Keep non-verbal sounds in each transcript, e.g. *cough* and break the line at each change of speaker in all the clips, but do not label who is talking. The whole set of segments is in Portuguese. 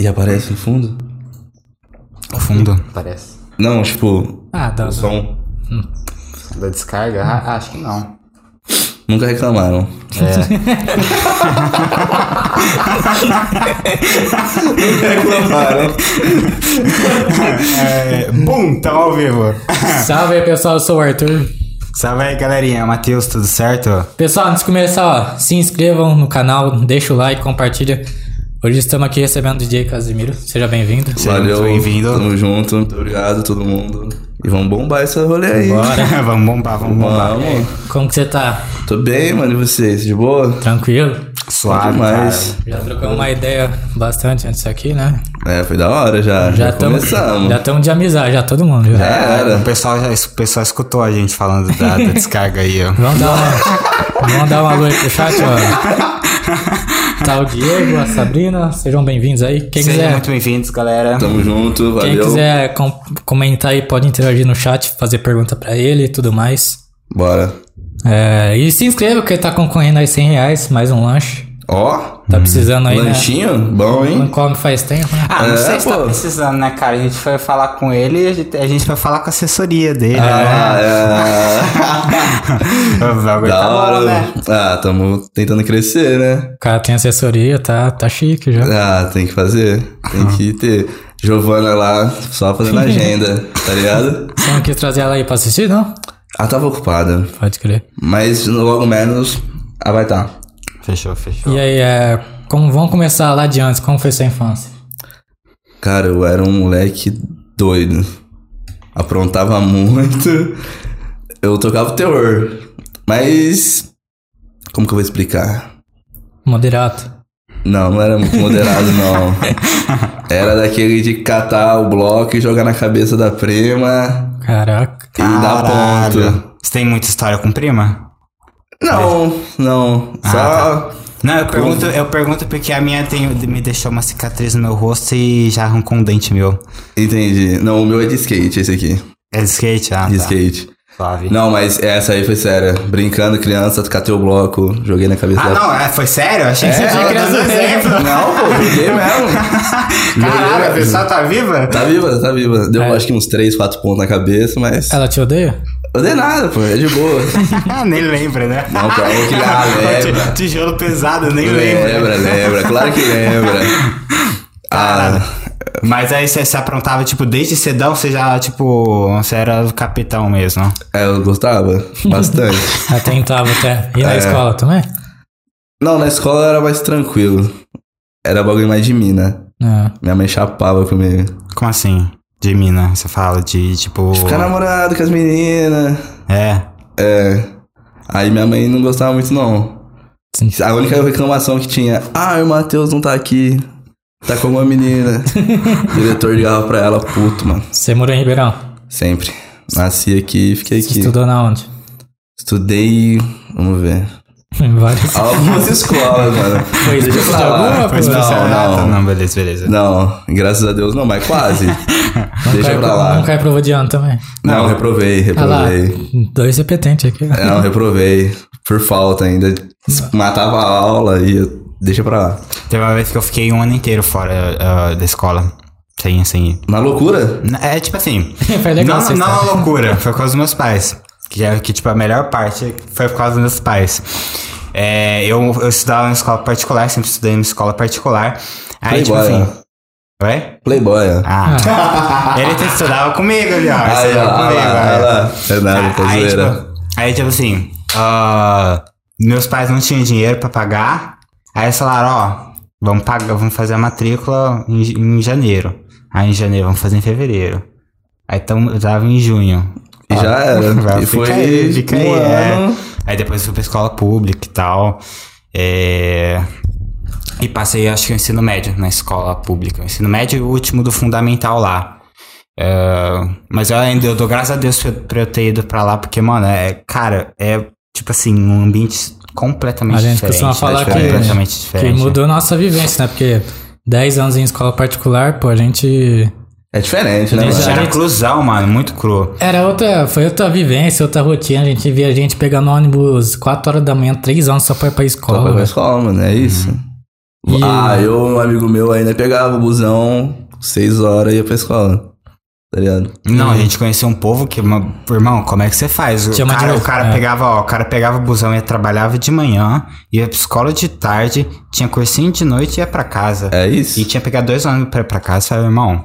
E aparece no fundo?
O fundo.
Parece.
Não, tipo,
Ah, dá.
o som.
Da descarga? Ah, acho que não.
Nunca reclamaram.
É.
Nunca *laughs* reclamaram.
*laughs* É, bum, tamo ao vivo.
Salve aí, pessoal. Eu sou o Arthur.
Salve aí, galerinha. Matheus, tudo certo?
Pessoal, antes de começar, ó, se inscrevam no canal, deixa o like, compartilha. Hoje estamos aqui recebendo o DJ Casimiro. Seja bem-vindo.
Seja
Valeu,
muito bem-vindo.
tamo junto, muito obrigado todo mundo. E vamos bombar essa rolê aí.
*laughs* vamos bombar, vamos bombar.
Vamos.
Como que você tá?
Tô bem, mano, e vocês? De boa?
Tranquilo?
Suave,
Demais.
Já trocamos uma ideia bastante antes aqui, né?
É, foi da hora já. Já,
Já estamos
começamos.
já tamo de amizade, já todo mundo. Já.
Já
cara.
era.
O pessoal, já, o pessoal escutou a gente falando da, da descarga aí, ó.
Vamos dar uma, vamos dar uma alô aí pro chat, ó. Tá o Diego, a Sabrina, sejam bem-vindos aí. Quem
Sejam
quiser,
muito bem-vindos, galera.
Tamo junto,
quem
valeu.
quiser com- comentar aí, pode interagir no chat, fazer pergunta pra ele e tudo mais.
Bora.
É, e se inscreva, porque tá concorrendo aí 100 reais, mais um lanche.
Ó,
Tá precisando aí, né?
Hum. lanchinho? Bom,
Não
hein?
come faz tempo, né?
Ah, não
É,
sei se
pô.
tá precisando, né, cara? A gente foi falar com ele e a gente, a gente foi falar com a assessoria dele, *laughs*
Ah,
né? O
é.
bagulho
da
tá bom,
hora.
né?
Ah, tamo tentando crescer, né?
O cara tem assessoria, tá, tá chique já.
Ah, tem que fazer. Tem que ter. Giovana lá, só fazendo agenda, tá ligado?
Você não quis trazer ela aí pra assistir, não?
Ela tava ocupada,
Pode crer.
mas logo menos ela vai estar. Tá.
Fechou, fechou.
E aí, é, como, vamos começar lá de antes, como foi sua infância?
Cara, eu era um moleque doido. Aprontava muito. Eu tocava terror. Mas. Como que eu vou explicar?
Moderato.
Não, não era muito moderado, não. Era daquele de catar o bloco e jogar na cabeça da prima
Caraca.
e dar ponto.
Você tem muita história com prima?
Não, não. Só.
tá. Não, eu pergunto, eu pergunto porque a minha tem, me deixou uma cicatriz no meu rosto e já arrancou um dente meu.
Entendi. Não, o meu é de skate, esse aqui.
É de skate? Ah,
De
tá.
skate.
Suave.
Não, mas essa aí foi séria. Brincando, criança, catei o bloco, joguei na cabeça
Ah,
da.
não, é, foi sério? Eu Achei que você
É,
tinha criança
não,
exemplo. *laughs*
Não, pô, joguei mesmo.
Caralho, a pessoa tá viva?
Tá viva, tá viva. Deu
É.
acho que uns 3, 4 pontos na cabeça, mas.
Ela te odeia?
Eu dei nada, pô, é de boa.
*laughs* nem lembra, né?
Não, claro
*laughs*
que ah, lembra.
Ti- Tijolo pesado, nem lembra.
Lembra, lembra, claro que lembra. Ah,
Mas aí você se aprontava, tipo, desde cedão você já, tipo, você era o capitão mesmo.
é, eu gostava bastante.
*laughs*
Ela tentava até.
*laughs* É.
E na escola também?
Não, na escola era mais tranquilo. Era bagulho mais de mim, né?
Não.
Minha mãe chapava comigo.
Como assim? De mina, você fala de, tipo...
Ficar namorado com as meninas.
É.
Aí minha mãe não gostava muito, não.
Sim.
A única reclamação que tinha, ah, o Matheus não tá aqui. Tá com uma menina. o diretor ligava pra ela, puto, mano.
Você morou em Ribeirão?
Sempre. Nasci aqui e fiquei
Você
aqui.
estudou na onde?
Estudei. Vamos ver.
Em várias
Algumas escolas, mano.
coisas.
Deixa eu
Você
falar.
alguma
Não,
coisa?
não.
tá, não, beleza, beleza.
Não, graças a Deus não, mas quase. *laughs* Deixa
cai
pra
pro-
lá.
Não cai prova é de ano também.
Não, reprovei,
Ah lá.
reprovei.
Dois repetentes aqui.
É, Não, reprovei. Por falta ainda. Matava a aula e eu- deixa pra lá.
Teve uma vez que eu fiquei um ano inteiro fora ah, da escola. Sem, sem ir.
Na loucura?
É tipo assim.
*laughs* Foi legal
não,
essa
não é
história.
uma loucura, foi por causa dos meus pais. Que, é, que tipo, a melhor parte foi por causa dos meus pais. É, eu, eu estudava em escola particular, sempre estudei em escola particular.
Playboy.
Aí, tipo
ó.
assim. Oi?
Playboy, ó.
Ah. Ele estudava comigo, ali, ó.
Aí, ó,
estudava
lá,
comigo,
lá,
ó.
lá. É nada, tá
aí,
zoeira.
tipo, aí, tipo assim, ah, meus pais não tinham dinheiro pra pagar. Aí eles falaram, ó, vamos pagar, vamos fazer a matrícula em, j- em janeiro. Aí em janeiro, vamos fazer em fevereiro. Aí tamo, eu tava em junho.
E já era.
Vai,
E
fica
foi
aí, fica
um
aí, é.
ano.
Aí depois eu fui pra escola pública e tal. É, E passei, acho que o ensino médio na escola pública. O ensino médio e o último do fundamental lá. É, Mas eu ainda eu dou graças a Deus pra- pra eu ter ido pra lá, porque, mano, é, cara, é tipo assim, um ambiente completamente
A gente
diferente.
costuma falar
né?
que-
completamente
Que
diferente.
mudou nossa vivência, né? Porque 10 anos em escola particular, pô, a gente.
É diferente, né?
Ele
mano?
já-
Era cruzão, mano, muito cru.
Era outra, foi outra vivência, outra rotina. A gente via a gente pegando ônibus 4 horas da manhã, 3 anos só pra ir pra
Só pra ir
escola.
pra
velho.
escola, mano, é isso.
Uhum.
E-
Ah, eu, um amigo meu ainda pegava o busão, seis horas e ia pra escola. Tá ligado?
Não, a gente conheceu um povo que, ma- irmão, como é que você faz? O
Tinha uma
cara, o
diversão,
cara
é.
pegava, ó, o cara pegava o busão e trabalhava de manhã, ia pra escola de tarde, tinha cursinho de noite e ia pra casa.
É isso?
E tinha pegado dois ônibus pra ir pra casa, sabe, irmão?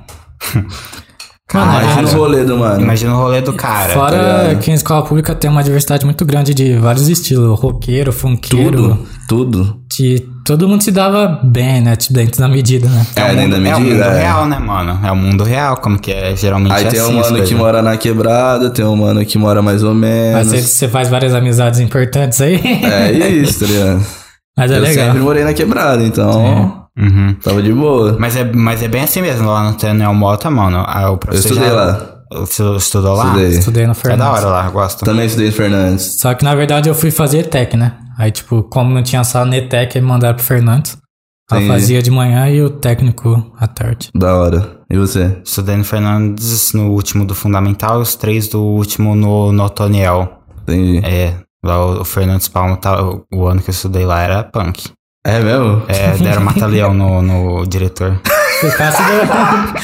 Mano,
Imagina
Caralho.
Ah, os rolê do mano.
Imagina o rolê do cara.
tá
Fora
ligado?
que a escola pública tem uma diversidade muito grande de vários estilos. Roqueiro, funkeiro.
Tudo, tudo.
De, todo mundo se dava bem, né? Tipo, dentro da medida, né?
É,
o
nem
mundo,
da
é o mundo
medida. é.
real, né, mano? É o mundo real, como que é geralmente é
Aí tem
assim
um
as
mano que
coisas.
mora na quebrada, tem um mano que mora mais ou
Mas
menos.
você, você faz várias amizades importantes aí. *laughs*
É isso, tá ligado?
Mas é
eu
legal.
sempre morei na quebrada, então
Uhum.
tava de boa.
Mas é, mas é bem assim mesmo, lá no Tenel Mota, mano. Ah, o
Eu
professor
estudei
já-
lá.
Você estudou lá?
Estudei.
Estudei no
É da
Fernandes.
hora lá, eu gosto.
Também estudei em Fernandes.
Só que na verdade eu fui fazer tech, né? Aí, tipo, como não tinha sala NETEC, aí me mandaram pro Fernandes. Aí
Entendi.
Eu fazia de manhã e o técnico à tarde.
Da hora. E você?
Estudei no Fernandes no último do Fundamental e os três do último no, no Otoniel.
Entendi.
É, lá o, o Fernandes Palma, tá, o, o ano que eu estudei lá era punk.
É mesmo?
É, deram mata-leão no, no diretor. *laughs*
O cara estudou.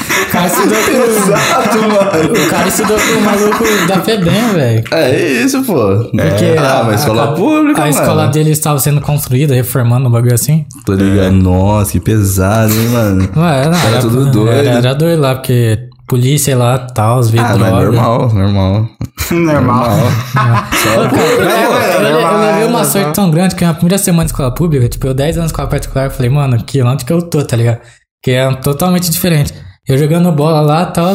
*laughs* o cara estudou com.
Exato, mano.
O cara estudou com o maluco da FEBEM, velho.
É isso, pô.
Porque
É. Ah, mas escola pública,
A
mano.
escola dele estava sendo construída, reformando um bagulho assim.
Tô ligado. Nossa, que pesado, hein, mano.
Ué, não,
Era tudo doido.
Era, era doido lá, porque polícia lá, tal, os vidros.
Ah, mas normal, normal.
Normal.
*laughs*
Eu,
É,
eu- eu
normal,
levei
é,
uma
normal.
sorte tão grande que na primeira semana de escola pública, tipo, eu 10 anos de escola particular, eu falei, mano, que onde que eu tô, tá ligado? Que é totalmente diferente. Eu jogando bola lá, tal,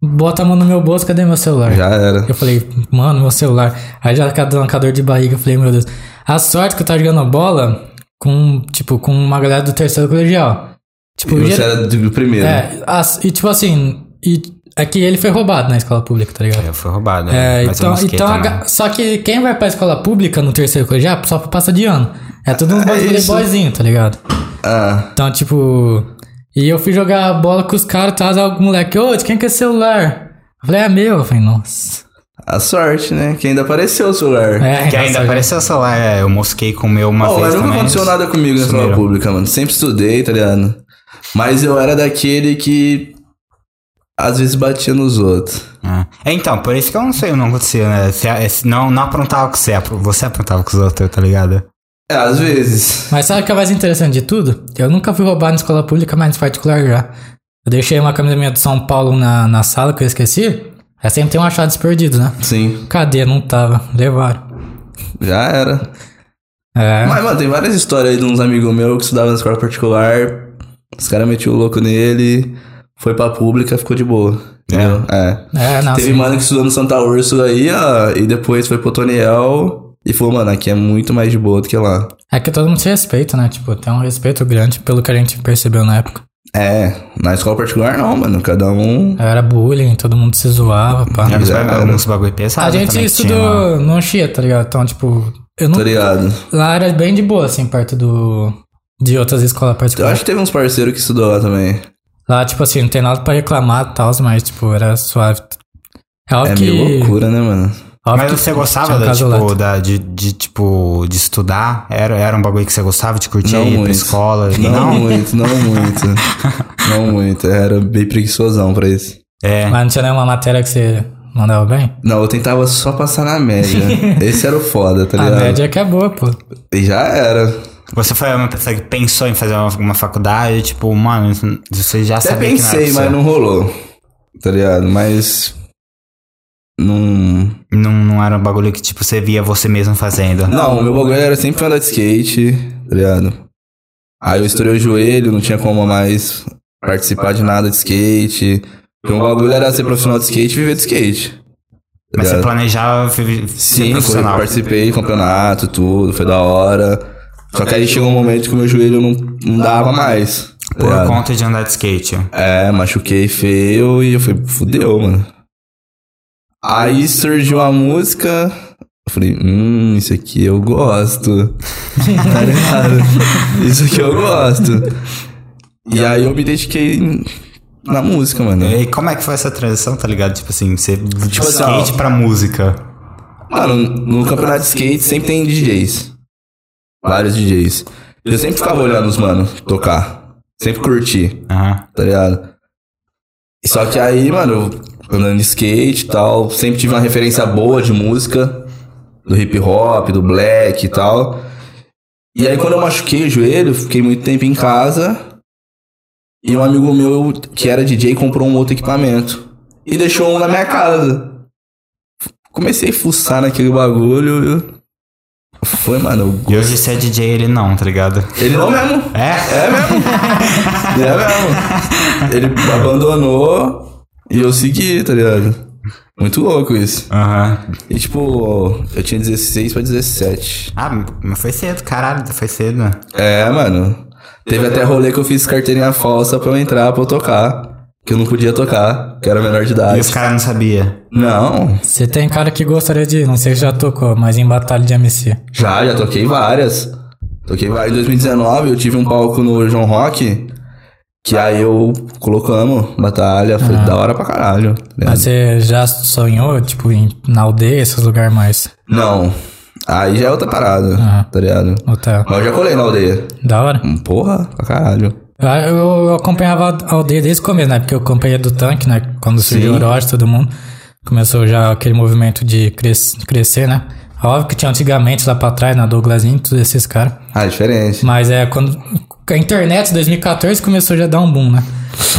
bota a mão no meu bolso, cadê meu celular?
Já era.
Eu falei, mano, meu celular. Aí já tá dando uma dor de barriga. Eu falei, meu Deus. A sorte que eu tava jogando bola com, tipo, com uma galera do terceiro colegial. Tipo,
E você
gera-
era do primeiro.
é, as- e tipo assim, e, é que ele foi roubado na escola pública, tá ligado?
É, foi roubado. mas
É,
eu né?
então,
mosquei
então a
também.
ga- só que quem vai pra escola pública no terceiro colegial só passa de ano. É tudo um
isso.
playboyzinho, tá ligado?
Ah,
Então, tipo. E eu fui jogar bola com os caras, tava o moleque, ô, de quem que é esse celular? Eu falei, é meu. Eu falei, nossa.
a sorte, né? Que ainda apareceu o celular.
É,
Que ainda
nossa,
apareceu o celular, é, eu mosquei com o meu uma
Pô,
vez
mas nunca
também.
aconteceu nada comigo na escola
Sumiram.
pública, mano. Sempre estudei, tá ligado? Mas eu era daquele que às vezes batia nos outros.
É. É, então, por isso que eu não sei, não acontecia, né? Se- é, se- não, não aprontava com você, apro- você aprontava com os outros, tá ligado?
É, às vezes.
Mas sabe o que é mais interessante de tudo? Eu nunca fui roubado na escola pública, mas em particular já. Eu deixei uma camisa minha do São Paulo na, na sala que eu esqueci. Aí sempre tem um achado desperdido, né?
Sim,
Cadê? Não tava. Levaram.
já era.
É.
Mas, mano, tem várias histórias aí de uns amigos meus que estudavam na escola particular. Os caras metiam o louco nele, foi pra pública, ficou de boa. Entendeu? É.
É, não,
Teve
assim,
mano que estudou no Santa Úrsula aí, ó, e depois foi pro Toniel e falou, mano, aqui é muito mais de boa do que lá.
É que todo mundo se respeita, né? Tipo, tem um respeito grande pelo que a gente percebeu na época.
É, na escola particular não, mano. Cada um.
Era bullying, todo mundo se zoava, pá.
Era uns
Já
ba-
era.
Alguns bagulho pesado
A gente
também que tinha, mano.
estudou no Anchieta, tá ligado? Então, tipo, eu não...
Tá ligado?
lá era bem de boa, assim, perto do... de outras escolas
Eu
particulares.
acho que teve uns parceiros que estudou lá também.
Lá, tipo assim, não tem nada pra reclamar e tal, mas, tipo, era suave. É óbvio
É
que.
meio loucura, né, mano?
óbvio
Mas
que
você
tinha
gostava
um
da,
caso
tipo,
lá.
da, de, de, tipo, de estudar? Era, era um bagulho que você gostava de curtir,
Não
ir pra
muito.
escola?
Não, muito, não muito. não muito. Era bem preguiçosão pra isso.
É.
Mas não tinha nenhuma matéria que você mandava bem?
Não, eu tentava só passar na média. Esse era o foda, tá
A
ligado?
média que é boa, pô.
E já era.
Você foi uma pessoa que pensou em fazer alguma faculdade? Tipo, mano, você já
Até
sabia que não era
pensei,
pra
mas não rolou. Tá ligado? Mas. Não.
você. não... Não era um bagulho que, tipo, você via você mesmo fazendo.
Não, o meu bagulho era sempre andar de skate, tá ligado? Aí eu estourei o joelho, não tinha como mais participar de nada de skate. Porque o bagulho era ser profissional de skate e viver de skate. tá
Mas você
ligado?
planejava vi- ser
Sim, foi,
profissional.
participei do campeonato, tudo, foi da hora. Só que aí chegou um momento que o meu joelho não, não dava mais. tá
Por
ligado?
conta de andar de skate.
É, machuquei feio e eu falei, fudeu, mano. Aí surgiu a música. Eu falei, hum, isso aqui eu gosto. *laughs* tá ligado? Isso aqui eu gosto. E aí eu me dediquei na música, mano.
E como é que foi essa transição, tá ligado? Tipo assim, você de
Tipo assim,
skate
ó.
pra música.
Mano, no campeonato de skate sempre tem DJs. Vários DJs. Eu sempre ficava olhando os mano tocar. Sempre curti,
Aham.
tá ligado? E Só que aí, mano, eu andando de skate e tal, sempre tive uma referência boa de música, do hip hop, do black e tal. E aí quando eu machuquei o joelho, fiquei muito tempo em casa. E um amigo meu que era DJ comprou um outro equipamento. E deixou um na minha casa. Comecei a fuçar naquele bagulho. eu- Foi, mano. eu-
E hoje você é DJ, ele não, tá ligado?
Ele não mesmo.
É?
É mesmo? é mesmo. Né? Ele abandonou e eu segui, tá ligado? Muito louco isso.
Aham.
E tipo, eu tinha 16 pra 17.
Ah, mas foi cedo, caralho, foi cedo.
É, mano. Teve até rolê que eu fiz carteirinha falsa pra eu entrar, pra eu tocar. Que eu não podia tocar, que eu era menor de
E
idade.
os caras não sabiam.
Não,
Você tem cara que gostaria de ir, não sei se já tocou, mas em batalha de MC.
já, já toquei várias. Toquei várias. Em 2019 eu tive um palco no João Rock, que aí eu colocamos batalha, foi da hora pra caralho. tá ligado?
Mas você já sonhou, tipo, em, na aldeia, esses lugares mais?
Não. Aí já é outra parada,
Ah.
tá ligado?
Hotel.
Mas eu já colei na aldeia.
Da hora?
Hum, Porra, pra caralho.
Ah, Eu, eu acompanhava a aldeia desde o começo, né? Porque eu acompanhei do tanque, né? Quando surgiu o
Sim.
Orochi, todo mundo. Começou já aquele movimento de cres- crescer, né? Óbvio que tinha antigamente lá pra trás, na Douglasinho, todos esses caras.
Ah, é diferente.
Mas é quando. A internet, 2014, começou já a dar um boom, né?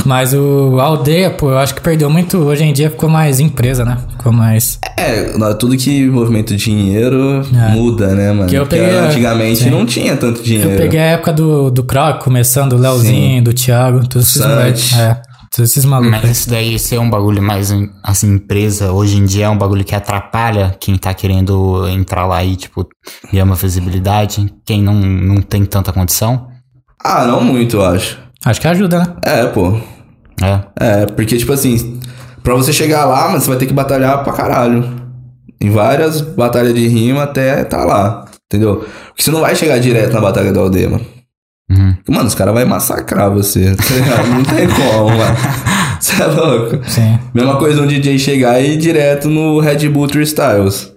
Mas o a aldeia, pô, eu acho que perdeu muito. Hoje em dia ficou mais empresa, né? Ficou mais.
É, na- tudo que movimento dinheiro
É.
muda, né, mano?
Que eu
Porque
peguei-
antigamente
Sim.
não tinha tanto dinheiro.
Eu peguei a época do, do Croc, começando, o Leozinho, do Thiago, todos esses
Santi.
moleques. É, todos esses malucos.
Hum.
Mas isso daí ser um bagulho mais, assim, empresa, hoje em dia é um bagulho que atrapalha quem tá querendo entrar lá e, tipo, ganhar uma visibilidade, quem não, não tem tanta condição.
Ah, não muito, eu acho.
Acho que ajuda, né?
É, pô.
É.
É, porque, tipo assim, pra você chegar lá, mano, você vai ter que batalhar pra caralho. Em várias batalhas de rima até tá lá, entendeu? Porque você não vai chegar direto na batalha da aldeia, mano.
Uhum.
Mano, os caras vão massacrar você. tá ligado? Não tem como, mano. Você é louco.
Sim.
Mesma coisa um DJ chegar e ir direto no Red Bull Three Styles.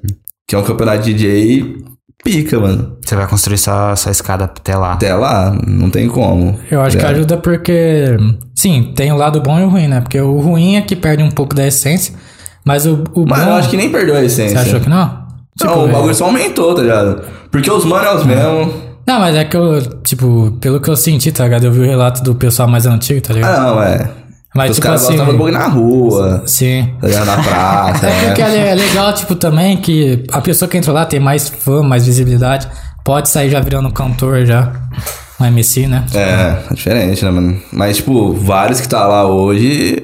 Que é um campeonato de DJ pica, mano.
Você vai construir sua, sua escada até lá.
Até lá, não tem como.
Eu acho que
É.
ajuda porque, sim, tem o lado bom e o ruim, né? Porque o ruim é que perde um pouco da essência, mas o, o
Mas
bom...
eu acho que nem perdeu a essência.
Você achou que não?
Não, Tipo, o
é-
bagulho só aumentou, tá ligado? Porque os mano é os mesmos.
Não, mas é que eu, tipo, pelo que eu senti, tá ligado? Eu vi o relato do pessoal mais antigo, tá ligado?
Ah, não, é.
mas,
os
tipo
caras
assim...
gostavam do bagulho na rua,
Sim.
tá ligado? Na
*laughs*
praça.
É
né? *laughs*
porque é legal, tipo, também que a pessoa que entrou lá tem mais fã, mais visibilidade, pode sair já virando um cantor, já, um MC, né?
É, é diferente, né, mano? Mas, tipo, vários que tá lá hoje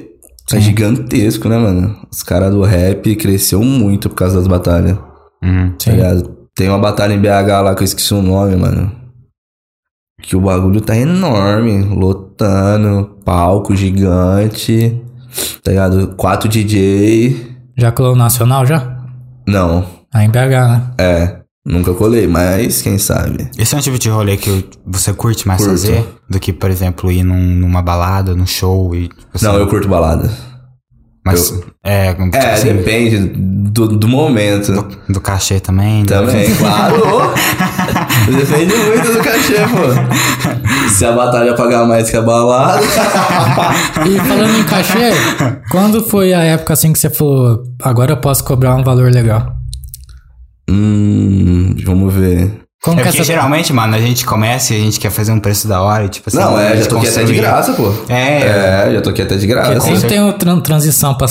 é gigantesco, né, mano? Os caras do rap cresceu muito por causa das batalhas.
Uhum.
Tá
Sim.
ligado? Tem uma batalha em BH lá que eu esqueci o nome, mano. Que o bagulho tá enorme, lotando, palco gigante, tá ligado? Quatro DJ.
Já colou no Nacional, já?
Não,
Aí em BH, né?
é. Nunca colei, mas quem sabe?
Esse é um tipo de rolê que você curte mais
Curto.
fazer do que, por exemplo, ir num- numa balada, num show e. tipo assim,
Não, eu curto balada.
Mas. É, como, tipo
É,
assim,
depende do, do momento.
do cachê também. né?
Também, claro. *laughs* Depende muito do cachê, pô. Se a batalha pagar mais que a balada. *laughs*
E falando em cachê, quando foi a época assim que você falou, agora eu posso cobrar um valor legal?
Hum, vamos ver.
Como
É
que
porque
essa...
geralmente, mano, a gente começa e a gente quer fazer um preço da hora e tipo assim.
Não,
a
é,
gente
já toquei até de
construir.
graça, pô.
É,
É, já toquei até de graça.
com
Sempre
certeza.
tem uma tran- transição pra...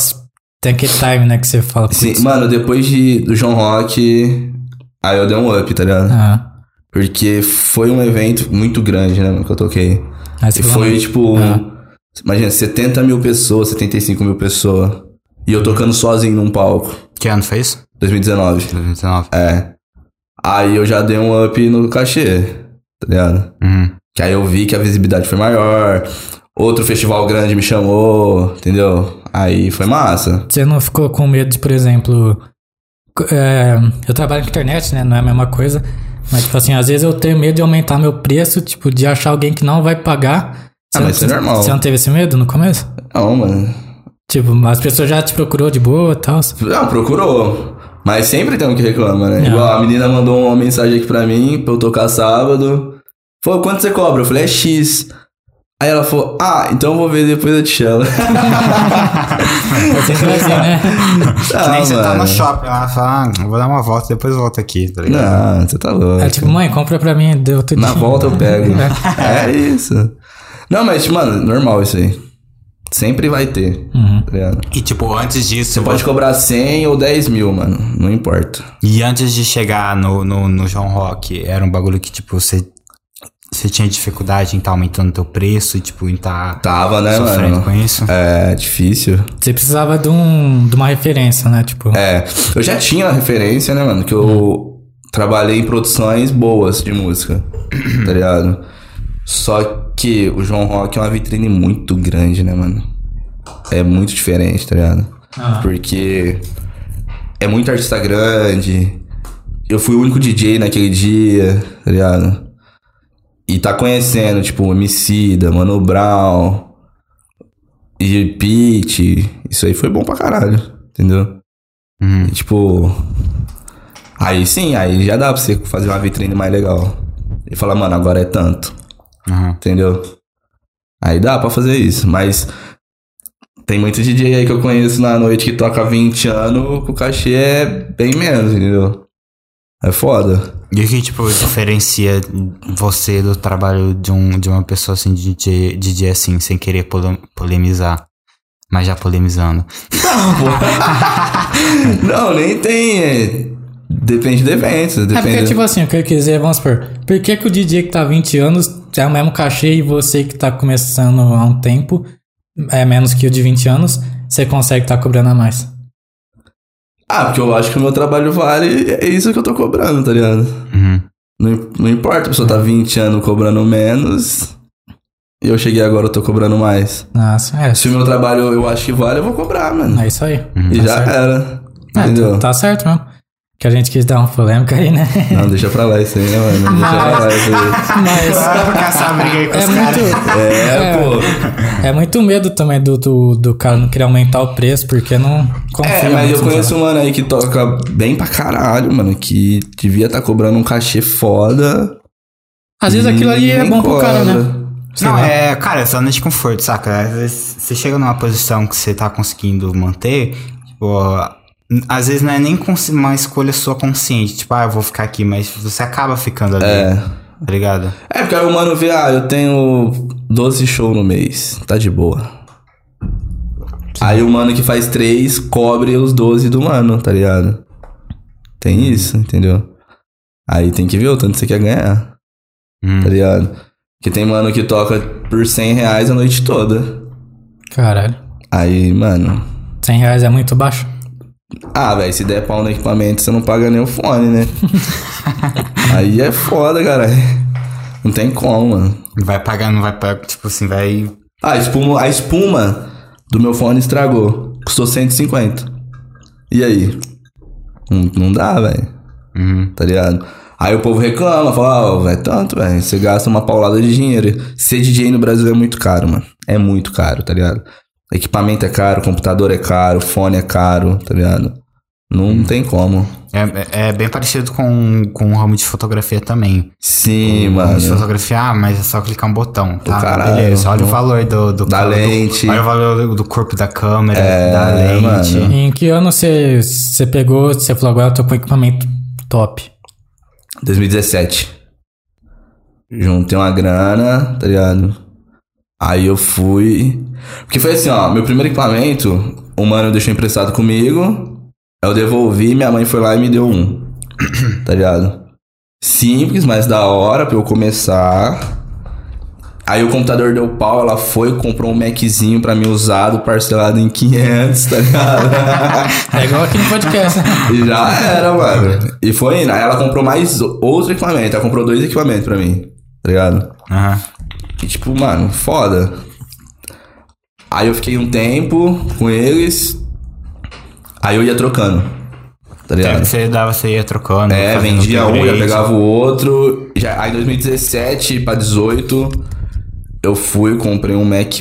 Tem aquele time, né, que você fala. putz,
Sim, mano, depois de, do João Rock, aí eu dei um up, tá ligado?
ah,
Porque foi um evento muito grande, né, mano, que eu toquei.
aí você
E
falou,
foi, tipo,
Ah.
imagina, 70 mil pessoas, 75 mil pessoas. E eu tocando sozinho num palco,
que ano foi isso?
2019.
2019.
É. Aí eu já dei um up no cachê, tá ligado?
Uhum.
Que aí eu vi que a visibilidade foi maior. Outro festival grande me chamou, entendeu? Aí foi massa.
Você não ficou com medo de, por exemplo... co- é, eu trabalho com internet, né, não é a mesma coisa. Mas, tipo assim, às vezes eu tenho medo de aumentar meu preço, tipo, de achar alguém que não vai pagar. Você
Ah,
não-
mas isso é normal.
Você não teve esse medo no começo?
Não, mano.
Tipo, as pessoas já te procurou de boa e tal.
Não, Ah, procurou. Mas
É.
sempre tem um que reclama, né?
Não.
Igual a menina mandou uma mensagem aqui pra mim, pra eu tocar sábado. Falou, quanto você cobra? Eu falei, é X. Aí ela falou, ah, então eu vou ver depois eu te
*laughs* É
chamo.
Você assim,
*laughs*
né?
que nem você tá
Ah, mano.
no shopping lá, fala, ah, vou dar uma volta, depois volto aqui, tá ligado?
Não, você tá louco.
É tipo, mãe, compra pra mim, deu tudo.
Na volta eu pego.
*laughs*
é isso. Não, mas, mano, normal isso aí. Sempre vai ter.
Uhum.
tá ligado?
E tipo, antes disso,
Pode cobrar 100 ou 10 mil, mano. Não importa.
E antes de chegar no, no, no João Rock, era um bagulho que, tipo, você, você tinha dificuldade em estar tá aumentando teu preço e, tipo, em estar tá
Tava, né,
sofrendo
mano?
com isso?
É difícil.
Você precisava de, um, de uma referência, né? Tipo,
É, eu já tinha a referência, né, mano? Que eu trabalhei em produções boas de música, tá ligado? Só que o João Rock é uma vitrine muito grande, né, mano? É muito diferente, tá ligado?
Ah.
Porque é muito artista grande. Eu fui o único DJ naquele dia, tá ligado? E tá conhecendo, tipo, Emicida, Mano Brown, e Pete. Isso aí foi bom pra caralho, entendeu?
Uhum.
E, tipo. Aí sim, aí já dá pra você fazer uma vitrine mais legal. E falar, mano, agora é tanto.
Uhum.
Entendeu? Aí dá pra fazer isso, mas. Tem muito DJ aí que eu conheço na noite que toca 20 anos, que o cachê é bem menos, entendeu? É foda. *laughs*
E o que, tipo, diferencia você do trabalho de, um, de uma pessoa assim, de DJ, DJ assim, sem querer polo- polemizar? Mas já polemizando.
Não, nem tem. é, Depende do evento. Depende.
É porque, tipo assim, o que eu quiser, vamos supor, por que, que o DJ que tá há 20 anos é o mesmo cachê e você que tá começando há um tempo, é menos que o de 20 anos, você consegue tá cobrando a mais?
Ah, porque eu acho que o meu trabalho vale, é isso que eu tô cobrando, tá ligado?
Uhum.
Não, im- não importa, a pessoa tá 20 anos cobrando menos. E eu cheguei agora, eu tô cobrando mais.
Nossa, é,
Se o meu trabalho eu acho que vale, eu vou cobrar, mano.
é isso aí.
e
tá
já
certo.
era.
É,
Entendeu?
tá certo mesmo. Que a gente quis dar uma polêmica aí, né?
Não, deixa pra lá isso aí, né, mano? Deixa pra lá isso aí.
Mas
Dá pra caçar briga aí com
é
os caras.
muito,
É,
É.
pô.
é muito medo também do, do, do cara não querer aumentar o preço, porque não confia
É, mas
muito né?
eu
no
conheço um mano aí que toca bem pra caralho, mano. Que devia tá cobrando um cachê foda.
Às vezes aquilo ali é
e
bom pro cara,
cobra.
né? Sei
não,
lá.
é, cara, é zona de conforto, saca? Às vezes você chega numa posição que você tá conseguindo manter, tipo, ó, n- às vezes não é nem consci- uma escolha sua consciente, tipo, ah, eu vou ficar aqui, mas você acaba ficando ali,
É.
tá ligado?
É, porque aí o mano vê, ah, eu tenho 12 shows no mês, tá de boa. Aí o mano que faz 3 cobre os 12 do mano, tá ligado? Tem isso, entendeu? Aí tem que ver o tanto que você quer ganhar,
Hum.
tá ligado? Porque tem mano que toca por 100 reais a noite toda.
Caralho.
Aí, mano.
100 reais é muito baixo?
Ah, velho, se der pau no equipamento, você não paga nem o fone, né? aí é foda, cara. Não tem como, mano.
Vai pagar, não vai pagar, tipo assim, vai.
Ah, a espuma, a espuma do meu fone estragou. Custou 150. E aí? Não, não dá, velho.
Uhum.
Tá ligado? Aí o povo reclama, fala, ó, vai tanto, velho. Você gasta uma paulada de dinheiro. Ser DJ no Brasil é muito caro, mano. É muito caro, tá ligado? Equipamento é caro, computador é caro, fone é caro, tá ligado? Não tem como.
É, é bem parecido com, com o ramo de fotografia também.
Sim,
O ramo de
mano.
fotografia, ah, mas é só clicar um botão, tá?
caralho.
Beleza, olha o
Não.
valor do, do
Da
do-
lente.
olha o valor do corpo da câmera, da
É,
lente.
mano.
Em que ano você você pegou, você falou, agora eu tô com equipamento top?
2017. Juntei uma grana, tá ligado? Aí eu fui. Porque foi assim, ó, meu primeiro equipamento, o mano deixou emprestado comigo. Eu devolvi, minha mãe foi lá e me deu um. tá ligado? Simples, mas da hora pra eu começar. Aí o computador deu pau, ela foi, comprou um Maczinho pra mim usado, parcelado em 500, tá ligado? *laughs*
É igual aqui no podcast, né?
E já era, mano. E foi indo. Aí ela comprou mais o- outro equipamento. Ela comprou dois equipamentos pra mim. Tá ligado?
Aham.
E tipo, mano, foda. Aí eu fiquei um tempo com eles. Aí eu ia trocando. Tá
Tempo que
ligado?
você dava, você ia trocando.
É,
fazendo
vendia um, já
upgrade.
pegava o outro. Já, aí em 2017 pra 18, eu fui, comprei um Mac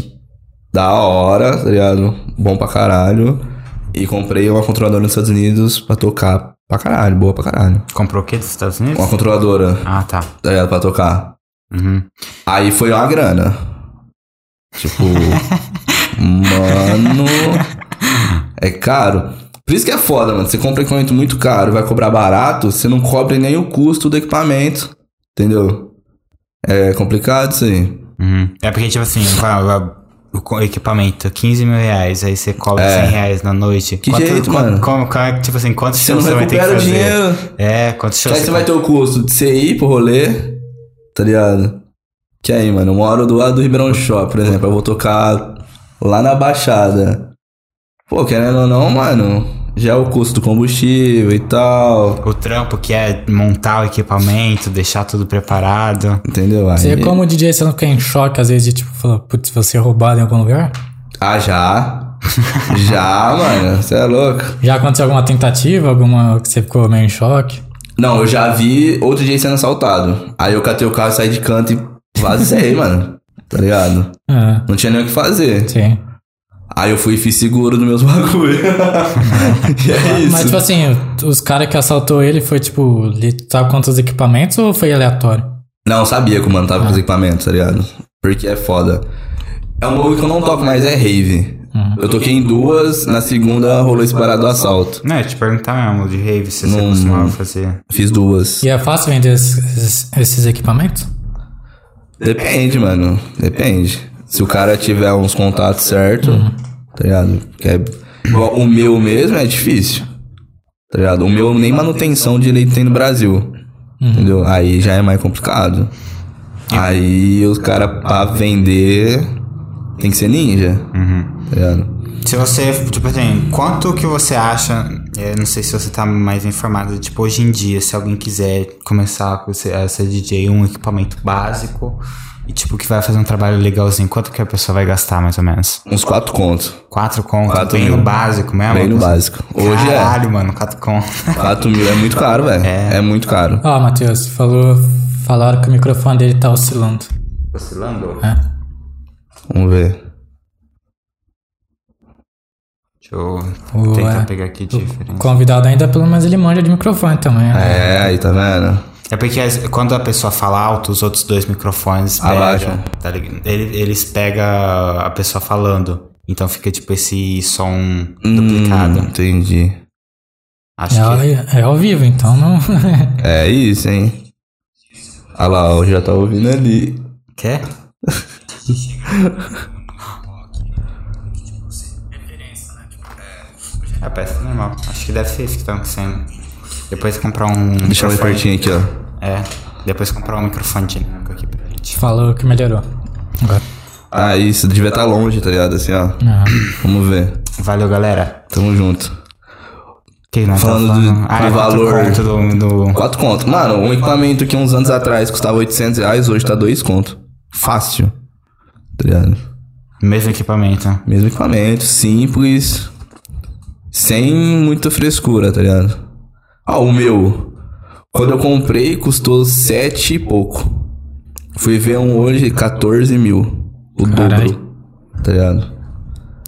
da hora, tá ligado? Bom pra caralho. E comprei uma controladora nos Estados Unidos pra tocar pra caralho, boa pra caralho.
Comprou o quê dos Estados Unidos?
Uma controladora,
Ah, tá.
tá ligado? Pra tocar.
Uhum.
Aí foi uma grana. Tipo, mano, é caro. Por isso que é foda, mano. Você compra equipamento muito caro, vai cobrar barato, você não cobre nem o custo do equipamento. Entendeu? É complicado isso aí.
Uhum. É porque, tipo assim, vai- vai- o co- equipamento, 15 mil reais, aí você cobra 100 reais na noite.
É. Que jeito,
quanto-
mano?
Como, como é que, tipo assim, quantos
Você não
shows você vai ter que
recupera o
fazer?
dinheiro.
É, quantos
Que
shows
aí você vai ter o custo de você ir pro rolê, tá ligado? Que aí, mano, eu moro do lado do Ribeirão Shopping, por exemplo. Eu vou tocar lá na Baixada. Pô, querendo ou não, mano, já é o custo do combustível e tal.
O trampo que é montar o equipamento, deixar tudo preparado.
Entendeu? Aí...
Você, como DJ, você não fica em choque às vezes de tipo, falar, putz, vou ser roubado em algum lugar?
Ah, já? já, mano. Você é louco.
Já aconteceu alguma tentativa, alguma que você ficou meio em choque?
Não, eu já vi outro dia sendo assaltado. Aí eu catei o carro, saí de canto e vazei, *laughs* mano. Tá ligado?
É,
Não tinha nem o que fazer.
sim.
Aí eu fui e fiz seguro dos meus *laughs* bagulho. e é isso.
Mas, tipo assim, os caras que assaltou ele foi, tipo, ele sabe quantos equipamentos ou foi aleatório?
Não, eu sabia que o mano
Ah.
tava com os equipamentos, tá ligado? Porque é foda. É um bagulho que eu não toco mais, é rave.
Uhum.
Eu toquei em duas, na segunda rolou esse parado do assalto.
Não, eu ia te perguntar mesmo, de rave, se você
Não-
costumava fazer.
Fiz duas.
E é fácil vender esses, esses equipamentos?
Depende, mano. Depende. Se o cara tiver uns contatos certos, tá ligado? Que é- Igual O meu mesmo é difícil. Tá ligado? O meu nem manutenção direito tem no Brasil. Entendeu? Aí já é mais complicado. Aí os caras pra vender tem que ser ninja. Tá ligado?
Se você, tipo assim, quanto que você acha, é, não sei se você tá mais informado, tipo, hoje em dia, se alguém quiser começar com esse- a ser DJ, um equipamento básico, e tipo, que vai fazer um trabalho legalzinho, quanto que a pessoa vai gastar, mais ou menos?
Uns quatro contos.
Quatro contos,
Quatro
bem
mil.
no básico mesmo?
Bem no básico. Hoje é.
Ah, Caralho, mano, quatro contos.
4 mil é muito caro, velho. É. muito caro.
Ó, Matheus, falou, falaram que o microfone dele tá oscilando.
Oscilando?
Vamos ver.
*laughs* Deixa eu
Ué.
tentar pegar aqui diferente.
O convidado ainda, pelo menos, ele manja de microfone também, né?
um É, aí tá vendo?
É porque as- quando a pessoa fala alto, os outros dois microfones
Abaixam.
pegam, tá ligado? Ele- eles pegam a pessoa falando. Então fica tipo esse som
Hum,
duplicado.
entendi.
Acho
É ao,
que.
é ao vivo,
*laughs*
então não. *laughs*
É isso, hein? Olha lá, ó, já tá ouvindo ali.
Quer? É peça normal. Acho que deve ser isso que tá acontecendo. Depois comprar um.
Deixa eu ver
microfone-
pertinho aqui, ó.
É. Depois comprar um microfone dinâmico aqui pra gente.
falou que melhorou. Agora.
Ah, isso, devia estar tá longe, tá ligado? Assim, ó.
Não.
Vamos ver.
Valeu, galera.
Tamo junto.
Que nós
Falando
tava
do-
ah,
do
é quanto
valor.
conto do- do,
Quatro conto. Mano, um equipamento que uns anos atrás custava 800 reais, hoje tá dois conto. Fácil. Tá ligado?
Mesmo equipamento.
Mesmo equipamento, simples. Sem muita frescura, tá ligado? Ah, o meu. Quando eu comprei, custou sete e pouco. Fui ver um hoje, 14 mil. O
Carai.
dobro. Tá ligado?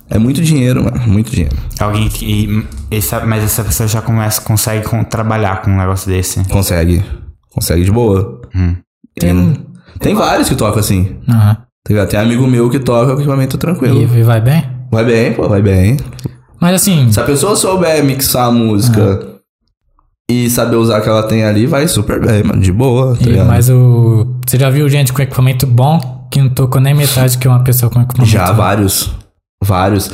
É muito dinheiro, mano. Muito dinheiro.
Alguém que. e- essa- mas essa pessoa já começa, consegue com- trabalhar com um negócio desse.
É. Consegue. Consegue de boa. Tem, um tem vários que tocam assim.
Aham.
Tá ligado? Tem amigo meu que toca com equipamento
E,
tranquilo.
e vai bem?
Vai bem, pô, vai bem.
Mas assim,
Se a pessoa souber mixar a música e saber usar o que ela tem ali, vai super bem, mano. De boa, tá
e-
ligado?
mas o. Você já viu gente com equipamento bom que não tocou nem metade que uma pessoa com equipamento
Já,
ruim?
vários. Vários.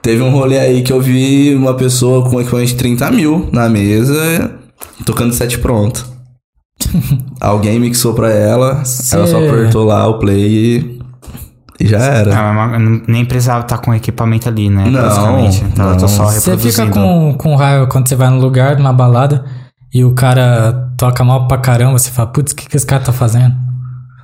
Teve um rolê aí que eu vi uma pessoa com equipamento de 30 mil na mesa, tocando sete
*laughs*
pronto. Alguém mixou pra ela, ela só
Cê-
apertou lá o play e, e já era.
Ah, mas não- nem precisava estar com equipamento ali, né?
Não,
basicamente. Então eu tô
não.
só
Você
reproduzindo.
fica com, com raiva quando você vai num lugar, numa balada, e o cara toca mal pra caramba, você fala, putz, o que, que esse cara tá fazendo?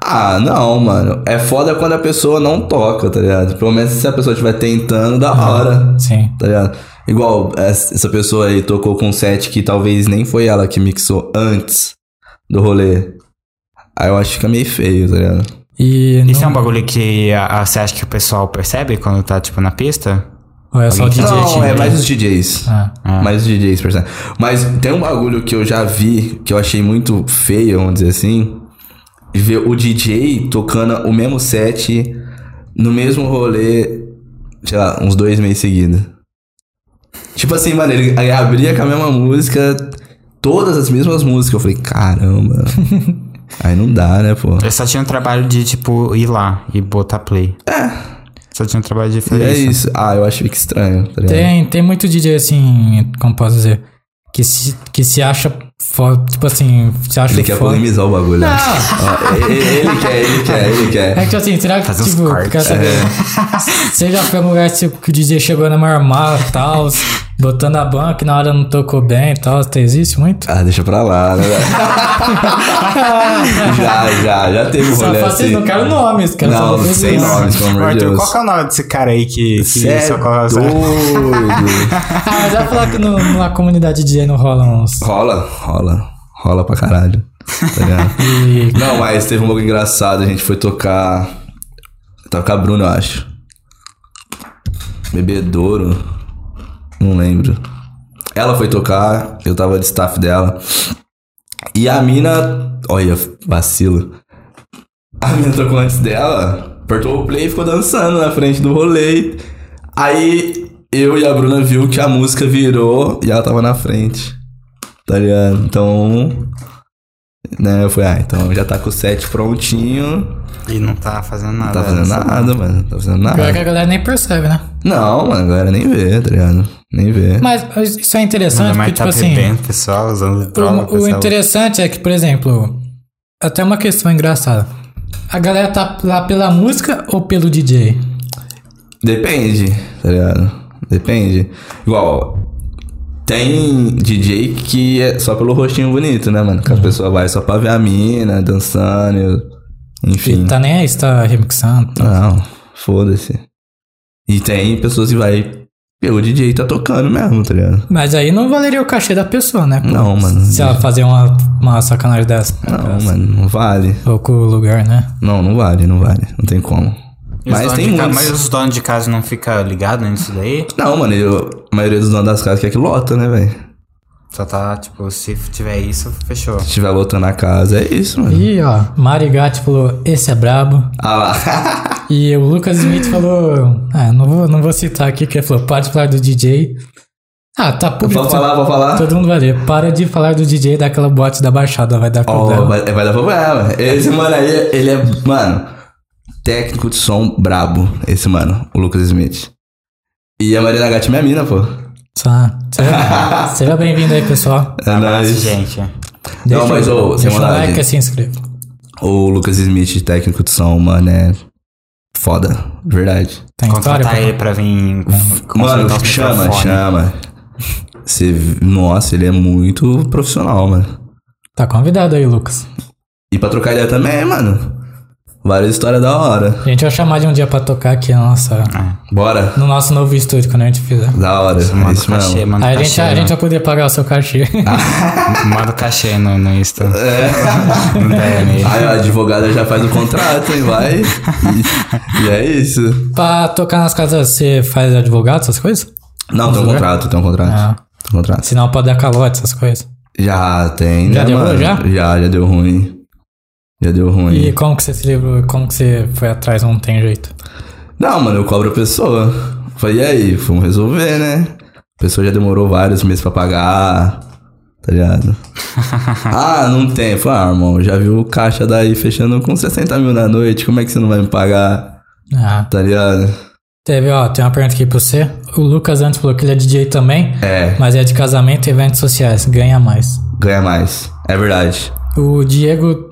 Ah, não, mano. É foda quando a pessoa não toca, tá ligado? Pelo menos se a pessoa estiver tentando, da hora.
Sim.
Tá ligado? Igual essa essa pessoa aí tocou com um set que talvez nem foi ela que mixou antes do rolê. Aí eu acho que fica meio feio, tá ligado?
E
Isso é
não,
um bagulho que a- a- você acha que o pessoal percebe quando tá, tipo, na pista?
ou é só o
Alguém
DJ
que-
que-
Não, é mais os DJs.
Ah,
Mais os DJs, percebe? Mas tem um bagulho que eu já vi, que eu achei muito feio, vamos dizer assim. de ver o DJ tocando o mesmo set no mesmo rolê, sei lá, uns dois meses seguidos. Tipo assim, mano, ele ele abria com a mesma música, todas as mesmas músicas. Eu falei,
*laughs*
caramba. Aí não dá, né, pô?
Eu só tinha um trabalho de, tipo, ir lá e botar play. É. Só tinha um trabalho de
E
fazer
é
isso.
isso. Ah, eu achei que estranho, tá ligado?
Tem, tem muito DJ assim, como posso dizer, que se, que se acha foda, tipo assim, se acha
Ele quer
foda.
polemizar o bagulho. né?
Não,
Ó, e- e- ele quer, ele quer, ele
é que
quer.
tipo assim, será que
Fazer uns
tipo,
cortes.
quer saber?
é.
*laughs* Você já foi um lugar tipo, que o DJ chegou na maior mala e tal, botando a banca e na hora não tocou bem e tal, tem- existe muito?
Ah, deixa pra lá, né? velho? já, já, já teve um
Só
rolê
faço
assim.
isso, não quero nomes, quero
Não,
saber
sem
isso.
nomes, pelo amor de
Arthur,
Deus.
qual que é o nome desse cara aí que, que
Cê é
só coloca-
doido.
Ah, mas vai falar que no, na comunidade DJ não rola uns.
rola, rola. Rola pra caralho. Tá ligado?
E
Não, mas teve um bagulho engraçado. A gente foi tocar. Tava com a Bruna, eu acho. Bebedouro. Não lembro. Ela foi tocar, eu tava de staff dela. E a mina. Olha, vacilo. A mina tocou antes dela, apertou o play e ficou dançando na frente do rolê. Aí eu e a Bruna viu que a música virou e ela tava na frente. Tá ligado? Então. Né, eu falei, ah, então já tá com o set prontinho.
E não tá fazendo
Não
nada.
tá fazendo nada, mano. Não tá fazendo
pior que
nada.
a galera nem percebe, né?
Não, mano, a galera nem vê, tá ligado? Nem vê.
Mas isso é
Ainda
interessante, porque,
mais
tipo
tá
assim.
bebendo, pessoal, usando droga,
O, o
pessoal.
interessante é que, por exemplo, até uma questão engraçada. A galera tá lá pela música ou pelo DJ?
Depende, tá ligado? Depende. Igual, tem DJ que é só pelo rostinho bonito, né, mano? Que a pessoa vai só pra ver a mina dançando, eu- enfim.
E tá nem aí, se tá remixando.
Não, foda-se. E tem pessoas que vai pelo DJ tá tocando mesmo, tá ligado?
Mas aí não valeria o cachê da pessoa, né? pô?
Não, mano.
Se ela fazer uma, uma sacanagem dessa.
Não, mano, não vale.
Ou com o lugar, né?
Não, não vale, não vale. Não tem como.
E os
Mas
donos
tem
de casa-
muitos.
Mas os donos de casa não ficam ligados nisso daí?
Não, mano, eu- a maioria dos donos das casas quer que lota, né, velho?
Só tá, tipo, se tiver isso, fechou.
Se tiver lotando a casa, é isso, mano.
Ih, ó. Marigatti falou, esse é brabo.
Ah *laughs* lá.
E o Lucas Smith falou. Ah, não vou, não vou citar aqui, que ele falou, pode falar do DJ. Ah, tá público.
Vou falar, vou falar.
Todo mundo vai ler. Para de falar do DJ daquela boate da Baixada, vai dar
Ó,
problema.
vai, vai dar problema. Esse mano aí, ele é, mano, técnico de som brabo. Esse mano, o Lucas Smith. E a Marina Gatti é minha mina, pô.
Tá.
*laughs*
Seja, seja bem-vindo aí, pessoal.
É
Mas,
nóis.
gente.
Não, mas ô, sem
deixa o
maldade.
like e se inscreva.
O Lucas Smith, técnico de som, mano, é foda. Verdade.
Tem história?
Contratar
pô?
ele pra vir.
Mano,
consertar os
chama,
microfones.
chama. Você, nossa, ele é muito profissional, mano.
Tá convidado aí, Lucas.
E pra trocar ideia também, mano. Várias histórias da hora.
A gente vai chamar de um dia pra tocar aqui na nossa,
É. Bora.
no nosso novo estúdio, quando a gente fizer.
Da hora. É
Manda
isso
o
tá
cachê,
mesmo.
manda o
Aí a gente,
cachê.
a
né?
gente vai poder pagar o seu cachê.
Ah.
Manda o cachê no, no Insta. *laughs* Não dá né? nele.
Aí a advogada já faz o contrato, hein? Vai. E, e é isso.
*laughs* pra tocar nas casas, você faz advogado, essas coisas?
Não, tem um
ver?
contrato, tem um contrato.
Ah.
Tem um contrato.
Senão pode dar calote, essas coisas.
Já tem,
Já
né,
deu
mano?
ruim, já?
já? já deu ruim. Já deu ruim.
E como que você se livrou, como que você foi atrás, não tem jeito.
Não, mano, eu cobro a pessoa. Falei, e aí? Vamos resolver, né? A pessoa já demorou vários meses pra pagar. Tá ligado? ah, não tem. Falei, ah, irmão, já viu o caixa daí fechando com 60 mil na noite. Como é que você não vai me pagar?
Ah,
Tá ligado?
teve, ó, tem uma pergunta aqui pra você. O Lucas antes falou que ele é DJ também,
É,
mas é de casamento e eventos sociais, ganha mais.
ganha mais. É verdade.
O Diego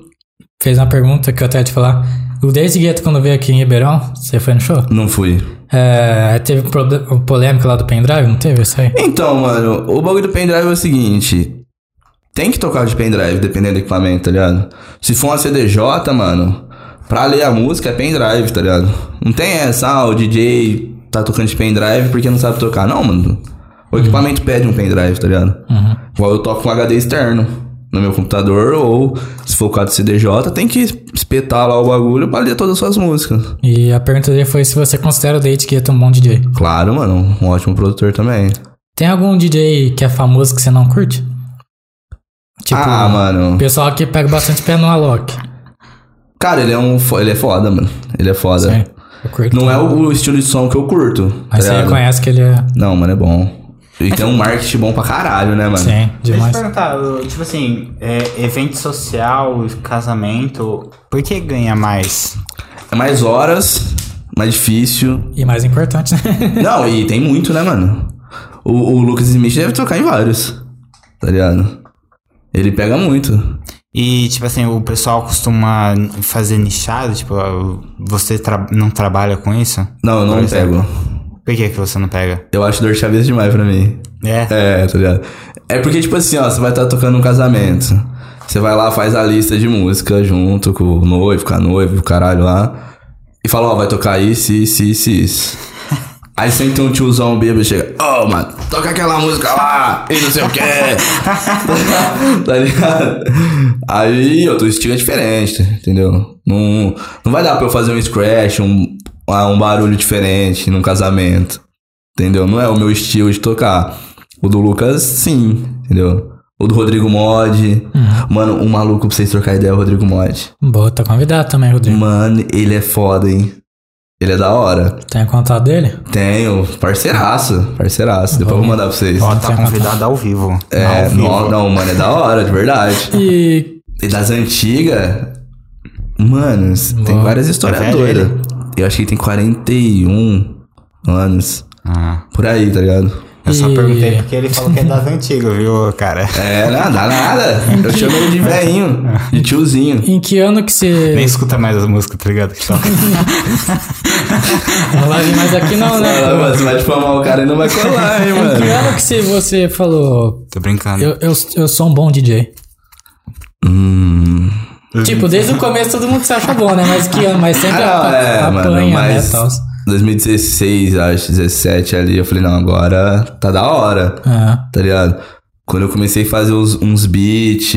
fez uma pergunta que eu até ia te falar. O Daisy Guetta, quando veio aqui em Ribeirão, você foi no show?
Não fui.
É, teve proble- polêmica lá do pendrive, não teve isso aí?
Então, mano, o bagulho do pendrive é o seguinte. Tem que tocar de pendrive, dependendo do equipamento, tá ligado? Se for uma CDJ, mano, pra ler a música é pendrive, tá ligado? Não tem essa, ah, o DJ tá tocando de pendrive porque não sabe tocar. Não, mano. O equipamento pede um pendrive, tá ligado? Igual eu toco com HD externo no meu computador, ou se for o caso do CDJ, tem que espetar lá o bagulho pra ler todas as suas músicas.
E a pergunta dele foi se você considera o Daisy Guetta um bom DJ.
Claro, mano, um ótimo produtor também.
Tem algum DJ que é famoso que você não curte? Tipo, um
ah, mano.
o pessoal que pega bastante pé no Alok.
Cara, ele é um. fo- Ele é foda, mano. Ele é foda.
É, eu curto.
Não é o estilo de som que eu curto. tá
Mas você
ligado?
reconhece que ele é.
Não, mano, é bom. E tem um marketing bom pra caralho, né, mano?
Sim,
Deixa eu
demais.
te perguntar, eu- tipo assim, é, evento social, casamento, por que ganha mais?
É mais horas, mais
*laughs*
difícil.
E mais importante, né? *laughs*
Não, e tem muito, né, mano? O, o Lucas Smith deve tocar em vários. Tá ligado? Ele pega muito.
E, tipo assim, o pessoal costuma fazer nichado, tipo, você tra- não trabalha com isso?
Não, eu não
Pois é.
pego.
Por que, que você não pega?
Eu acho dor de cabeça demais pra mim.
É.
É, tá ligado? É porque, tipo assim, ó, você vai estar tocando um casamento. Você vai lá, faz a lista de música junto com o noivo, com a noiva, o caralho lá. E fala, ó, vai tocar isso, isso, isso, *laughs* isso. Aí sempre tem um tiozão bêbado e chega, ô, mano, toca aquela música lá, e não sei *laughs* o quê. tá ligado? Aí, outro estilo é diferente, entendeu? Não, não vai dar pra eu fazer um scratch, um, ah, um barulho diferente num casamento. Entendeu? Não é o meu estilo de tocar. O do Lucas, sim, entendeu? O do Rodrigo
Uhum.
Mod. Mano, um maluco pra vocês trocar ideia é o Rodrigo Mod.
Boa, tá convidado também, Rodrigo.
Mano, ele é foda, hein? Ele é da hora.
Tem o Tá contato dele?
Tenho, parceiraço, parceiraço. Depois eu vou mandar pra vocês.
Ó,
Não
tá
tem
convidado ao vivo.
É,
ao vivo.
no- não, mano, é da hora, de verdade.
E.
E das antigas, mano, s- tem
Bom.
várias histórias
É velho
doidas. Eu acho que ele tem 41 anos.
Ah,
Por aí, tá ligado?
eu só
E-
perguntei porque ele falou que é das
*laughs*
antigas, viu, cara?
É, não, dá nada. Eu chamo ele de velhinho, de tiozinho.
Em que ano que
Nem
você.
escuta mais as músicas, tá ligado? Que toca.
Não vai vir mais aqui, não, né?
Ah, mas Você vai difamar o cara e não vai colar, hein,
Em *laughs* que
mano.
ano que você, você falou.
Tô brincando.
Eu, eu, eu sou um bom DJ.
Hum.
Uhum.
Tipo, desde o começo todo mundo se acha bom, né? Mas que ano? Mas sempre
Ah, não,
apa-
é,
apanha,
mano,
né?
mas.
Tal.
2016, acho, 17 ali, eu falei, não, agora tá da hora,
Ah,
tá ligado? Quando eu comecei a fazer uns, uns beats,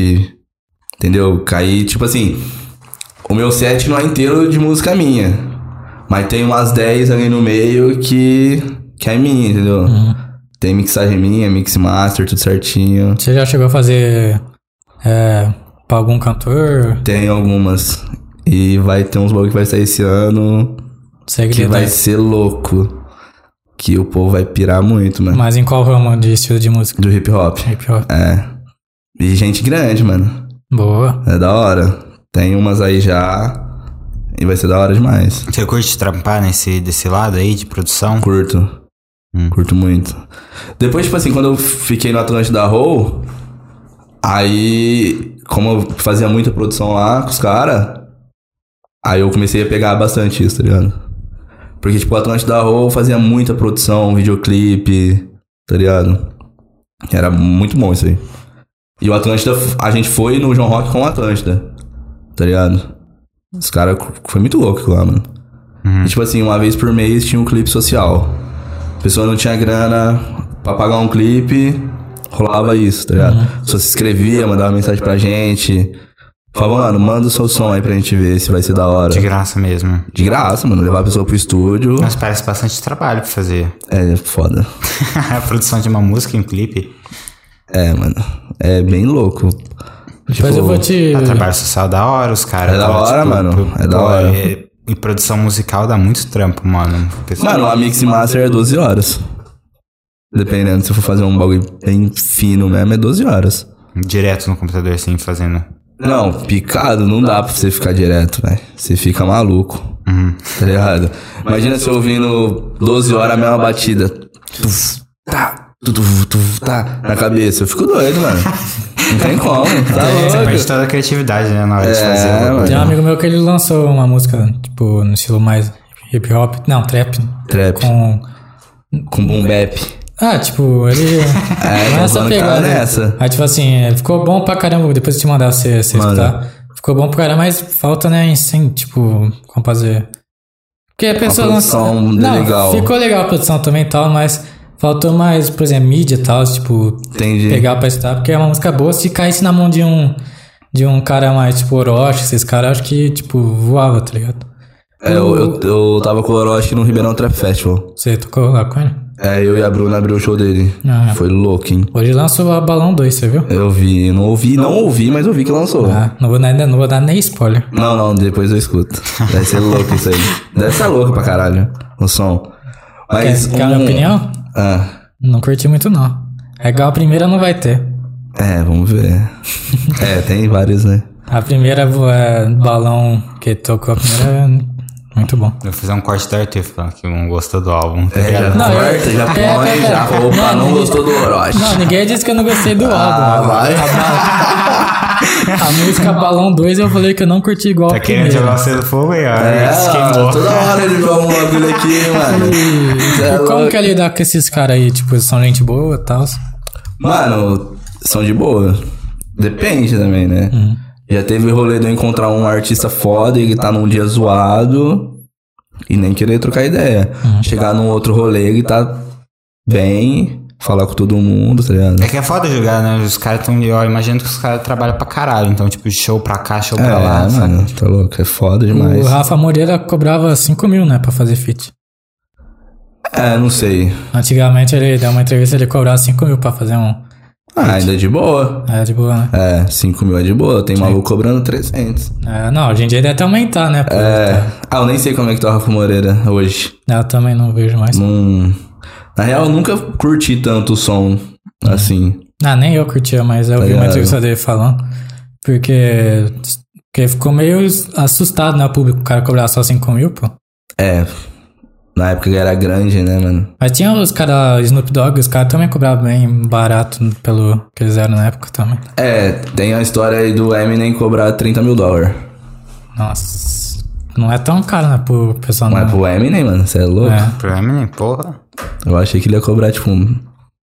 entendeu? Caí, tipo assim, o meu set não é inteiro de música minha, mas tem umas 10 ali no meio que, que é minha, entendeu?
Uhum.
Tem mixagem minha, mix master, tudo certinho.
você já chegou a fazer. É, pra algum cantor?
Tem algumas. E vai ter uns bagulho que vai sair esse ano
Segue
que vai ser louco. Que o povo vai pirar muito, mano.
Mas em qual ramo de estilo de música?
Do hip hop.
Hip hop.
É. E gente grande, mano.
Boa.
É da hora. Tem umas aí já. E vai ser da hora demais.
Você curte trampar nesse, desse lado aí de produção?
Curto.
Hum.
Curto muito. Depois, tipo assim, quando eu fiquei no Atlântico da Roll, aí, como eu fazia muita produção lá com os caras, aí eu comecei a pegar bastante isso, tá ligado? Porque, tipo, o Atlântico da Roll fazia muita produção, videoclipe, tá ligado? Era muito bom isso aí. E o Atlântida, a gente foi no João Rock com o Atlântida, tá ligado? Os caras, foi muito louco aquilo lá, mano.
Uhum.
E, tipo assim, uma vez por mês tinha um clipe social. A pessoa não tinha grana pra pagar um clipe, rolava isso, tá
Uhum.
ligado? A pessoa se inscrevia, mandava mensagem pra gente. Falava, mano, manda o seu som aí pra gente ver se vai ser da hora.
De graça mesmo.
De graça, mano. Levar a pessoa pro estúdio.
Mas parece bastante trabalho pra fazer. *laughs*
É foda.
a produção de uma música e um clipe.
É, mano. É bem louco.
Depois
Tipo,
eu vou te.
É trabalho social da hora, os tipo, caras.
É da hora, mano. É da hora.
E, e produção musical dá muito trampo, mano. assim, Pessoal,
Mano, a Mix Master é 12 horas. Dependendo, se eu for fazer um bagulho bem fino mesmo, é 12 horas.
Direto no computador, assim, fazendo.
Não, picado não dá pra você ficar direto, velho. Você fica maluco.
Uhum.
Tá ligado? Imagina você ouvindo 12 horas a mesma batida. Tuf, Tá, tuf, tuf, tá, na cabeça. Eu fico doido, mano. Não tem como,
*laughs*
tá
Você
louco.
perde toda a criatividade, né, na hora de fazer. o bagulho.
Tem um
É, mano.
amigo meu que ele lançou uma música, tipo, no estilo mais hip hop. Não, trap.
Trap.
Com.
Com boom bap.
Ah, tipo, ele.
*laughs* É,
nessa
tá
pegada.
nessa.
Aí, tipo assim, é, ficou bom pra caramba. Depois eu te mandar você, você
Manda.
escutar. Ficou bom pra caramba, mas falta, né, em sim, tipo, como fazer. Porque a pessoa
produção
lança-
de legal.
Ficou legal a produção também e tal, mas faltou mais, por exemplo, mídia e tal, tipo,
Entendi.
pegar pra estudar, porque é uma música boa. Se caísse na mão de um de um cara mais tipo Orochi, esses caras, acho que, tipo, voava, tá ligado?
É, eu, eu, eu tava com o Orochi no Ribeirão Trap Festival.
Você tocou lá com ele?
É, eu e a Bruna abriu o show dele.
Ah.
Foi louco, hein?
Hoje lançou a Balão 2, você viu?
Eu vi, eu não ouvi, não ouvi, mas eu vi que lançou.
Ah, não vou, dar, não vou dar nem spoiler.
Não, não, depois eu escuto. Deve ser louco isso aí. Deve ser louco pra caralho o som. Mas.
Quer, quer a minha
um-
opinião?
Ah,
Não curti muito, não. É igual a primeira não vai ter.
é, vamos ver. é, tem vários, né?
A primeira é, balão que tocou a primeira é muito bom.
Eu vou fazer um corte da Arthur falando que não gostou do álbum. tá
É, já
ligado?
Não, eu-
corta, já põe,
é, é, é.
já roupa, não,
Não,
gostou do Orochi.
Não, ninguém Tá disse que eu não gostei do
ah,
álbum.
vai.
A música Balão 2 eu falei que eu não curti igual
Tá
a
querendo
primeira.
jogar você no fogo aí, ó.
É,
Ele se queimou.
toda hora ele joga um bagulho aqui, mano. Cê é
E como
louco.
que é lidar com esses caras aí? Tipo, são gente boa e tal?
Mano, são de boa. Depende também, né? Já teve o rolê de eu encontrar um artista foda e ele tá num dia zoado e nem querer trocar ideia. Chegar num outro rolê ele tá bem, falar com todo mundo, tá ligado?
É que é foda jogar, né? Os caras tão. Eu imagino que os caras trabalham pra caralho. Então, tipo, show pra cá, show pra lá.
É,
sabe?
mano, tá louco, é foda demais.
O Rafa Moreira cobrava 5 mil, né, pra fazer feat.
É, não sei.
Antigamente ele deu uma entrevista ele cobrava 5 mil pra fazer um.
Ah, ainda é de boa.
É de boa, né?
É, 5 mil é de boa, tem maluco cobrando 300.
É, não, hoje em dia deve até aumentar, né? pô.
É. Ah, eu nem sei como é que tá o Rafa Moreira hoje.
Eu também não vejo mais.
Hum. Na real, eu nunca curti tanto o som assim.
Ah, nem eu curtia, mas eu vi uma
Tá ligado?
entrevista dele falando. Porque, porque ficou meio assustado na público o cara cobrar só 5 mil, pô.
É. Na época ele era grande, né, mano?
Mas tinha os caras, Snoop Dogg, os caras também cobravam bem barato pelo que eles eram na época também.
É, tem a história aí do Eminem cobrar 30 mil dólares.
Nossa, não é tão caro, né, pro pessoal
Mas
não.
pro Eminem, mano, você Ah. é louco?
É.
O problema é, nem porra.
Eu achei que ele ia cobrar, tipo, um-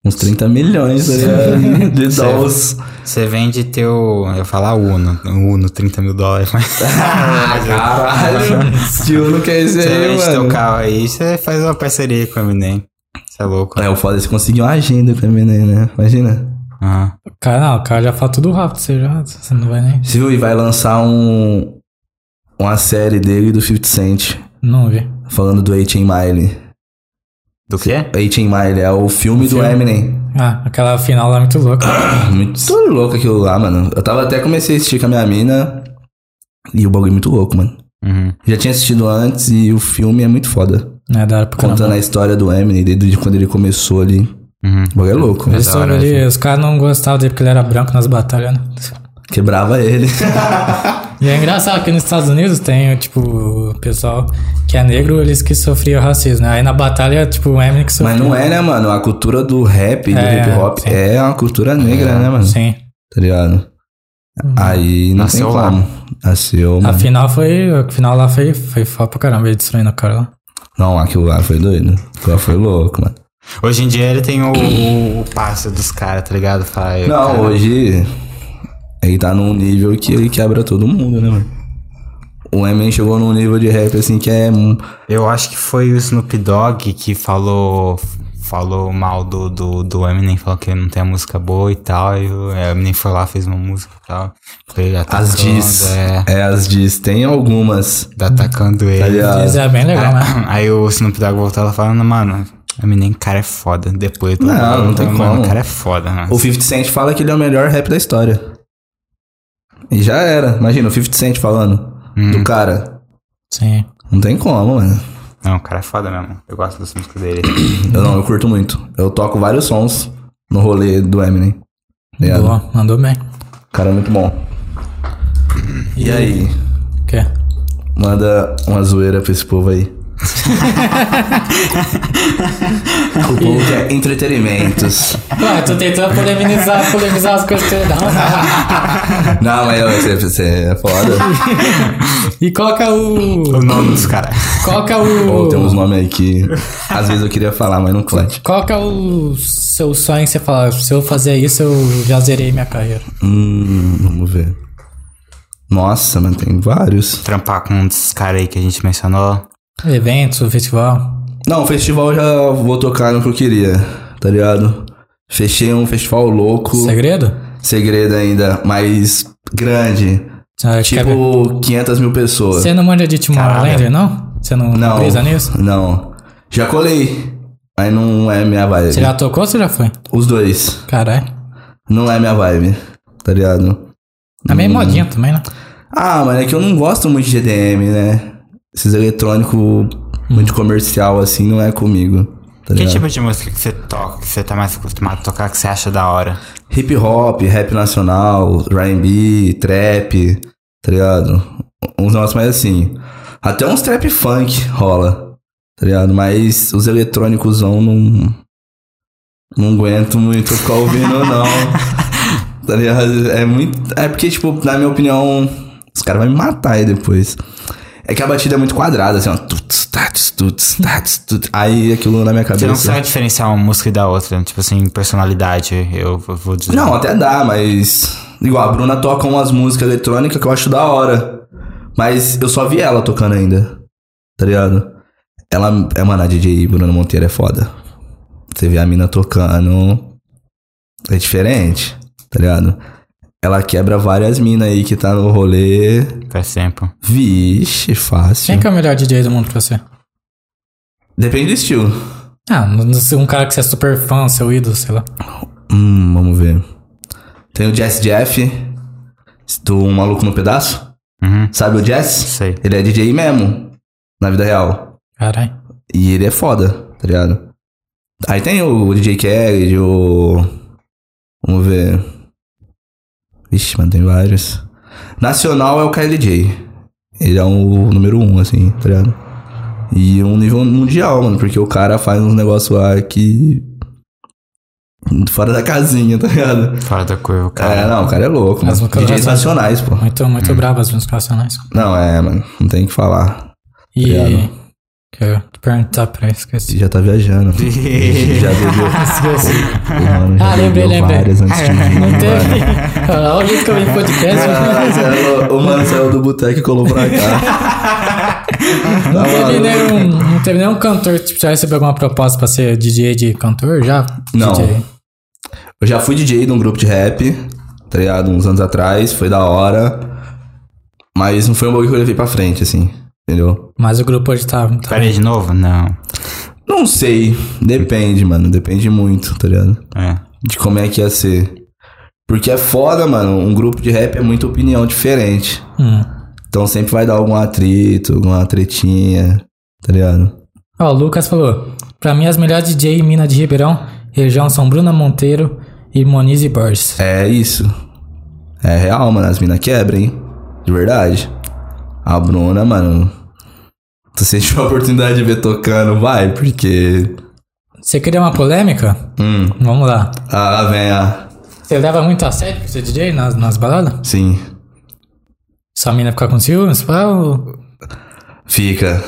uns 30 milhões tá ligado? *laughs* de dólares.
Você vende teu. Eu ia falar Uno. Uno, 30 mil dólares. Mas... *laughs*
Ah, *laughs*
Ah,
Caralho, estilo não quer dizer
Você
aí,
vende teu
mano.
carro aí, você faz uma parceria com o Eminem. Você é louco.
É, o foda é se conseguir uma agenda pro Eminem, né? Imagina.
Aham.
O cara, não, o cara já fala tudo rápido, você já você não vai nem.
Você viu? E vai lançar um... Uma série dele e do 50 Cent.
Não vi.
Falando do 18 Mile.
Do quê?
18 Mile é o filme do
filme?
Eminem.
Ah, aquela final lá é muito louca.
Muito louco aquilo lá, mano. Eu tava até comecei a assistir com a minha mina. E o bagulho é muito louco, mano.
Uhum.
Já tinha assistido antes e o filme é muito foda.
né, da época.
Contando a história do Eminem, desde quando ele começou ali.
Uhum.
O bagulho é louco.
Eles
da
soube
hora,
ali, os caras não gostavam dele porque ele era branco nas batalhas, né?
Quebrava ele.
E é engraçado que nos Estados Unidos tem, tipo, o pessoal que é negro, eles que sofriam racismo, né? Aí na batalha, tipo, o Eminem que sofreu.
Mas não é, né, mano? A cultura do rap, do
É,
hip hop,
sim.
é uma cultura negra, né, mano?
Sim.
Tá ligado? Aí não
Nasceu
tem
lá.
como. Nasceu,
A
mano.
final foi. A final lá foi, foi foda pra caramba, ele destruindo o cara lá.
Não, aquilo lá foi doido. Aquilo lá foi louco, mano.
Hoje em dia ele tem o, o, o passe dos caras, tá ligado? Fala, eu,
Não,
cara,
hoje ele tá num nível que ele quebra todo mundo, né, mano? O Eminem chegou num nível de rap assim que é. um-
Eu acho que foi o Snoop Dogg que falou falou mal do, do, do Eminem, falou que ele não tem a música boa e tal, e o Eminem foi lá, fez uma música e tal. Foi ele
As
atacando,
diz.
é,
É, as diz. Tem algumas.
tá atacando ele.
ligado? Ah.
Isso é bem legal, né?
Aí o Snoop Dogg voltou lá falando, mano, Eminem, cara é foda. Depois do
Não,
Eminem,
não tem
mano,
como.
O cara é foda, né?
O 50 Cent fala que ele é o melhor rap da história. E já era. Imagina, o 50 Cent falando do cara.
Sim.
Não tem como, mano.
Não, o cara é foda mesmo. Eu gosto das músicas dele.
Eu não, eu curto muito. Eu toco vários sons no rolê do Eminem. Tá Ligado?
Boa, mandou bem.
O cara é muito bom. E aí?
O quê?
Manda uma zoeira pra esse povo aí. *laughs* o povo quer entretenimentos.
Ué, tô tentando polemizar, polemizar as coisas que eu não.
Não, mas você, você é foda.
E qual que é o.
o nome dos caras.
Qual que é
Pô, tem uns
o.
nomes aí que às vezes eu queria falar, mas não pode.
Qual que é o seu sonho que você fala? Se eu fazer isso, eu já zerei minha carreira.
Hum, vamos ver. Nossa, mano, tem vários.
Trampar com um desses caras aí que a gente mencionou.
Tá
Eventos, festival.
Não, o festival eu já vou tocar no que eu queria, tá ligado? Fechei um festival louco,
Segredo?
segredo ainda, mas grande.
Ah, quer-
Tipo, 500 mil pessoas.
Você não manja de
Caralho.
Tomorrowland, não? Você não, não
Não.
brisa nisso?
Não. Já colei. Mas não é minha vibe.
Você já tocou ou você já foi?
Os dois.
Caralho.
Não é minha vibe, tá ligado?
Tá meio modinha também, né?
Ah, mano, é que eu não gosto muito de GDM, né? Esses eletrônico muito comercial, assim, não é comigo. Tá
Que
ligado?
tipo de música que você toca, que você tá mais acostumado a tocar, que você acha da hora?
Hip hop, rap nacional, R&B, trap, tá ligado? Uns negócios mais assim. Até uns trap funk rola, tá ligado? Mas os eletrônicos não... Não aguento muito ficar
*laughs*
ouvindo, não. Tá ligado? É muito... É porque, tipo, na minha opinião, os caras vão me matar aí depois. É que a batida é muito quadrada, assim, ó. Tuts, tats, tuts, tats, tuts. Aí aquilo na minha
Você
cabeça...
não sabe diferenciar uma música da outra, tipo assim, personalidade, eu vou- vou dizer.
Não, até dá, mas. Igual, a Bruna toca umas músicas eletrônicas que eu acho da hora. Mas eu só vi ela tocando ainda. Tá ligado? Ela é, mano, a DJ Bruna Monteiro é foda. Você vê a mina tocando. É diferente, tá ligado? Ela quebra várias minas aí que tá no rolê.
Faz tempo.
Vixe, fácil.
Quem que é o melhor DJ do mundo pra você?
Depende do estilo.
Ah, não- não sei, um cara que você é super fã, seu ídolo, sei lá.
Hum, vamos ver. Tem o Jess Jeff, do Um Maluco no Pedaço.
Uhum.
Sabe o Jess?
Sei.
Ele é DJ mesmo, na vida real.
Caralho.
E ele é foda, tá ligado? Aí tem o DJ Khaled, o. Vamos ver. Vixe, mano, tem vários. Nacional é o KLJ. Ele é o número um, assim, tá ligado? E um nível mundial, mano, porque o cara faz uns negócios lá que. Fora da casinha, tá ligado?
Fora da curva,
É,
cara.
não, o cara é louco,
Mas
mano.
no caso-
DJs nacionais, pô.
Muito, muito brabo as músicas nacionais.
Não, é, mano, não tem o que falar.
E.
Obrigado.
Que eu ia te perguntar pra ele, esqueci.
Já tá *laughs* viajando. já bebeu. *laughs* O mano já
Ah, lembrei,
bebeu
lembrei.
várias antes de mim,
Não
mano.
teve. *laughs* Olha o jeito que eu vim pro
*laughs*
podcast.
Ah, saiu- o mano saiu do boteco e colou pra cá. Tá
Não teve, né?
maluco?
nenhum, não teve nenhum cantor, tipo, já recebeu alguma proposta pra ser DJ de cantor? Já?
Não.
DJ.
Eu já fui DJ de um grupo de rap, tá ligado? Uns anos atrás, foi da hora. Mas não foi um bagulho que eu levei pra frente, assim, entendeu?
Mas o grupo hoje tá. tá-
Parei de novo? Não.
Não sei. Depende, mano. Depende muito, tá ligado?
É.
de como é que ia ser. Porque é foda, mano. Um grupo de rap é muita opinião diferente.
Hum.
Então sempre vai dar algum atrito, alguma tretinha, tá ligado?
Ó, o Lucas falou: pra mim, as melhores DJ em Minas de Ribeirão, região são Bruna Monteiro e Moniz e Borges.
É isso. É real, mano. As minas quebram, hein? De verdade. A Bruna, mano. Se você tiver a *laughs* oportunidade de ver tocando, vai, porque.
Você queria uma polêmica?
Hum.
Vamos lá.
Ah, vem a.
Você leva muito a sério pra ser DJ nas, nas baladas?
Sim.
Sua mina ficar com ciúmes? pá, ou-
Fica.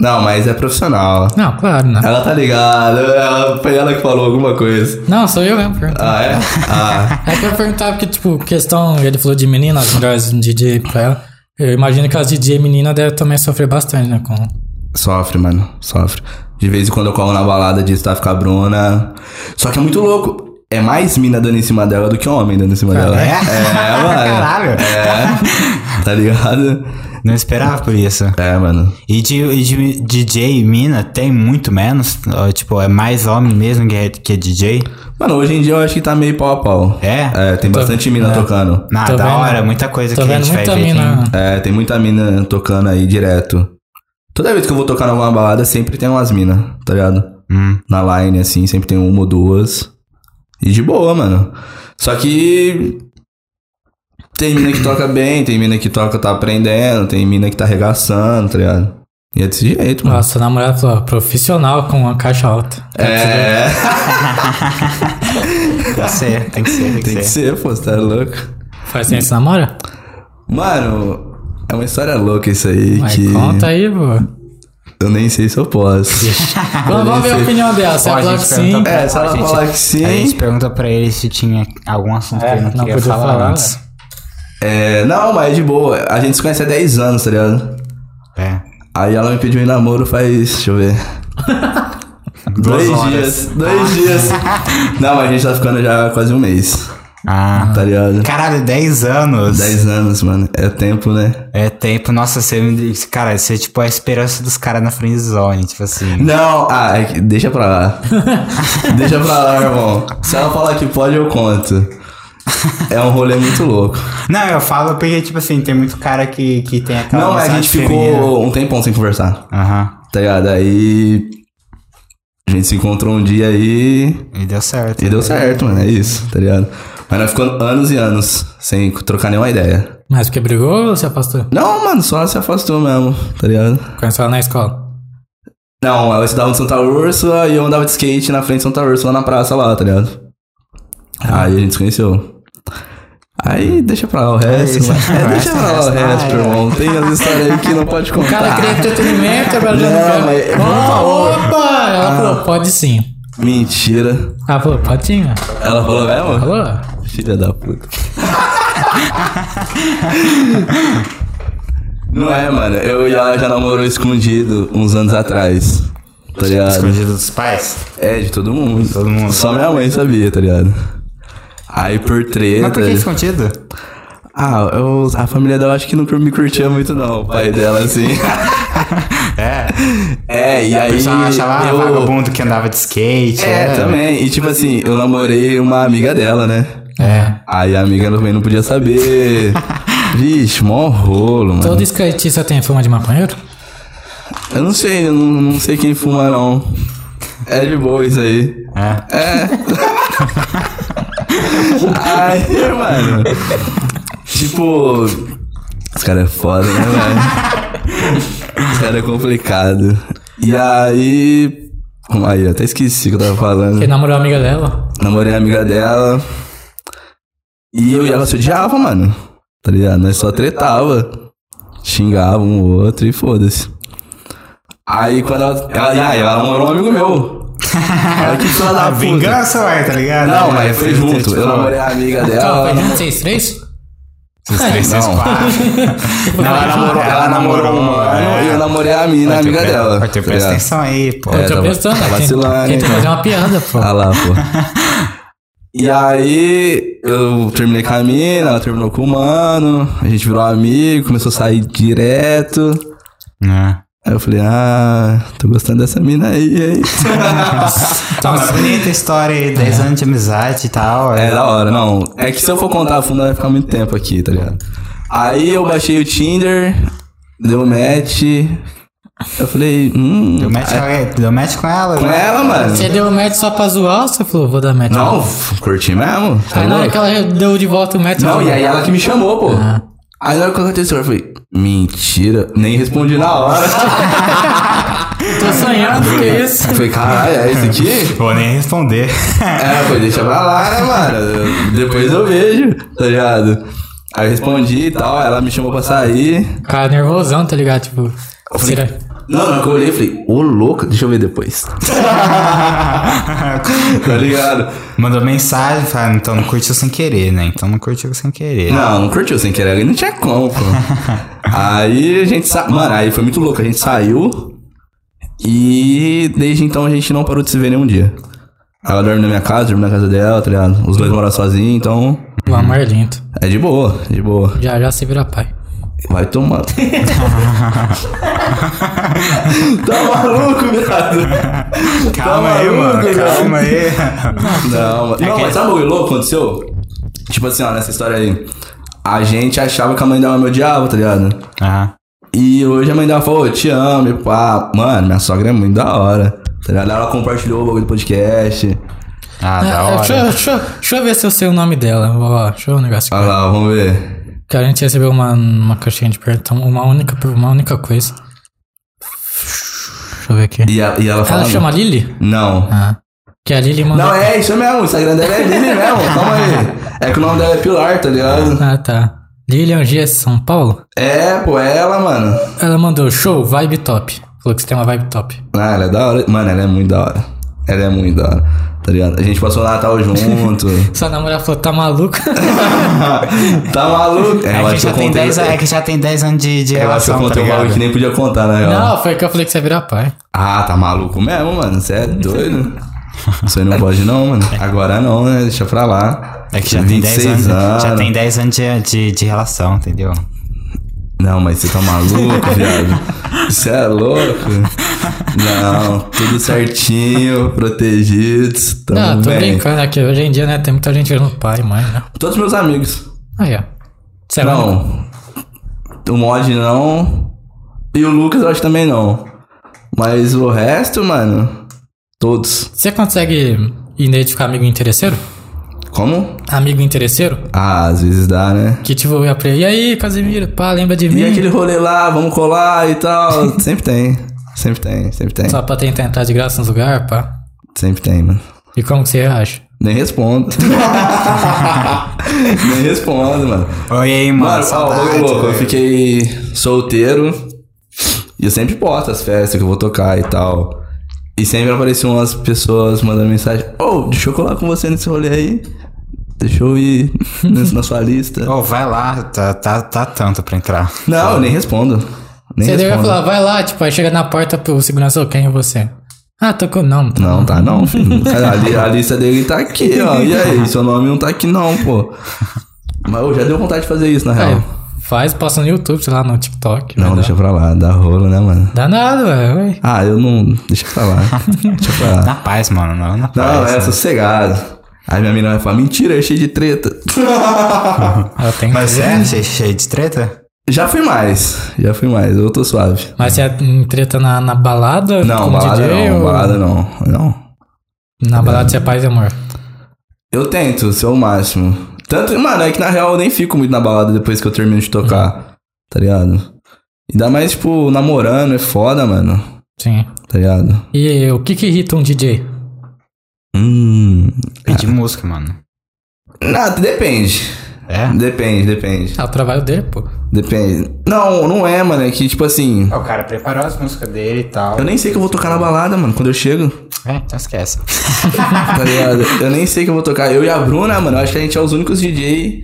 Não, mas é profissional.
Não, claro, não.
Ela tá ligada. Ela- Foi ela que falou alguma coisa.
Não, sou eu mesmo. perguntando.
Ah, é? Ah.
É que eu perguntava que, tipo, questão, ele falou de menina, as melhores DJ pra ela. Eu imagino que as DJ menina devem também sofrer bastante, né? Com...
Sofre, mano. Sofre. De vez em quando eu colo na balada de estar com a Bruna. Só que é muito louco. É mais mina dando em cima dela do que homem dando em cima dela.
é?
é mano.
*laughs* Caralho.
É. Tá ligado?
Não esperava por isso.
É, mano.
E de, e de DJ e mina tem muito menos? Ó, Tipo, é mais homem mesmo que, é, que DJ?
Mano, hoje em dia eu acho que tá meio pau a pau.
É?
É, tem bastante mina tocando.
Na
Tô
da
vendo-
hora, muita coisa
Tô
que a
vendo
gente vai
muita
ver.
mina.
Tem...
É, tem muita mina tocando aí direto. Toda vez que eu vou tocar numa balada, sempre tem umas minas, tá ligado?
Hum,
na line, assim, sempre tem uma ou duas. E de boa, mano. Só que. Tem mina que toca bem, tem mina que toca tá aprendendo, tem mina que tá arregaçando, tá ligado? E é desse jeito, mano.
Nossa, a namorada falou, ó, profissional com a caixa alta.
é,
tem que ser, tem que ser, tem que
tem que
ser.
ser, pô, você tá louco.
Faz tempo que você namora?
Mano, é uma história louca isso aí
Mas
que.
conta aí, pô.
Eu nem sei se eu posso.
Vamos, vamos ver a
sei.
opinião dela. Se
Ó,
ela falar que sim,
pra-
É, se ela
a gente-
falar que sim-
A gente pergunta pra ele se tinha algum assunto que ele não,
É, não
queria
podia
falar,
falar, né?
antes.
É, não, mas de boa. A gente se conhece há 10 anos, tá ligado?
né?
É.
Aí ela me pediu em namoro faz. Deixa eu ver.
Duas
Dois
horas. Ah. *laughs*
dias. Dois dias. Não, mas a gente tá ficando já quase um mês.
Ah,
tá ligado?
caralho, 10 anos.
10 anos, mano. É tempo, né?
É tempo, nossa, você me. Cara, você é tipo a esperança dos caras na friendzone, tipo assim.
Não, ah, é que- deixa pra
*laughs*
lá. deixa pra lá, irmão. Se ela falar que pode, eu conto. É um rolê muito louco.
Não, eu falo porque, tipo assim, tem muito cara que, que tem aquela.
Não, a
noção
gente
de feminina.
ficou um tempão sem conversar,
Aham.
tá ligado? Aí a gente se encontrou um dia aí
E deu certo.
e deu certo, mano. É isso, tá ligado? Mas nós ficamos anos e anos sem trocar nenhuma ideia.
Mas porque brigou ou se afastou?
Não, mano, só se afastou mesmo, tá ligado?
Conheceu ela na escola.
Não, eu estudava em Santa Úrsula e eu andava de skate na frente de Santa Úrsula na praça lá, tá ligado? Aí a gente se conheceu. Aí deixa pra lá o resto.
isso.
mano. É, deixa pra lá o resto,
Ah, é.
irmão. Tem as histórias aí que não pode
O cara
contar.
queria entretenimento, agora já
Tá. Não,
não
mas- Ah.
quer. Ó, opa! Ela falou, pode sim.
Mentira.
Ela falou, pode sim. ó.
Ela falou mesmo?
Falou?
Filha da puta. *laughs* Não é, mano. Eu e ela já namorou escondido uns anos atrás. Tá ligado?
Escondido dos pais?
É, de todo mundo.
Todo mundo.
Só minha mãe sabia, tá ligado? Aí por
Mas por
treta.
que escondido?
Ah, eu, a família dela acho que não me curtia muito, não. O pai dela,
*laughs*
assim.
É.
é, e aí.
O pessoal achava ah,
eu-
vagabundo que andava de skate.
É, também. E tipo assim, eu namorei uma amiga dela, né?
É.
Aí a amiga também não podia
*laughs*
saber. Vixe, mó rolo, mano.
Todo skatista tem fuma de maconheiro?
Eu não sei, eu não, não sei quem fuma, não. É de boa isso aí.
É.
Aí, *laughs* mano. Tipo. Os caras é foda, né, velho? Os caras é complicado. E aí. como- Aí, eu até esqueci o que eu tava falando.
Que namorou a amiga dela?
Namorei a amiga dela. E eu e ela se odiava, mano. Tá ligado? Nós só tretava. Xingava um o outro e foda-se. Aí quando ela. ela e aí, ela namorou um amigo
*laughs*
meu. Olha que filha da
A
puta.
É vingança, ué, tá ligado?
É Não, mas foi junto.
Tipo,
Eu namorei a amiga
Calma,
dela.
foi junto vocês três?
Esses
*laughs*
três,
Não.
esses quatro. Não, *laughs* ela namorou,
Ela namorou um mano e eu namorei a mina, a amiga dela.
É. Vai ter
tá
presta
ligado?
atenção aí, pô.
É,
Eu tô
tá-
pensando,
tá
né?
vacilando,
Tem, tem
hein,
que fazer uma piada, pô.
Ah lá, pô. *laughs* E aí, eu terminei com a mina, ela terminou com o mano, a gente virou amigo, começou a sair direto. *laughs*
É.
Aí eu falei, ah, tô gostando dessa mina aí, hein? *laughs*
Tá uma bonita história aí, 10 anos de amizade e tal.
É da hora, não. É que se eu for contar a fundo vai ficar muito tempo aqui, tá ligado? Aí eu baixei o Tinder, deu match. Eu falei, hum.
Deu match, com alguém- deu match com ela?
Com
né?
ela, mano.
Você deu o match só pra zoar ou você falou, vou dar match?
Não, f- curti mesmo. Tá
Aí na hora
louco?
que ela deu de volta o match...
Não,
eu-
e aí ela que me chamou, pô. Aí na hora que aconteceu, eu falei, mentira. Nem respondi na hora.
Tô sonhando, que
*laughs*
isso?
Eu falei, caralho, é esse aqui?
*laughs* Vou nem responder.
É, foi, deixa pra lá, né, mano? Depois eu vejo, tá ligado? Aí eu respondi e tal, ela me chamou pra sair.
Cara, nervosão, tá ligado? Tipo... será-
Não, não, que eu olhei e falei, ô louco, deixa eu ver depois. *laughs* *laughs* Tá ligado?
Mandou mensagem, falando, então não curtiu sem querer, né? Então não curtiu sem querer.
Não, não curtiu sem querer, não tinha como, *laughs* pô. Aí a gente sa... Mano, aí foi muito louco, a gente saiu. E desde então a gente não parou de se ver nenhum dia. Ela dorme na minha casa, dorme na casa dela, tá ligado? Os dois moram sozinhos, então
O amor é lindo.
é de boa, de boa.
Já já se vira pai.
Vai *laughs* tomar. tá maluco, viado?
Calma aí,
maluco,
mano,
cara.
calma aí.
Não, não mas sabe o É que louco aconteceu? Tipo assim, ó, nessa história aí. A gente achava que a mãe dela me odiava, tá ligado?
Aham.
E hoje a mãe dela falou, "Eu te amo, e pá. Mano, minha sogra é muito da hora. Tá ligado? Ela compartilhou o bagulho do podcast.
Ah, da
É, é, Deixa, eu-
hora.
deixa, eu- deixa eu ver se eu sei o nome dela. Ó, ó, deixa eu ver um negócio
Olha
aqui.
lá, vamos ver.
Que a gente recebeu uma, uma caixinha de pergunta, uma única, uma única coisa. Deixa eu ver aqui.
E, a- e ela fala.
Ela chama Lily?
Não.
Ah. Que a Lily mandou.
Não, é isso mesmo. O Instagram dela é Lili
*laughs*
mesmo. Calma aí. É que o nome dela é Pilar, tá ligado?
Ah, tá. Lilian G. São Paulo?
É, pô, é ela, mano.
Ela mandou show, vibe top. Falou que você tem uma vibe top.
Ah, ela é da hora. Mano, ela é muito da hora. Ela é muito da hora. Tá ligado? A gente passou o Natal
*laughs*
junto.
Sua namorada falou, tá maluca?
tá maluco?
É,
eu
que
acho
já tem
contei-
10 é que já tem 10 anos de, de
Eu acho que eu
relação, tá
contei um bagulho
ligado?
que nem Tá. podia contar, na real.
Não, foi que eu falei que você vira pai.
Ah, tá maluco mesmo, mano. Você é doido. Isso aí não pode não,
*laughs*
mano. Agora não, né? Deixa pra lá.
É que já tem 10 anos, né? Já tem 10 anos de, de, de relação, entendeu?
Não, mas você tá
*laughs*
maluco, viado? Você é louco? Não, tudo certinho, protegido. Tamo
Não, Ah, tô
bem.
brincando aqui. Hoje em dia, né, tem muita gente virando pai, mãe, né?
Todos meus amigos.
Aí, ó. Ah, é.
É
Será?
Não. O mod não. E o Lucas eu acho que também não. Mas o resto, mano. Todos.
Você consegue identificar amigo interesseiro?
Como?
Amigo interesseiro?
Ah, às vezes dá, né?
Que tipo, eu ia pra ele, e aí, Casimiro, pá, lembra de mim?
E aquele rolê lá, vamos colar e tal. Hum. *laughs* sempre tem. Sempre tem, sempre tem.
Só pra tentar entrar de graça nos lugares, pá.
Sempre tem, mano.
E como que você acha?
Nem *laughs* respondo. Nem respondo, mano.
Oi, aí, mano.
Mano, ó,
saudade,
ô, louco, eu
velho.
fiquei solteiro. E eu sempre posto as festas que eu vou tocar e tal. E sempre apareciam umas pessoas mandando mensagem. Ô, deixa eu colar com você nesse rolê aí. Deixa eu *laughs* ir nesse- na sua lista.
Ô, vai lá, tá, tá, tá tanto pra entrar.
Não, eu nem respondo. Nem
Você
respondo.
deve falar, vai lá, tipo, aí chega na porta pro segurança, ô, quem é você? Ah, tô com o nome. tá
Não,
bom.
tá
*laughs*
não, filho. A, li- a lista dele tá aqui, ó. E aí, seu nome não tá aqui não, pô. Mas eu já deu vontade de fazer isso, na real.
Aí, faz, posta no YouTube, sei lá, no TikTok.
não,
vai
deixa
dar.
pra lá. Dá rolo, né, mano?
Dá nada, velho.
Ah, eu não... Deixa
*laughs*
pra lá. deixa pra lá.
Tá Na paz, mano. Não, na
Não,
paz. né?
é sossegado. Aí minha menina vai falar, mentira, é cheio de
*laughs*
treta.
Eu tenho
Mas
Uhum.
é cheio, cheio de treta?
já fui mais, já fui mais, eu tô suave.
Mas você é em treta na, na balada?
Não,
como
balada
DJ,
não,
ou-
balada não, não.
Na balada você é paz e amor.
Eu tento ser o máximo. Tanto, mano, é que na real eu nem fico muito na balada depois que eu termino de tocar, tá ligado? Ainda mais, tipo, namorando é foda, mano,
Sim.
tá ligado?
E o que que irrita um DJ?
Hum...
Pedir música, mano.
Nada, depende.
É?
Depende, depende.
Ah, o trabalho dele, pô.
Depende. Não, não é, mano, é que, tipo assim...
O cara preparou as músicas dele e tal.
Eu nem sei que eu vou tocar na balada, mano, quando eu chego.
É, então esquece.
tá ligado? Eu nem sei que eu vou tocar. Eu e a Bruna, mano, eu acho que a gente é os únicos DJ.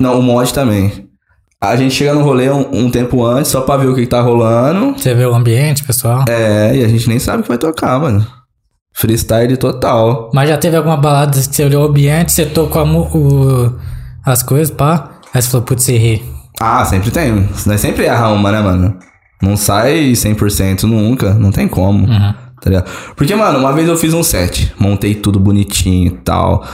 Não, o mod também. A gente chega no rolê um, um tempo antes, só pra ver o que, que tá rolando.
Você vê o ambiente, pessoal.
É, e a gente nem sabe o que vai tocar, mano. Freestyle total.
Mas já teve alguma balada que você olhou o ambiente, você tocou a mu- o- as coisas, pá. Aí você falou, putz, errei.
Ah, sempre tem. Nós sempre erra uma, né, mano? Não sai 100% nunca. Não tem como.
Hum.
Tá ligado? Porque, mano, uma vez eu fiz um set. Montei tudo bonitinho e tal.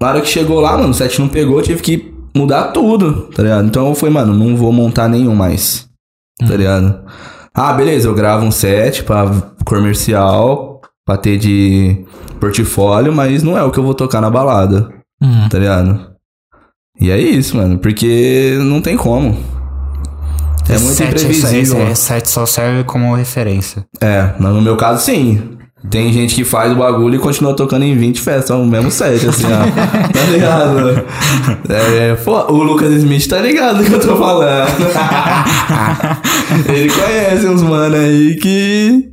Na hora que chegou lá, mano, o set não pegou. Eu tive que mudar tudo, tá ligado? Então eu falei, mano, não vou montar nenhum mais. Tá ligado? Ah, beleza. Eu gravo um set pra comercial. Pra ter de portfólio. Mas não é o que eu vou tocar na balada
Hum.
tá ligado? E é isso, mano, porque não tem como. É muito imprevisível. mano.
Sete só serve como referência.
É, mas no meu caso, sim. Tem gente que faz o bagulho e continua tocando em 20 festas, o mesmo set, assim, ó. *laughs* tá ligado? É, pô, o Lucas Smith tá ligado do que eu tô falando. Ele conhece uns mano aí que.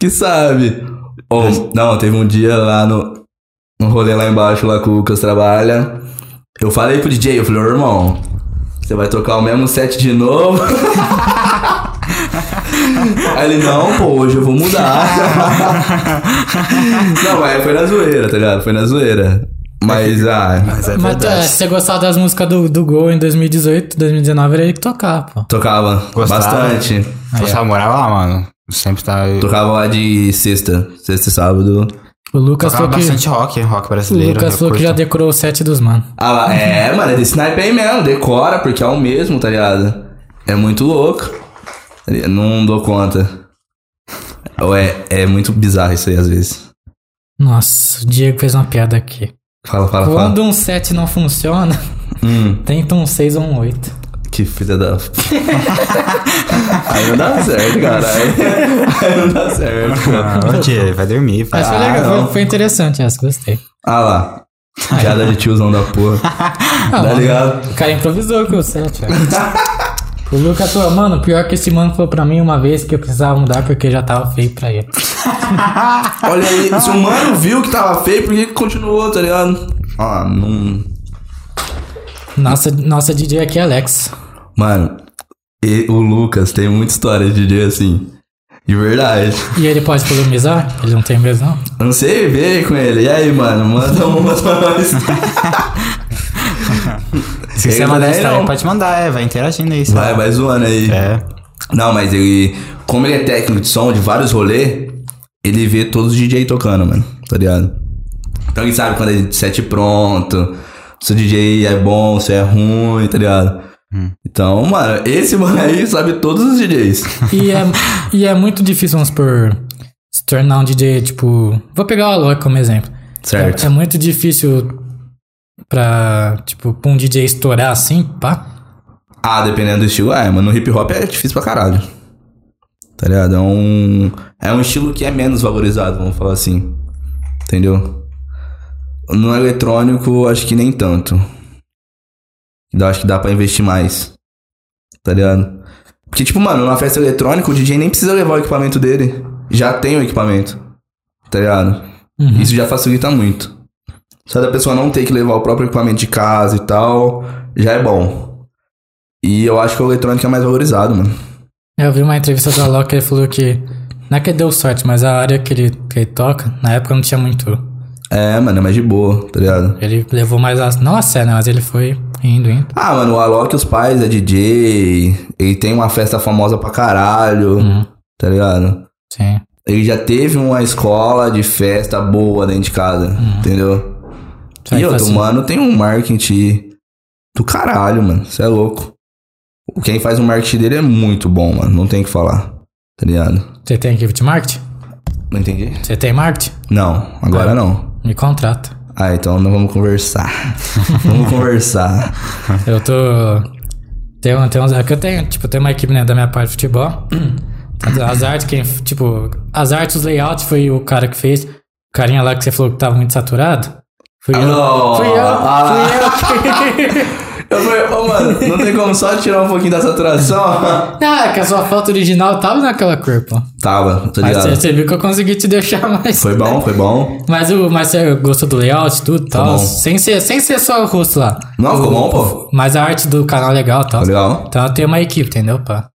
que sabe. Ou, não, teve um dia lá no. no rolê lá embaixo, lá que o Lucas trabalha. Eu falei pro DJ, eu falei, ô irmão, você vai tocar o mesmo set de novo? Aí ele, não, pô, hoje eu vou mudar. não, mas foi na zoeira, tá ligado? Foi na zoeira. Mas, ah,
Mas é
Mas é, se você gostava das músicas do, do Gol em 2018, 2019, era ele que tocava, pô.
tocava
Gostava?
bastante.
Você morava lá, ah, mano. Sempre tá.
Tocava lá de sexta, sexta e sábado.
O Lucas
Tocava
falou que,
bastante rock, rock
o
brasileiro.
né,
Lucas
eu
falou que
curto.
já decorou o set dos mano.
Ah, lá, é, mano, é desse naipe aí mesmo, decora, porque é o mesmo, tá ligado? É muito louco. Tá ligado? Não dou conta. Ou É, é muito bizarro isso aí, às vezes.
Nossa, o Diego fez uma piada aqui.
Fala, fala, fala.
Quando um set não funciona, *laughs*
Hum.
tenta um 6 ou um 8.
Que filha da. Aí não dá certo, caralho. Aí não dá certo.
*laughs*
*laughs*
Ah, ô, Diego, vai dormir. vai.
Mas foi
Ah,
legal,
não.
foi, foi interessante essa, gostei.
Ah lá. Piada de tiozão da porra. Tá
mano,
ligado?
O cara improvisou com né, o set, *laughs* velho. O Lucas falou, mano, pior que esse mano falou pra mim uma vez que eu precisava mudar porque já tava feio pra ele.
Olha aí, se o mano viu que tava feio, por que que continuou, tá ligado? Ah, não.
Nossa, nossa DJ aqui é Alex.
Mano, e- o Lucas tem muita história de DJ assim. De verdade.
E ele pode polemizar? Ele não tem medo, não?
Eu não sei, veio com ele. E aí, mano? Manda um. uma pra nós.
Se
Ele
você mandar
não-
no Instagram,
não.
pode mandar, é, vai interagindo
*laughs*
aí.
Vai,
sabe?
vai zoando aí.
É.
Não, mas ele. Como ele é técnico de som de vários rolês, ele vê todos os DJ tocando, mano. Tá ligado? Então ele sabe quando é set pronto, se o DJ é bom, se é ruim, tá ligado? Então, mano, esse *laughs* mano aí sabe todos os DJs.
E é, *laughs* e é muito difícil, vamos supor, se tornar um DJ, tipo... Vou pegar o Alok como exemplo.
Certo.
É, é muito difícil pra, tipo, pra um DJ estourar assim, pá.
Ah, dependendo do estilo, é, mano. No hip hop é difícil pra caralho. Tá ligado? É um. É um estilo que é menos valorizado, vamos falar assim. Entendeu? No eletrônico, acho que nem tanto. Eu acho que dá pra investir mais. Tá ligado? Porque, tipo, mano, numa festa eletrônica, o DJ nem precisa levar o equipamento dele. Já tem o equipamento. Tá ligado?
Uhum.
Isso já facilita muito. Só da pessoa não ter que levar o próprio equipamento de casa e tal, já é bom. E eu acho que o eletrônico é mais valorizado, mano.
Eu vi uma entrevista do Alok, ele falou que... Não é que deu sorte, mas a área que ele, que ele toca, na época não tinha muito.
É, mano, é mais de boa, tá ligado?
Ele levou mais a... Não a sério, né, mas ele foi indo, indo.
Ah, mano, o Alok, os pais, é DJ, ele tem uma festa famosa pra caralho,
Uhum.
tá ligado?
Sim.
Ele já teve uma escola de festa boa dentro de casa, entendeu?
Aí
e
fala
outro,
assim,
mano, tem um marketing do caralho, mano. Você é louco. Quem faz o marketing dele é muito bom, mano. Não tem o que falar. Tá ligado?
Você tem equipe de marketing?
Não entendi?
Você tem marketing?
Não, agora não.
Me contrata.
Ah, então não vamos conversar. *laughs* vamos conversar.
Eu tô. Tem, um- tem uns. Aqui eu tenho, tipo, tem uma equipe né, da minha parte de futebol. *clears throat* As artes, quem. Tipo, as artes, os layouts foi o cara que fez. O carinha lá que você falou que tava muito saturado. Fui eu.
Alô!
Fui eu!
Ah.
Fui eu! que- *laughs*
Eu falei, ô mano, não tem como só tirar um pouquinho da saturação? *laughs*
ah, que a sua foto original tava naquela cor, pô.
Tava, tô
Mas você,
ligado.
você viu que eu consegui te deixar *laughs* mais.
Foi bom, foi bom.
Mas, o, mas você gostou do layout e tudo e tal?
Tá bom.
Sem ser, sem ser só o rosto lá.
Não, ficou bom, pô.
Mas a arte do canal é legal e tal.
Tá legal.
Então eu tenho uma equipe, entendeu, pá?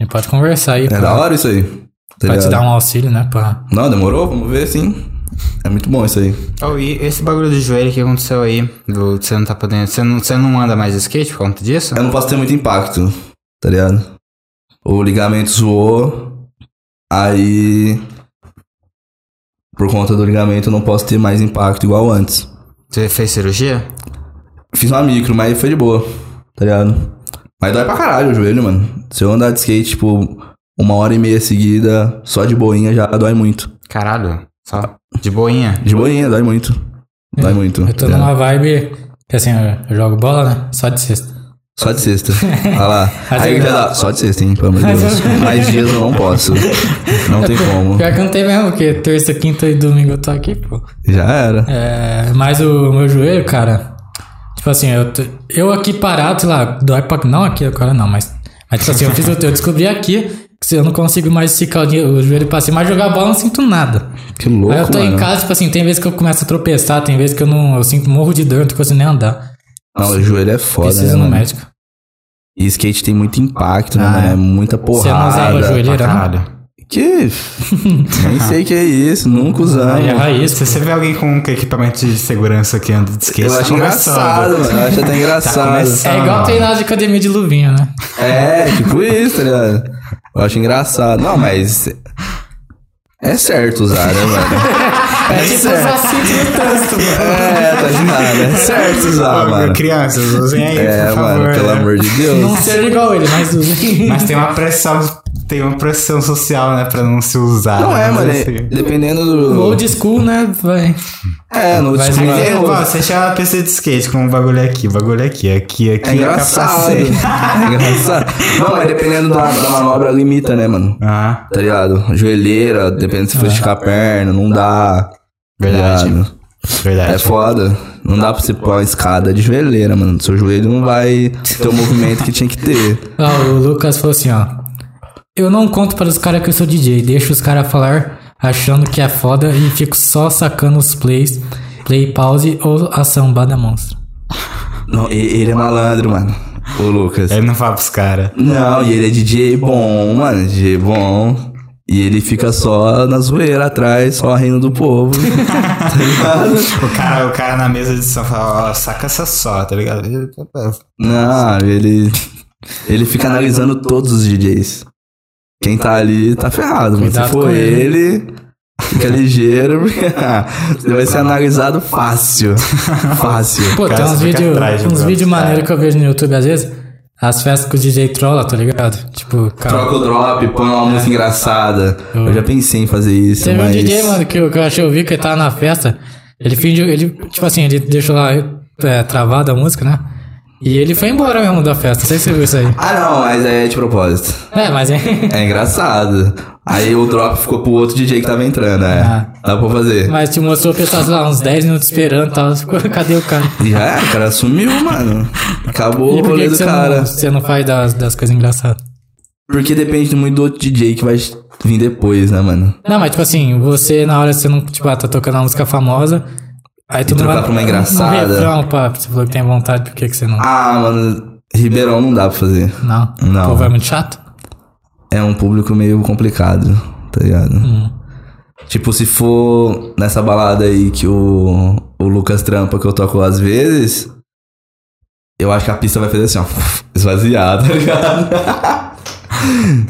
A gente pode conversar aí,
É da hora isso aí. Tá
Pra te
ligado?
dar um auxílio, né, pá?
Não, demorou? Vamos ver sim. É muito bom isso aí.
Oh, e esse bagulho do joelho que aconteceu aí, do, você não tá podendo. Você não, você não anda mais de skate por conta disso?
Eu não posso ter muito impacto, tá ligado? O ligamento zoou, aí. Por conta do ligamento, eu não posso ter mais impacto igual antes.
Você fez cirurgia?
Fiz uma micro, mas foi de boa, tá ligado? Mas dói pra caralho o joelho, mano. Se eu andar de skate, tipo, uma hora e meia seguida, só de boinha já dói muito.
Caralho, só de boinha.
De boinha, dói muito. Dói muito.
É, Eu tô
tá ligado?
numa vibe que assim, eu eu jogo bola, né? Só de sexta.
Só de sexta. Olha
*laughs*
lá.
Mas
Aí
eu-
já dá. Só de sexta, hein? Pelo amor de
Mas *laughs*
Deus.
eu-
Mais dias eu não posso. Não tem como.
Pior que eu não tem mesmo, porque terça, quinta e domingo eu tô aqui, pô.
Já era.
É, mas o meu joelho, cara, tipo assim, eu, t- eu aqui parado, sei lá, dói pra. Não aqui agora não, mas. Mas tipo assim, eu fiz o eu descobri aqui que se eu não consigo mais esticar o di- o joelho pra cima, mas jogar bola eu não sinto nada.
Que louco,
Aí eu tô
mano.
em casa, tipo assim, tem vezes que eu começo a tropeçar, tem vezes que eu não. Eu sinto morro de dor, não tô conseguindo nem andar.
Não, o joelho é foda,
Preciso
né,
ir no
mano?
médico.
E skate tem muito impacto, né,
Ah,
mano?
é.
É muita
Você não usava
porrada.
Pra
joelheira, não?
caralho.
*laughs*
Que... Nem sei que é isso. Nunca
Aí é
usamos.
raiz,
Se você vê alguém com um equipamento de segurança que anda de skate,
Eu
tá
acho engraçado, mano. Eu acho até engraçado.
começando.
É igual
Não.
treinar de academia de luvinha, né?
É, tipo isso, tá ligado? Eu acho engraçado. Não, mas... É certo usar, né,
*laughs*
mano?
É tipo os assuntos do trânsito, mano.
É, tá de nada. É certo usar,
Ô,
mano.
Crianças, usem aí,
É,
por favor.
mano, pelo
né?
amor de Deus.
Não ser igual ele, mas usem.
Mas tem uma pressão, tem uma pressão social, né, pra não se usar.
Não
né,
é,
mas
mano.
assim.
é- Dependendo do.
O Old school, né? Vai.
É, no
Mas
disco-
é-
Aí,
não,
pô, você chama a pessoa de skate com um bagulho aqui, bagulho aqui, aqui, aqui.
É engraçado.
capacete.
*laughs* É engraçado. Não, mas dependendo da, da manobra, limita, né, mano?
Ah,
Tá ligado? Joelheira, depende se for esticar a perna, não dá. tá
Verdade.
ligado? É
verdade.
foda. Não dá pra você pôr uma escada de joelheira, mano. Seu joelho não vai ter o movimento que tinha que ter.
Ó, o Lucas falou assim, ó. Eu não conto para os caras que eu sou DJ, deixo os caras falar achando que é foda e fico só sacando os plays, play pause ou a sambada monstro.
Não, e- ele é malandro, mano. O Lucas.
É. Ele não fala pros caras.
Não, e ele é DJ bom, mano. DJ bom. E ele fica só na zoeira atrás, só rindo do povo. *laughs* tá ligado?
O cara, o cara na mesa de som fala, ó, saca essa só, tá ligado?
Não, ele. Ele fica analisando todos os DJs. Quem tá ali tá ferrado, mas se
Cuidado
for
com ele.
ele, fica ligeiro, *laughs* porque você vai ser analisado *laughs* fácil. Fácil.
Pô,
Cara,
tem uns
você fica
vídeos
atrás de
uns
um
vídeo
cara.
maneiros que eu vejo no YouTube às vezes. As festas que o DJ trola, tá ligado? Tipo, cara.
Troca o drop, põe uma música engraçada. Eu já pensei em fazer isso,
Teve um
mas.
DJ, mano, que eu, que eu achei, eu vi que ele tava na festa. Ele fingiu, ele, tipo assim, ele deixou lá é, travada a música, né? E ele foi embora mesmo da festa. Não sei se você viu isso aí.
Ah, não, mas é de propósito.
É, mas é. *laughs*
É engraçado. Aí o drop ficou pro outro DJ que tava entrando, é.
Ah.
Dá pra fazer.
Mas te mostrou o pessoal, sei lá, uns 10 minutos esperando e tal. *laughs* Ficou, cadê o cara?
E já é, o cara sumiu, mano. Acabou
E
o
por que,
rolê
que
do
você,
cara.
Não, você não faz das, das coisas engraçadas?
Porque depende muito do outro DJ que vai vir depois, né, mano?
Não, mas tipo assim, você na hora você não, tipo, ah, tá tocando uma música famosa. Aí tu não
trocar
vai.
pra uma engraçada.
Um refrão, pá, você falou que tem vontade, por que, que você não.
Ah, mano, Ribeirão não dá pra fazer.
não.
não.
O povo é muito chato?
É um público meio complicado, tá ligado?
Hum.
Tipo, se for nessa balada aí que o, o Lucas trampa que eu toco às vezes, eu acho que a pista vai fazer assim, ó, *laughs* esvaziada, tá ligado? *laughs*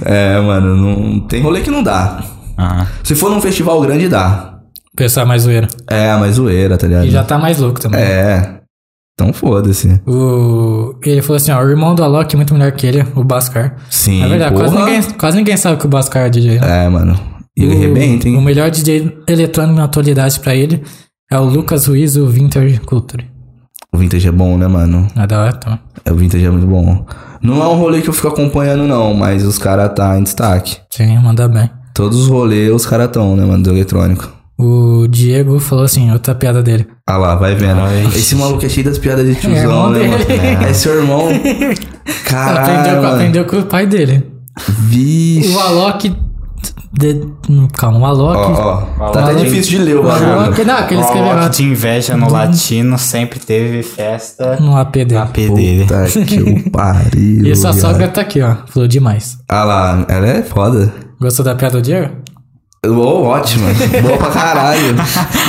é, mano, não tem rolê que não dá.
Ah.
Se for num festival grande, dá.
O pessoal é mais zoeiro.
É, mas zoeira, tá ligado?
E já tá mais louco também.
É. Então foda-se.
O... Ele falou assim, ó, o irmão do Alok é muito melhor que ele, o Bascar.
Sim.
é verdade, quase
porra.
ninguém, quase ninguém sabe que o Bascar é DJ. né?
É, mano. E ele
O-
arrebenta,
O
hein?
melhor DJ eletrônico na atualidade pra ele é o Lucas Ruiz, o Vintage Culture.
O vintage é bom, né, mano?
É da hora também.
É, O vintage é muito bom. Não é um rolê que eu fico acompanhando, não, mas os caras tá em destaque.
Sim, manda bem.
Todos os rolês os caras tão, né, mano, do eletrônico.
O Diego falou assim, outra piada dele.
Ah lá, vai vendo.
Ai.
Esse maluco é cheio das piadas de
É,
tiozão,
irmão
né, mano?
dele.
É seu
*laughs*
irmão. Caralho,
aprendeu, com-
mano.
aprendeu com o pai dele.
Vixe.
O Alok... de- hum, Calma, o Alok...
Ó, ó. Tá até
Alok-
difícil de ler o
o
bagulho.
Alok... Não, aquele
O
escreveu
Alok
errado Hum.
de inveja no latino sempre teve festa
no AP dele.
Ah,
na P dele.
Puta que o pariu.
*laughs* E a sua
viado.
sogra tá aqui, ó. Falou demais.
Ah lá, ela é foda.
Gostou da piada do Diego?
Uou, ótima. Boa pra
*laughs*
caralho.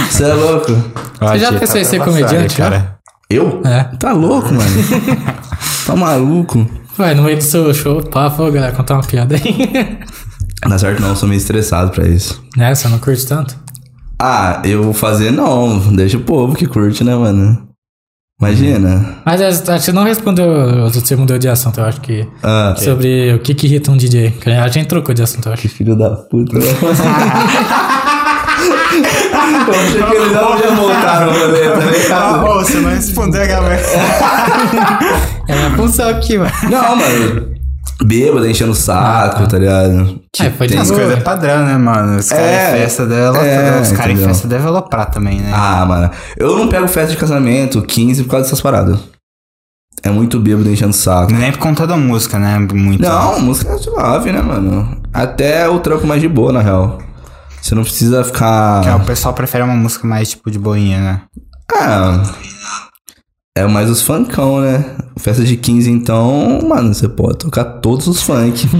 Você é louco?
Ó,
já
Gê, tá
pensou em
pra
ser
passar,
comediante,
cara?
Eu?
É.
Tá louco, mano. *laughs* tá maluco?
Vai, no meio do seu show, pá, falou, galera, contar uma piada aí. *laughs*
Na sorte não, eu sou meio estressado pra isso.
né, você não curte tanto?
Ah, eu vou fazer não. Deixa o povo que curte, né, mano? Imagina.
Mas é, acho que você não respondeu, você mudou de assunto, eu acho que.
Ah,
Sobre o que que irrita um DJ. que A gente trocou de assunto, eu acho.
que filho da *laughs* puta. né? eu achei que eles não já montaram o rolê, tá
*laughs* Ah,
ligado?
ô, você não respondeu a galera.
É a minha função
*laughs*
aqui, mano.
Não, mano. Bêbado, enchendo o saco, tá ligado?
É, foi de
As
boa.
coisas é padrão, né, mano? Os caras
É,
em festa dela,
é,
os caras em
entendeu?
festa devem aloprar também, né?
Ah, mano. Eu não pego festa de casamento, 15, por causa dessas paradas. É muito bêbado enchendo o saco.
Nem por conta da música, né? Muito.
Não, música é suave, né, mano? Até o trampo mais de boa, na real. Você não precisa
Que é,
ficar.
o pessoal prefere uma música mais tipo de boinha, né?
Ah. É mais os funkão, né? Festa de 15, então, mano, você pode tocar todos os funk. *laughs*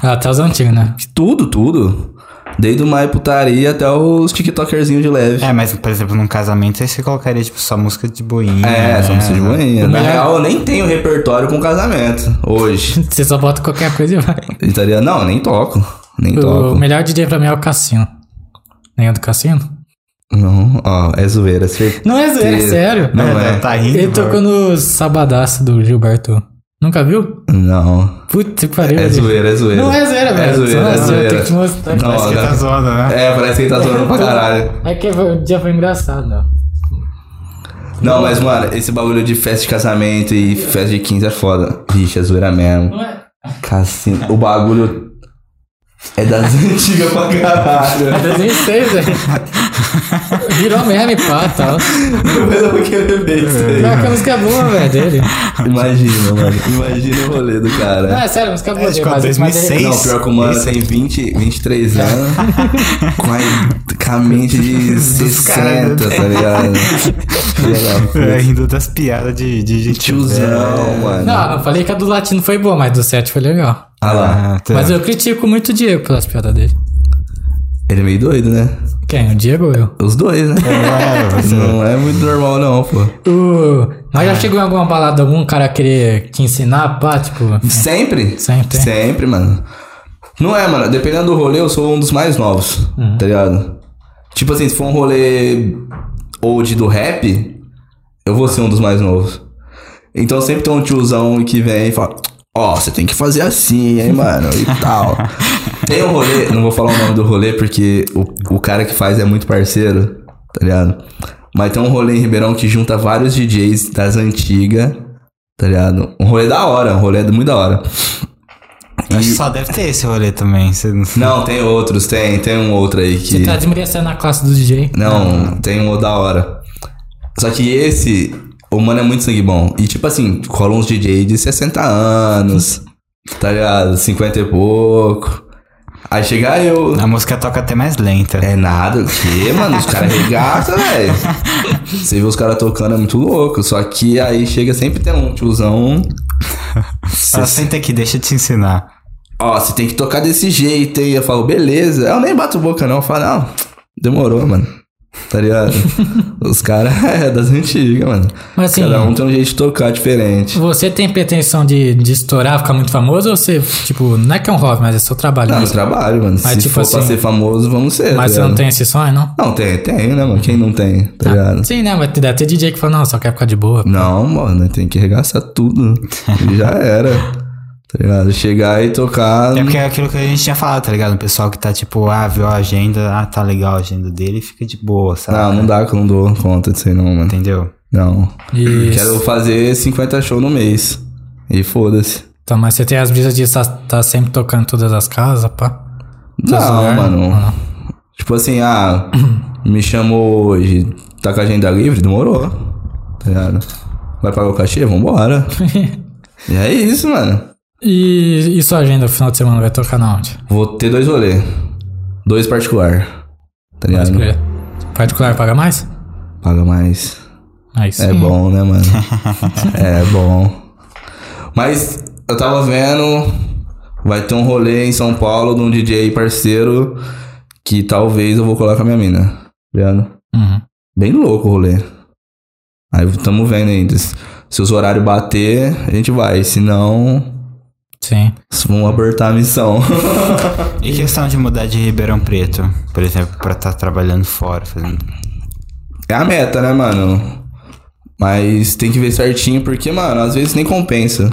Ah, até os antigos, né? *laughs*
tudo, tudo. Desde uma putaria até os tiktokerzinhos de leve.
É, mas, por exemplo, num casamento aí você colocaria, tipo, só música de boinha.
É, só
né?
precisa de manhã. Na
melhor-
real, eu nem tenho repertório com casamento hoje.
Você só bota qualquer coisa e vai.
Estaria, não, nem toco. Nem
O
toco.
melhor DJ pra mim é o Cassino. Lembra do Cassino?
Não, ó, é zoeira, certeza.
Não é zoeira, é
Que-
sério.
Não
É,
é.
Tá rindo.
Ele
pô.
tocou no Sabadaço do Gilberto. Nunca viu?
Não.
Putz, que pariu.
É
bicho.
zoeira, é zoeira.
Não é zoeira, velho.
É zoeira,
Não
é
Eu tenho que
zoeira.
mostrar.
Não,
Parece que
ó,
tá zoando, né?
É, parece que ele tá zoando pra caralho.
É que o dia foi engraçado, não.
Não, mas, mano, esse bagulho de festa de casamento e festa de 15 é foda. Vixe, é zoeira mesmo.
Não é?
Cassino. O bagulho é das *laughs* antigas pra
É
caralho.
2006,
*laughs*
velho. Virou meme, pá, tal.
Mas eu vou querer ver isso aí.
Pior que a música é boa, velho, dele.
É.
Imagina, mano. Imagina o rolê do cara.
Não, é sério, a música é boa
É, É.
dele,
tipo,
mas- mas ele-
2006.
Não, pior que o mano tem 20, 23 anos, com a, com a mente de 60, tá ligado? Filha da puta.
né? É, rindo das piadas de, de gente.
Tiozão, mano.
Não, eu falei que a do Latino foi boa, mas do 7 foi legal.
Ah lá.
Ah, tá.
Mas eu critico muito o Diego pelas piadas dele.
Ele é meio doido, né?
Quem? O Diego ou eu?
Os dois, né? não é muito normal, não, pô.
O... Mas
Ah.
já chegou em alguma balada, algum cara querer te ensinar, pá, tipo...
Sempre?
Sempre.
Sempre, mano. Não é, mano. Dependendo do rolê, eu sou um dos mais novos, tá ligado? Tipo assim, se for um rolê old do rap, eu vou ser um dos mais novos. Então sempre tem um tiozão que vem e fala: Ó, você tem que fazer assim, hein, mano, e tal. Tem um rolê, não vou falar o nome do rolê porque o, o cara que faz é muito parceiro, tá ligado? Mas tem um rolê em Ribeirão que junta vários DJs das antigas, tá ligado? Um rolê da hora, um rolê muito da hora.
Acho que só deve ter esse rolê também. Você não...
Não, tem outros, tem, tem um outro aí que.
Você tá Ah. desmerecendo a classe do DJ.
Não, tem um da hora. Só que esse, o mano é muito sangue bom. E tipo assim, cola uns DJ de 60 anos, tá ligado? 50 e pouco. Aí chega eu.
A música toca até mais lenta.
É nada, o quê, mano? Os caras
*laughs*
regaçam, velho. Você vê os caras tocando, é muito louco. Só que aí chega sempre tem um tiozão.
Fala, senta aqui, deixa eu te ensinar.
Ó, você tem que tocar desse jeito, hein? Eu falo, beleza. Eu nem bato boca, não. Eu falo, não, demorou, mano. Tá
*laughs*
ligado? os caras *laughs* é das antigas, mano.
Mas assim,
Cada um tem um jeito de tocar diferente.
você tem pretensão de, de estourar, ficar muito famoso? Ou você, tipo, não é que é um hobby, mas é seu trabalho
Não, eu
mesmo?
trabalho, mano.
Mas,
Se
tipo
for pra
assim,
ser famoso, vamos ser.
Mas
tá
você não
ligado?
tem esse sonho, não?
Não, tem, tem, né, mano? Quem não tem, tá ligado?
Sim, né? Mas deve ter DJ que fala, não, só quero ficar de boa.
Não, mano, tem que arregaçar tudo. E já era. Tá ligado? Chegar e tocar.
É porque é aquilo que a gente tinha falado, tá ligado? O pessoal que tá tipo, ah, viu a agenda, ah, tá legal a agenda dele, fica de boa, sabe?
Não, não dá que eu não dou conta disso aí, não, mano.
Entendeu?
Não.
E...
Quero fazer 50 shows no mês. E foda-se.
Então, mas você tem as brisas de estar tá sempre tocando em todas as casas, pá.
Não,
lugar?
mano. Tipo assim, ah, me chamou hoje, tá com a agenda livre? Demorou. Tá ligado? Vai pagar o cachê? Vambora. e é isso, mano.
E, e sua agenda no final de semana vai tocar na onde?
Vou ter dois rolês. Dois particular. Tá ligado?
Escolher. Particular paga mais?
Paga mais.
Aí sim.
É bom, né, mano? é bom. Mas eu tava vendo. Vai ter um rolê em São Paulo de um DJ parceiro que talvez eu vou colar com a minha mina. tá Vendo?
Uhum.
Bem louco o rolê. Aí tamo vendo ainda. Se os horários bater, a gente vai. Se não,
Sim.
vamos abortar a missão. *laughs*
E questão de mudar de Ribeirão Preto, por exemplo, pra estar trabalhando fora, fazendo.
É a meta, né, mano? Mas tem que ver certinho, porque, mano, às vezes nem compensa.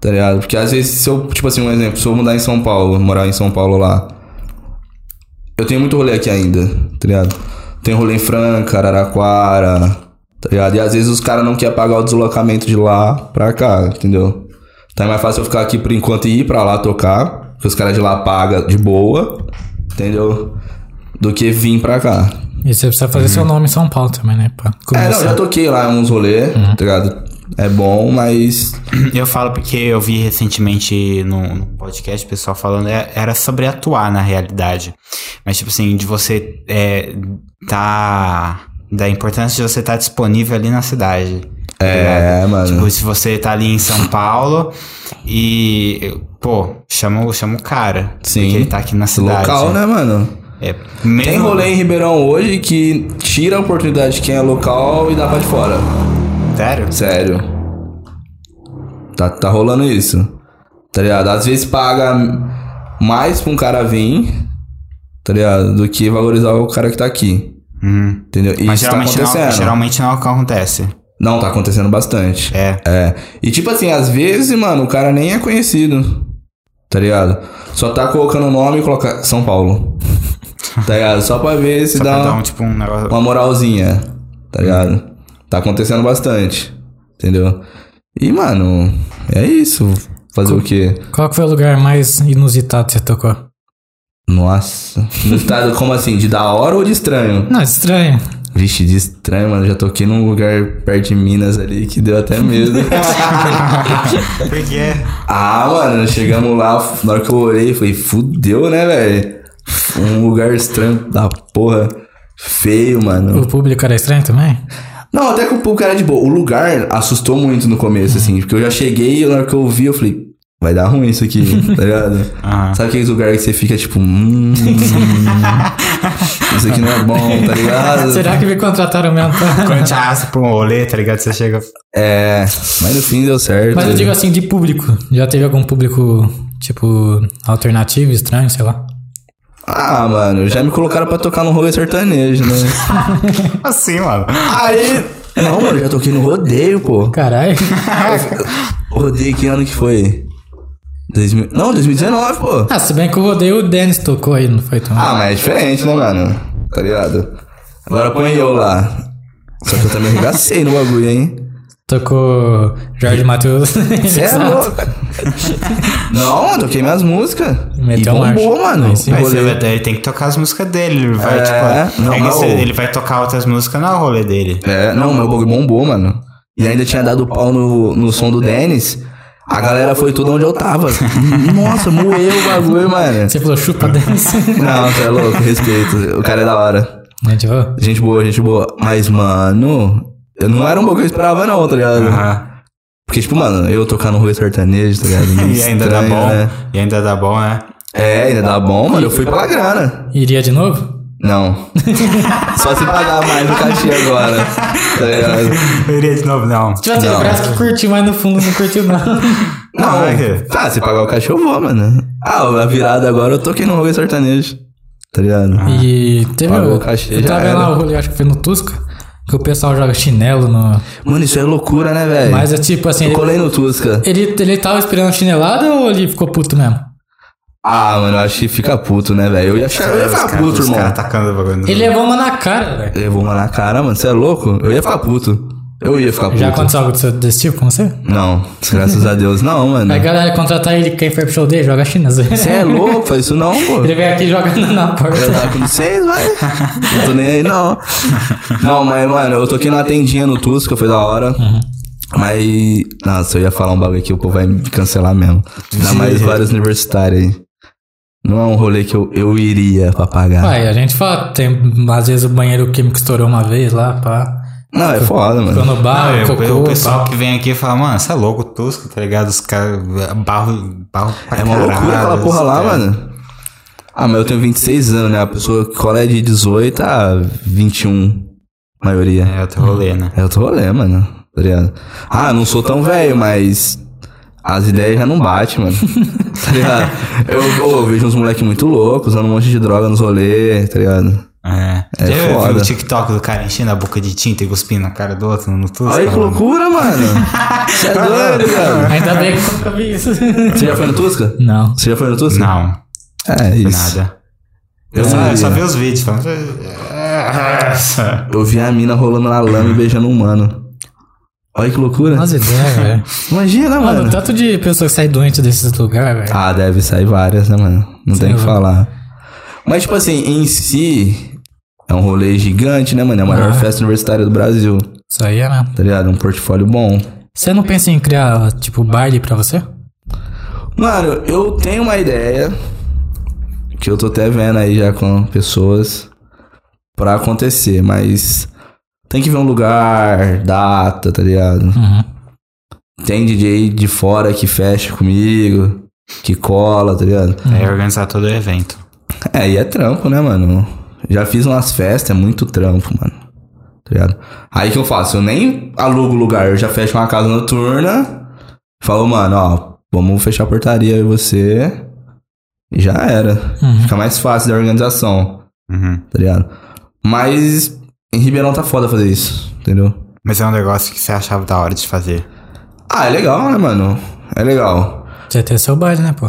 Tá ligado? Porque às vezes, se eu, tipo assim, um exemplo, se eu mudar em São Paulo, morar em São Paulo lá. Eu tenho muito rolê aqui ainda, tá ligado? Tem rolê em Franca, Araraquara, tá ligado? E às vezes os caras não querem pagar o deslocamento de lá pra cá, entendeu? Então é mais fácil eu ficar aqui por enquanto e ir pra lá tocar, porque os caras de lá pagam de boa, entendeu? Do que vir pra cá.
E você precisa fazer seu nome em São Paulo também, né? Pra
Uhum. É, não,
começar.
já toquei lá uns rolê, tá
Uhum.
ligado? É bom, mas.
*clears throat* Eu falo porque eu vi recentemente num num podcast o pessoal falando, é- era sobre atuar na realidade. Mas, tipo assim, de você é, tá. Da importância de você estar disponível ali na cidade. tá ligado?
É, mano.
Tipo, se você tá ali em São Paulo e. Pô, chama, o- chama o cara.
Sim.
Porque ele tá aqui na cidade.
local, né, mano?
É,
Tem
mesmo-
rolê em Ribeirão hoje que tira a oportunidade de quem é local e dá pra de fora.
Sério?
Sério. Tá, tá rolando isso. Tá ligado? Às vezes paga mais pra um cara vir, tá ligado? Do que valorizar o cara que tá aqui.
Uhum.
Entendeu? E
Mas
isso tá
geralmente, não,
acontecendo.
geralmente não é o que acontece.
Não, tá acontecendo bastante.
É.
É. E tipo assim, às vezes, mano, o cara nem é conhecido. Tá ligado? Só tá colocando o nome e coloca São
*laughs*
Paulo. Tá ligado? Só pra ver se
Só
dá
pra dar um
uma-
tipo um negócio. *laughs*
uma moralzinha. Tá ligado? Tá acontecendo bastante. Entendeu? E, mano, é isso. Fazer o quê?
Qual que foi o lugar mais inusitado que você tocou?
Nossa. No estado, como assim? De da hora ou de estranho?
Não, é estranho.
Vixe, de estranho, mano. Já toquei num lugar perto de Minas ali que deu até
*laughs*
medo.
Porque.
Ah, mano, chegamos lá, na hora que eu olhei, falei, fudeu, né, velho? Um lugar estranho da porra. Feio, mano.
O público era estranho também?
Não, é até que o público era de boa. O lugar assustou muito no começo, assim, porque eu já cheguei e na hora que eu vi, eu falei, vai dar ruim isso aqui, tá ligado?
Aham.
Sabe aqueles lugares que você fica tipo, hum, isso aqui não é bom, tá ligado?
Será que me contrataram mesmo?
*laughs*
Quando te arrasta pra um rolê, tá ligado? Você chega.
É, mas no fim deu certo.
Mas eu digo assim, de público. Já teve algum público, tipo, alternativo, estranho, sei lá?
Ah, mano, já me colocaram pra tocar num rolê sertanejo, né?
Assim, mano.
Aí. Não, mano, já toquei no rodeio, pô.
Caralho. *laughs*
Rodeio que ano que foi? 2000... Não, 2019, pô.
Ah, se bem que eu rodeio, o Dennis tocou aí, não foi tão.
Ah, mas é diferente, né, mano? Tá ligado? Agora põe eu lá. Só que eu também arregacei no bagulho, hein?
Tocou Jorge Matheus.
Você
*laughs*
é louco. Não, eu toquei minhas músicas. E
Meteu marcha.
bombou, mano.
Aí sim.
o
Mas
rolê.
ele, vai- ele tem que tocar as músicas dele. Ele vai,
É,
tipo.
não,
é que
não.
se- Ele vai tocar outras músicas no rolê dele.
É, não, meu bagulho bombou, mano. E ainda tinha dado pau no, no som do Denis. A galera foi tudo onde eu tava. Nossa, moeu o bagulho, mano.
Você falou chupa Dennis. *laughs*
Não, você é louco, respeito. O cara é da hora.
Gente, ó.
Gente boa, gente boa. Mas, mano, eu não era um bagulho que eu esperava, não, tá ligado?
Aham.
Porque, tipo, mano, eu tocar no rolê sertanejo, tá
*laughs*
ligado? Meio
E ainda dá
estranho,
bom.
né?
E ainda dá bom, né?
É, ainda dá bom, mano. Eu fui pela grana.
Iria de novo?
*laughs*
Não. Só se pagar mais no cachê agora. Tá ligado?
Eu iria é de novo, não.
Tipo assim,
Não.
parece que curtiu, mas no fundo não curtiu, não.
Não,
Ah, é.
ah, se pagar o cachê eu vou, mano. Ah, a virada agora eu toquei no rolê sertanejo. Tá ligado?
*laughs*
Ah.
E teve.
Pagou
Eu,
o cachê,
eu
já
tava
era.
lá o rolê, acho que foi no Tusca, que o pessoal joga chinelo no.
Mano, isso é loucura, né, velho?
Mas é tipo assim.
Eu
ele-
colei no Tusca.
Ele, ele tava esperando a chinelada ou ele ficou puto mesmo?
Ah, mano, eu acho que fica puto, né, velho? Eu ia, achar- eu ia
Os
ficar
caras-
puto,
os
irmão. é
caras tá- atacando o bagulho. no-
Ele levou uma na cara, velho.
Levou uma na cara, mano. Você é louco? Eu ia ficar puto. Eu ia ficar puto.
Já aconteceu algo desse- desse tipo com você?
Não, graças a Deus, não, mano.
A galera contratar ele, quem foi pro show dele, joga China.
Você é louco, faz isso não, pô.
*laughs* Ele vem aqui jogando na
Eu
porta.
tava com vocês, vai. Não tô nem aí, não. Não, mas, mano, eu toquei numa tendinha no Tusca, foi da hora.
Uhum.
Mas. Nossa, eu ia falar um bagulho aqui, o povo vai me cancelar mesmo. Ainda
*laughs*
mais vários universitários aí. Não é um rolê que eu, eu iria pra pagar.
Uai, a gente fala, tem às vezes o banheiro químico estourou uma vez lá, pá.
Não, é foda,
Ficou
mano.
no bar,
Ah, eu-
cocô,
o pessoal
pá.
que vem aqui fala, mano, você é louco, tosco, tá ligado? Os caras. Barro, barro pra
É uma loucura aquela
caralho,
porra lá,
tá ligado?
mano. Ah, mas eu tenho 26 anos, né? A pessoa que cola é de 18 a 21, maioria.
É outro rolê, né?
É outro rolê, mano. Tá ligado? Ah, não sou tão velho, mas as ideias já não batem, mano. *laughs* tá ligado? Eu, ô, eu vejo uns moleques muito loucos, usando um monte de droga nos rolês, tá ligado?
É.
É
Já
foda.
viu o TikTok do cara enchendo a boca de tinta e cuspindo na cara do outro no Tusca?
Olha que
mano?
loucura, mano. Você é
*laughs*
doido, cara.
Ainda bem que eu nunca vi isso.
Você já foi no Tusca?
*laughs* Não.
Você já foi no Tusca?
Não,
É, isso.
nada.
Eu
Eu só,
não
eu só
iria.
vi os vídeos tá? falando. "Ah,
Eu vi a mina rolando na lama e beijando um mano. Olha que loucura.
Nossa ideia, velho.
Imagina,
Mano,
mano.
tanto de pessoa que sai doente desses lugares, velho.
Ah, deve sair várias, né, mano? Não tem o que
Sim.
falar. Mas, tipo assim, em si, é um rolê gigante, né, mano? É a maior
Ah.
festa universitária do Brasil,
Isso aí é mesmo.
tá ligado? É Um portfólio bom.
Você não pensa em criar, tipo, baile pra você?
Mano, eu tenho uma ideia que eu tô até vendo aí já com pessoas pra acontecer, mas tem que ver um lugar, data, tá ligado?
Uhum.
Tem DJ de fora que fecha comigo, que cola, tá ligado?
É organizar todo o evento.
É, e é trampo, né, mano? Já fiz umas festas, é muito trampo, mano. Tá ligado? Aí que eu faço? Eu nem alugo lugar, eu já fecho uma casa noturna. Falo, mano, ó, vamos fechar a portaria eu e você. E já era.
Uhum.
Fica mais fácil da organização,
Uhum.
tá ligado? Mas em Ribeirão tá foda fazer isso, entendeu?
Mas é um negócio que você achava da hora de fazer.
Ah, é legal, né, mano? É legal.
Você tem seu baile, né, pô?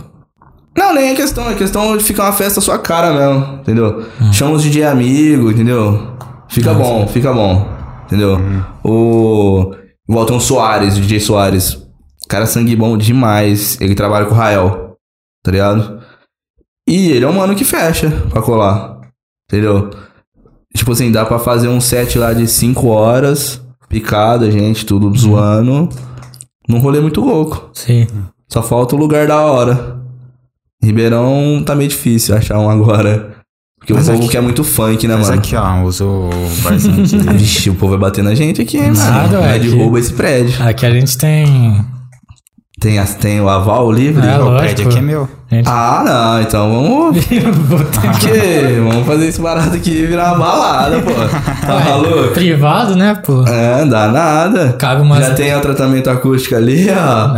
Não, nem é questão, é questão de ficar uma festa à sua cara mesmo, entendeu? Chama os DJ amigo, entendeu? Fica bom, fica bom, entendeu? O. Walton Soares, o DJ Soares. O cara é sangue bom demais. Ele trabalha com o Rael, tá ligado? E ele é um mano que fecha pra colar, entendeu? Tipo assim, dá pra fazer um set lá de 5 horas, picada, gente, tudo zoando. Num rolê muito louco.
Sim.
Só falta o lugar da hora. Ribeirão tá meio difícil achar um agora. Porque
Mas
o povo
aqui-
quer muito funk, né,
Mas
mano?
aqui, ó, usa o barzinho *laughs* de.
Vixe, o povo vai bater na é gente aqui, hein,
Nada,
mano.
é
Vai
aqui.
derruba esse prédio.
Aqui a gente tem
Tem, as- tem o aval livre?
É,
o
lógico.
prédio aqui é meu.
Gente,
Ah, não, então vamos.
vou ter que-
Que? Vamos fazer esse barato aqui virar uma balada, pô. Tá maluco?
Privado, né, pô?
É, não dá nada.
Cabe umas-
Já tem o tratamento acústico ali, ó.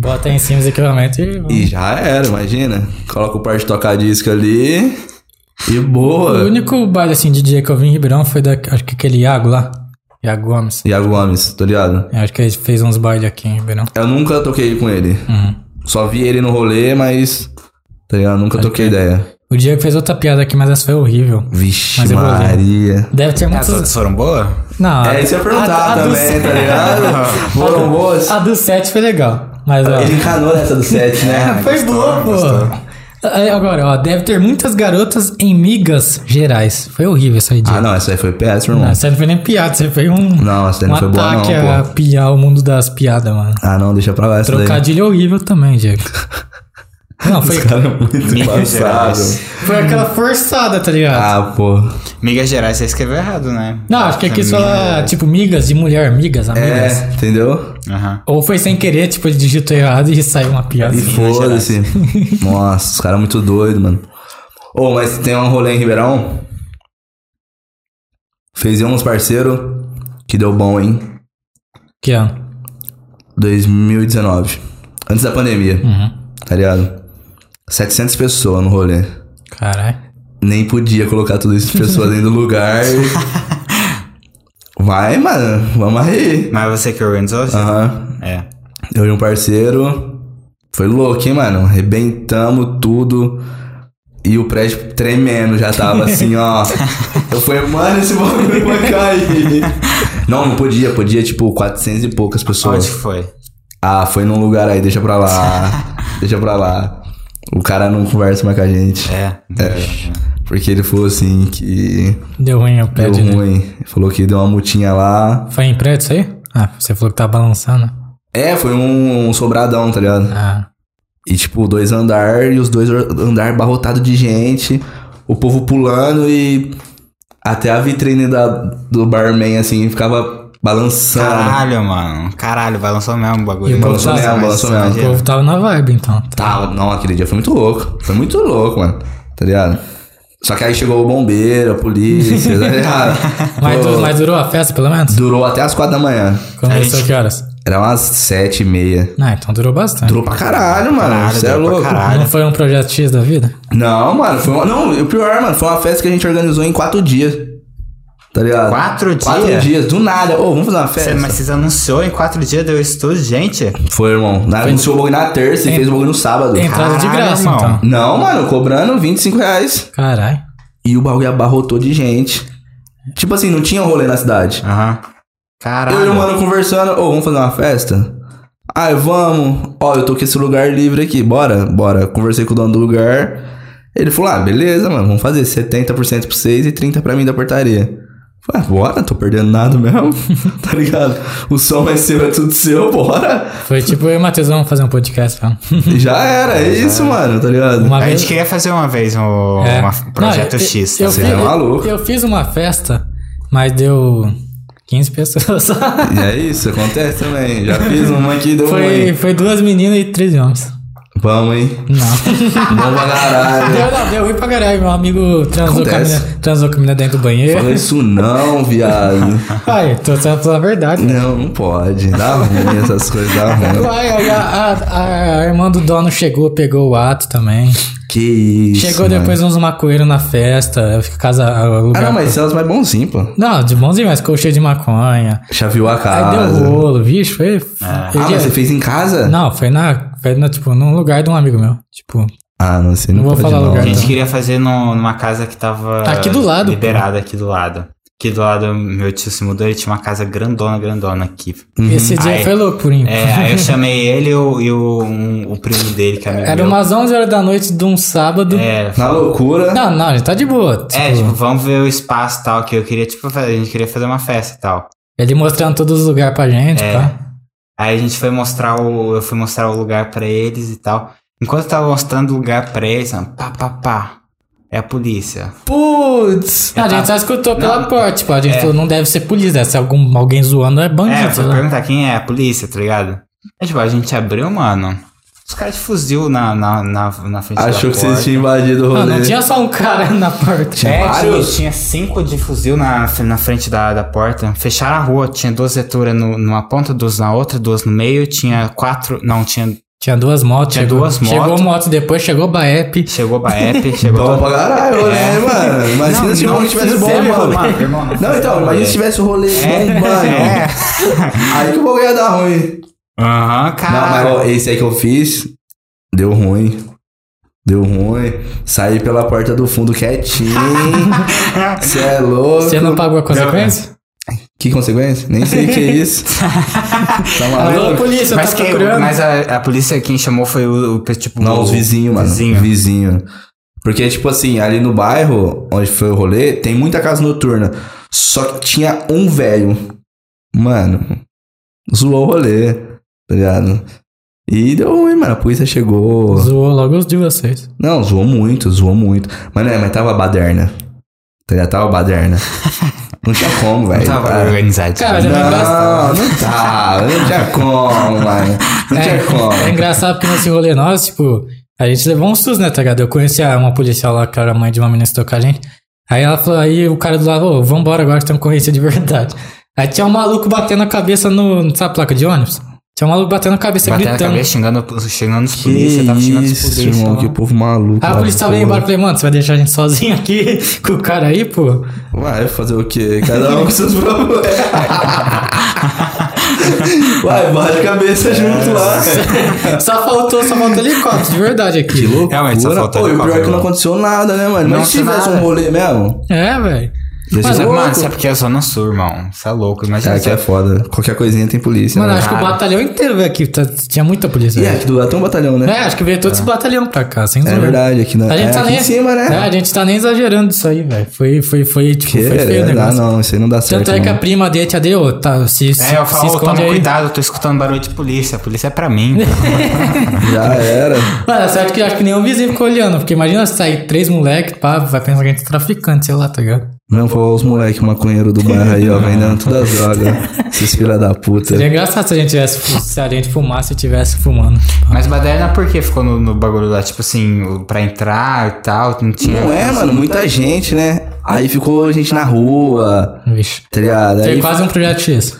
Bota aí em cima os equipamentos e...
e já era, imagina. Coloca o par de tocar disco ali. E
O
boa.
único baile, assim, de DJ que eu vi em Ribeirão foi da, acho que aquele Iago lá. Iago Gomes.
Iago Gomes, tô ligado?
Eu acho que ele fez uns bailes aqui em Ribeirão.
Eu nunca toquei com ele.
Uhum.
Só vi ele no rolê, mas. Tá ligado? Nunca toquei ideia.
O Diego fez outra piada aqui, mas essa foi horrível.
Vixe,
Mas é né? eu vou ver.
Maria.
Deve ter
As
muitos...
outras foram boas?
Não, a-
É, isso eu ia perguntar
a- a Ah, do
também,
set- *laughs*
tá ligado? Foram boas.
A do 7 foi legal, mas ó...
Ele encanou nessa do set, né?
Ah. É, Foi boa, pô. Aí, Agora, ó, deve ter muitas garotas em migas gerais. Foi horrível essa ideia.
Ah, não, essa aí foi péssima, irmão.
Não, Você não foi nem piada, você foi um,
Não, essa aí
um
não foi boa,
ataque
não,
a piar o mundo das piadas, mano.
Ah, não, deixa pra lá essa daí.
Trocadilho horrível
*laughs*
também, Diego. Não, foi,
Os caras
*laughs*
muito
Minas
embaçados.
Gerais.
foi aquela forçada, tá ligado?
Ah, pô.
Migas Gerais você escreveu errado, né?
não, acho que aqui
Minas
fala,
Gerais.
tipo, migas de mulher, migas,
É,
amigas.
entendeu?
Aham.
Ou foi sem querer, tipo, ele digitou errado e saiu uma piada.
E foda-se. *laughs* Nossa, os caras é muito doidos, mano. Ô, mas tem um rolê em Ribeirão. Fez eu uns parceiros que deu bom, hein?
Que ó.
2019. Antes da pandemia,
Uhum.
tá ligado? 700 pessoas no rolê.
Caralho.
Nem podia colocar tudo isso de pessoas dentro do *laughs* lugar. Vai, mano. Vamos aí.
Mas você que organizou?
Aham.
É.
Eu e um parceiro. Foi louco, hein, mano? Arrebentamos tudo. E o prédio tremendo já tava assim, ó. Eu falei, mano, esse bagulho vai cair. Não, não podia, podia tipo 400 e poucas pessoas.
Onde foi?
Ah, foi num lugar aí, deixa pra lá. deixa pra lá. O cara não conversa mais com a gente.
É.
Porque ele falou assim que
Deu ruim o
deu
prédio. né?
ruim. Ele Falou que deu uma multinha lá.
Foi em prédio isso aí? Ah, você falou que tá balançando.
É, foi um sobradão, tá ligado?
Ah,
E tipo, dois andar e os dois andar barrotado de gente, o povo pulando e até a vitrine da, do barman assim ficava balançando.
Caralho, mano. Caralho, balançou mesmo o é,
E
bagulho.
o Balançou
povo- mesmo, balançou
mas-
o
mesmo.
povo tava na vibe, então.
Tá, não, aquele dia foi muito louco. Foi muito louco, mano. Tá ligado? Só que aí chegou o bombeiro, a polícia, tá
*laughs*
ligado?
Mas,
Pô,
du- mas durou a festa, pelo menos?
Durou até as quatro da manhã.
Começou
gente-
que horas?
Era umas sete e meia.
Ah, então durou bastante.
Durou pra caralho, mano.
Caralho,
Você é
durou pra
louco.
caralho.
Não foi um projeto X da vida?
Não, mano, foi uma. Não, e o pior, mano, foi uma festa que a gente organizou em quatro dias. Tá ligado?
Quatro dias?
Quatro dias, do nada. Ô, vamos fazer uma
Cê-
festa?
é. mas vocês anunciou em quatro dias, deu estudo, gente.
Foi, irmão. Na, Anunciou o um bagulho na terça e fez o bagulho no sábado.
Entrada de
Caralho,
graça,
irmão.
então.
Não, mano, cobrando 25 reais.
Caralho.
E o bagulho abarrotou de gente. Tipo assim, não tinha rolê na cidade.
Aham. Caralho.
Eu e o mano conversando, ô, vamos fazer uma festa? Ai, vamos. Ó, eu tô com esse lugar livre aqui, bora, bora. Conversei com o dono do lugar. Ele falou, ah, beleza, mano, vamos fazer 70% pra vocês e 30% pra mim da portaria. Falei, ah, bora, tô perdendo nada mesmo, *laughs* tá ligado? O som é seu, é tudo seu, bora.
Foi tipo eu e o Matheus vamos fazer um podcast,
*laughs*
vamos.
E *laughs* já era, é isso, mano, tá ligado?
Uma
A gente queria fazer uma vez um
É.
uma-
Não,
projeto
eu-
X. tá
Eu,
ligado?
fiz-
é maluco.
eu fiz uma festa, mas deu 15 pessoas. *laughs*
E é isso, acontece também. Já fiz uma aqui, deu
foi,
ruim.
foi duas meninas e três homens.
Vamos, hein? *laughs*
Não.
Vamos pra caralho.
deu, não, deu ruim pra caralho. Meu amigo transou com, a
Acontece.
mina, transou com a mina dentro do banheiro.
Fala isso não, viado.
Ai, tô só falando a verdade.
Não, não pode. Dá ruim essas coisas, dá ruim.
Uai, aí a, a- a irmã do dono chegou, pegou o ato também.
Que isso.
chegou
mano.
depois uns maconheiros na festa. Eu fico casa. o
Ah,
lugar-
não, mas Celso é bonzinho, pô.
Não, de bonzinho, mas ficou cheio de maconha.
Chaviou a
Aí
casa.
deu rolo, bicho, foi. eu
Tá. Ah,
já-
mas você fez em casa?
Não, foi na. Foi na, tipo, num lugar de um amigo meu. Tipo.
Ah, não sei, não,
Não vou
pode
falar o
não.
lugar,
A gente
Então.
queria fazer no- numa casa que tava.
Aqui do lado,
Liberada aqui do lado. Aqui do lado, meu tio se mudou, ele tinha uma casa grandona, grandona aqui.
Esse dia
Ai.
foi louco, por mim.
É, aí eu chamei ele e o, e o, um- o primo dele, que é amigo
Era
meu.
umas 11 horas da noite de um sábado.
É,
Na loucura.
Não, não, ele tá de boa. Tipo,
é, tipo, vamos ver o espaço e tal, que eu queria, tipo, fazer- a gente queria fazer uma festa e tal.
Ele mostrando todos os lugares pra gente,
É.
pá.
Aí a gente foi mostrar o. Eu fui mostrar o lugar pra eles e tal. Enquanto eu tava mostrando o lugar pra eles, mano, pá, pá, pá. É a polícia.
Putz.
Não, a gente só escutou pela
Não.
porta, tipo, a gente
É.
falou, não deve ser polícia, deve ser algum, alguém zoando, é bandido.
É,
sei
foi
lá.
perguntar quem é a polícia, tá ligado? É, tipo, a gente abriu, mano. Os caras de fuzil na, na, na, na frente
Achou
da
que
porta.
vocês tinham invadido o
Ah,
rolê.
não tinha só um cara na porta.
É, tinha,
Vários?
tinha cinco de fuzil na, na frente da, da porta. Fecharam a rua, tinha duas leturas no- numa ponta, duas na outra, duas no meio, tinha quatro. Não, tinha.
Tinha duas motos.
Tinha
chegou,
duas
Chegou
motos.
moto depois, chegou Baep.
*laughs*
Chegou Baep, chegou.
Bom pra caralho,
É.
né, mano? Imagina
Não,
se o
não
rolê tivesse bom,
fizemos,
mano.
mano, irmão, não
Não, então,
fizemos,
imagina
velho.
se tivesse o rolê bom, mano.
É.
Aí que o bagulho ia dar ruim.
Aham,
Não,
cara.
mas ó, esse aí que eu fiz, deu ruim. Deu ruim. Saí pela porta do fundo quietinho. Você é louco.
Você não pagou a consequência?
Que consequência? Nem sei o que é isso. tá
Alô,
maluco?
polícia,
Mas,
tá
quem-
procurando.
mas a, a polícia quem chamou foi o, o tipo.
Não,
o-
os vizinhos, mano.
Vizinho.
Vizinho. Porque, tipo assim, ali no bairro, onde foi o rolê, tem muita casa noturna. Só que tinha um velho. Mano, zoou o rolê, tá ligado? E deu ruim, mano. A polícia chegou.
Zoou logo os de vocês.
Não, zoou muito, zoou muito. Mas não é, mas tava baderna. Tá ligado? Tava baderna.
*laughs*
Não tinha como, velho.
Não tava é
Ah,
organizado.
Cara, já-
não, não tá. Não tinha como, mano.
*laughs*
Não tinha como.
É engraçado porque nesse rolê nosso, tipo, a gente levou um susto, né, tá ligado? Eu conheci a- uma policial lá, que era mãe de uma menina que tocou a gente. Aí ela falou, aí o cara do lado, ô, vambora agora que tem uma corrente de verdade. Aí tinha um maluco batendo a cabeça no. Sabe a placa de ônibus? Tinha um maluco batendo a cabeça
Batendo a
gritando.
cabeça, xingando, xingando os
Que
polícia,
tá
tava xingando os
isso,
polícia.
irmão,
mano.
que povo maluco.
Aí tá Ah, a policial veio embora e falei, mano, você vai deixar a gente sozinho aqui *laughs* com o cara aí, pô?
Ué, fazer o quê? Cada um com seus
*laughs*
problemas. Uai, bate a
É.
cabeça junto lá.
Só faltou, só faltou helicóptero, de verdade aqui.
Realmente, só falta
Pô, e o pior é que
helicóptero.
não aconteceu nada, né, mano?
Não
Mas se
aconteceu
tivesse
nada.
um rolê mesmo...
É, velho.
ia ser
Mas,
Mas,
louco.
mano, isso é porque é zona sul, irmão. Isso é louco. Imagina
Cara, que
você
é foda. Qualquer coisinha tem polícia.
Mano,
né?
acho que o
cara.
batalhão inteiro veio aqui, tá- tinha muita polícia.
E
velho.
aqui do lado tem um batalhão, né?
É, acho que veio todo esse batalhão
Tá
pra cá, sem
É,
zoeira.
verdade, aqui, na,
A gente
é
tá
aqui
nem...
em cima, né?
É, a gente tá nem exagerando isso aí, velho. Foi, foi, foi, tipo,
Que,
foi feio
é,
o
dá,
negócio.
não, Uhum. isso aí não dá certo.
Tanto é que a
não.
prima dele, tia dele, ô, tá, se, se,
É, eu
se
falo, "Ô,
esconde
toma
aí.
cuidado, eu tô escutando barulho de polícia. A polícia é pra mim.
*laughs* Já era.
*laughs* Mano, é certo que eu acho que nenhum vizinho ficou olhando, porque imagina sair três moleques, pá, vai pensar que a gente é traficante, sei lá, tá ligado?
Não, foi os moleque maconheiro do bairro aí, ó, vendendo todas as
*laughs*
drogas. Esses filha da puta.
Seria engraçado se a gente tivesse, fu- se a gente fumasse e tivesse fumando.
Mas Baderna por que ficou no, no bagulho lá? Tipo assim, o- pra entrar e tal, não tinha...
Não é, mano, muita gente, né? Aí ficou gente na rua,
Vixe.
tá ligado?
Foi
Aí,
quase um projeto X.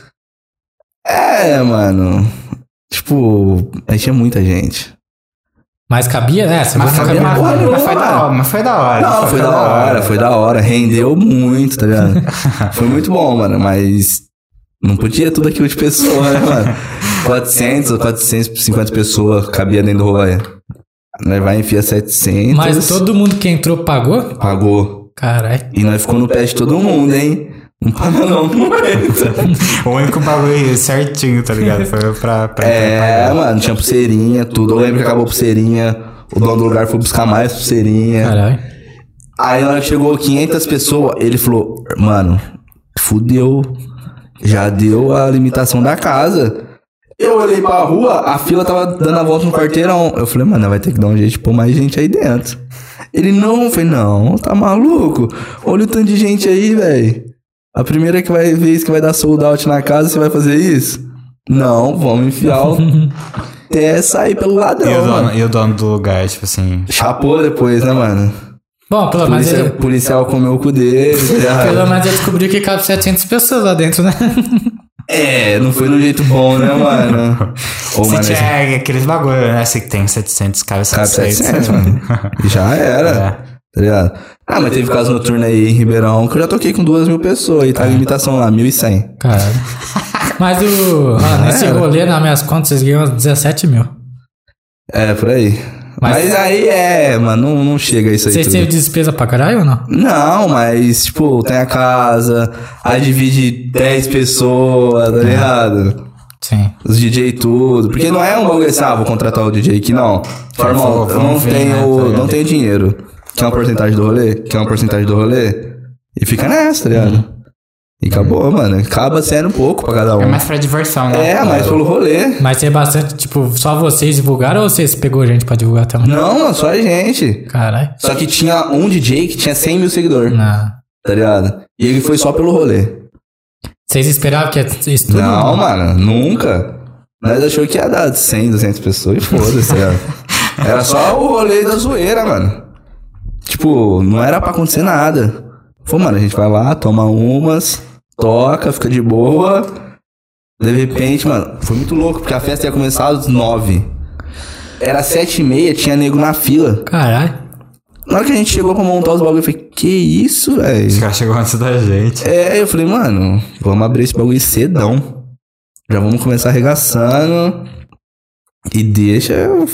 é, mano. Tipo, aí tinha muita gente.
Mas cabia? É, você
Mas
não
foi,
cabia.
mas,
porra
mas foi
nenhuma,
da hora, mas foi da hora.
Não, foi da hora, foi da hora. Rendeu muito, tá *laughs* ligado? Foi muito bom, mano, mas não podia tudo aquilo de pessoa, né, mano? 400 ou 450 pessoas cabia dentro do rolê. Nós vai enfiar 700.
Mas todo mundo que entrou pagou?
Pagou.
Caralho.
E nós ficou no pé de todo mundo, hein? Não paga não, *laughs* muito.
é O único bagulho certinho, tá ligado? Foi pra... pra
É, mano, tinha pulseirinha, tudo. Eu lembro que acabou a pulseirinha. O dono do lugar foi buscar mais pulseirinha.
Caralho.
Aí na hora que chegou 500 pessoas, ele falou: Mano, fudeu. Já deu a limitação da casa. Eu olhei pra rua, a fila tava dando a volta no quarteirão. Eu falei, mano, vai ter que dar um jeito de pôr mais gente aí dentro. Ele não, eu falei, não, tá maluco? Olha o tanto de gente aí, velho. A primeira que vai vez que vai dar sold out na casa, você vai fazer isso? Não, vamos enfiar o. até sair pelo
E o,
ladrão,
dono,
mano.
e o dono do lugar, tipo assim...
Chapou depois, né, mano?
Bom, pelo menos
Polícia,
ele,
policial comeu o cu dele. tá
pelo menos ele descobriu que cabe 700 pessoas lá dentro, né?
é, não foi de um jeito bom, né, mano? Ô,
Se
mano,
tinha
esse
aqueles bagulho, né? Se tem 700, cabe né,
cara
700.
700, mano. Já era,
É.
tá ligado? Ah, mas teve caso noturno aí em Ribeirão, que eu já toquei com duas mil pessoas e tá a limitação lá, 1.100.
Caralho. *laughs* Mas o. ó, nesse rolê, nas minhas contas, vocês ganham 17 mil.
É, por aí.
Mas-
Mas, aí é, mano, não, não chega isso aí
Vocês
tudo.
teve despesa pra caralho ou não?
Não, mas, tipo, tem a casa, aí divide 10 pessoas, tá ligado?
Sim.
Os DJ tudo. Porque não é um bagulho assim, ah, vou contratar o DJ aqui, não. Fala, irmão,
Vamos
eu não
ver, né, tá
tenho,
ligado?
não tenho dinheiro. Quer uma porcentagem do rolê? Quer uma porcentagem do rolê? E fica nessa, tá ligado? E acabou, mano. Acaba sendo um pouco pra cada
É
um.
mais pra diversão, né?
É, mas pelo rolê.
Mas tem bastante, tipo, só vocês divulgaram ou vocês pegou gente pra divulgar também?
Não, mano, só a gente.
Caralho.
Só que tinha um DJ que tinha 100 mil seguidores,
Não.
tá ligado? E ele foi só pelo rolê.
Vocês esperavam que ia- isso tudo?
Não, mano, nunca. Nós achou que ia dar 100, 200 pessoas e foda-se. ó. Era só o rolê da zoeira, mano. Tipo, não era pra acontecer nada. Falei, mano, a gente vai lá, toma umas, toca, fica de boa. De repente, mano, foi muito louco, porque a festa ia começar às 9. Era sete e meia, tinha nego na fila.
Caralho.
Na hora que a gente chegou pra montar os bagulho, eu falei, que isso, velho?
Os caras chegou antes da gente.
É, eu falei, mano, vamos abrir esse bagulho cedão. Já vamos começar arregaçando. E deixa eu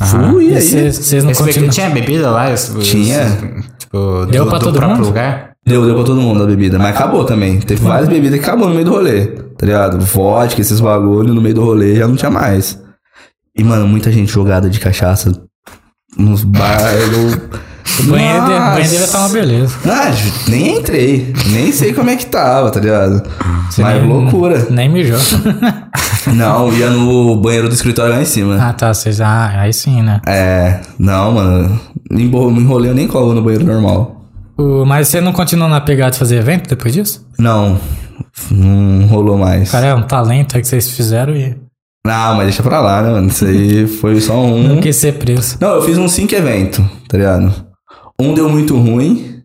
Aham.
fluir
E
aí.
vocês vocês não
Esse
continuam?
tinha bebida lá? Esse-
Tinha.
esse- tipo,
Deu
do,
pra
do
todo
próprio
mundo?
lugar?
Deu, deu pra todo mundo a bebida, mas acabou também. Teve várias bebidas que acabou no meio do rolê, tá ligado? Vodka, esses bagulho, no meio do rolê já não tinha mais. E, mano, muita gente jogada de cachaça nos bairros.
O banheiro, de- o banheiro deve estar uma beleza.
Ah, nem entrei. Nem sei como é que tava, tá ligado? mas
nem-
loucura.
Nem mijou.
Não, ia no banheiro do escritório lá em cima.
ah, tá. Vocês. Ah, aí sim, né?
É, não, mano. Me embo- me enrolei, eu nem colo no banheiro normal.
O- mas você não continua na pegada de fazer evento depois disso?
Não, não rolou mais.
Cara, é um talento aí que vocês fizeram e
Não, mas deixa pra lá, né, mano? Isso aí foi só um.
não quis ser preso.
Não, eu fiz uns cinco eventos, tá ligado? Um deu muito ruim,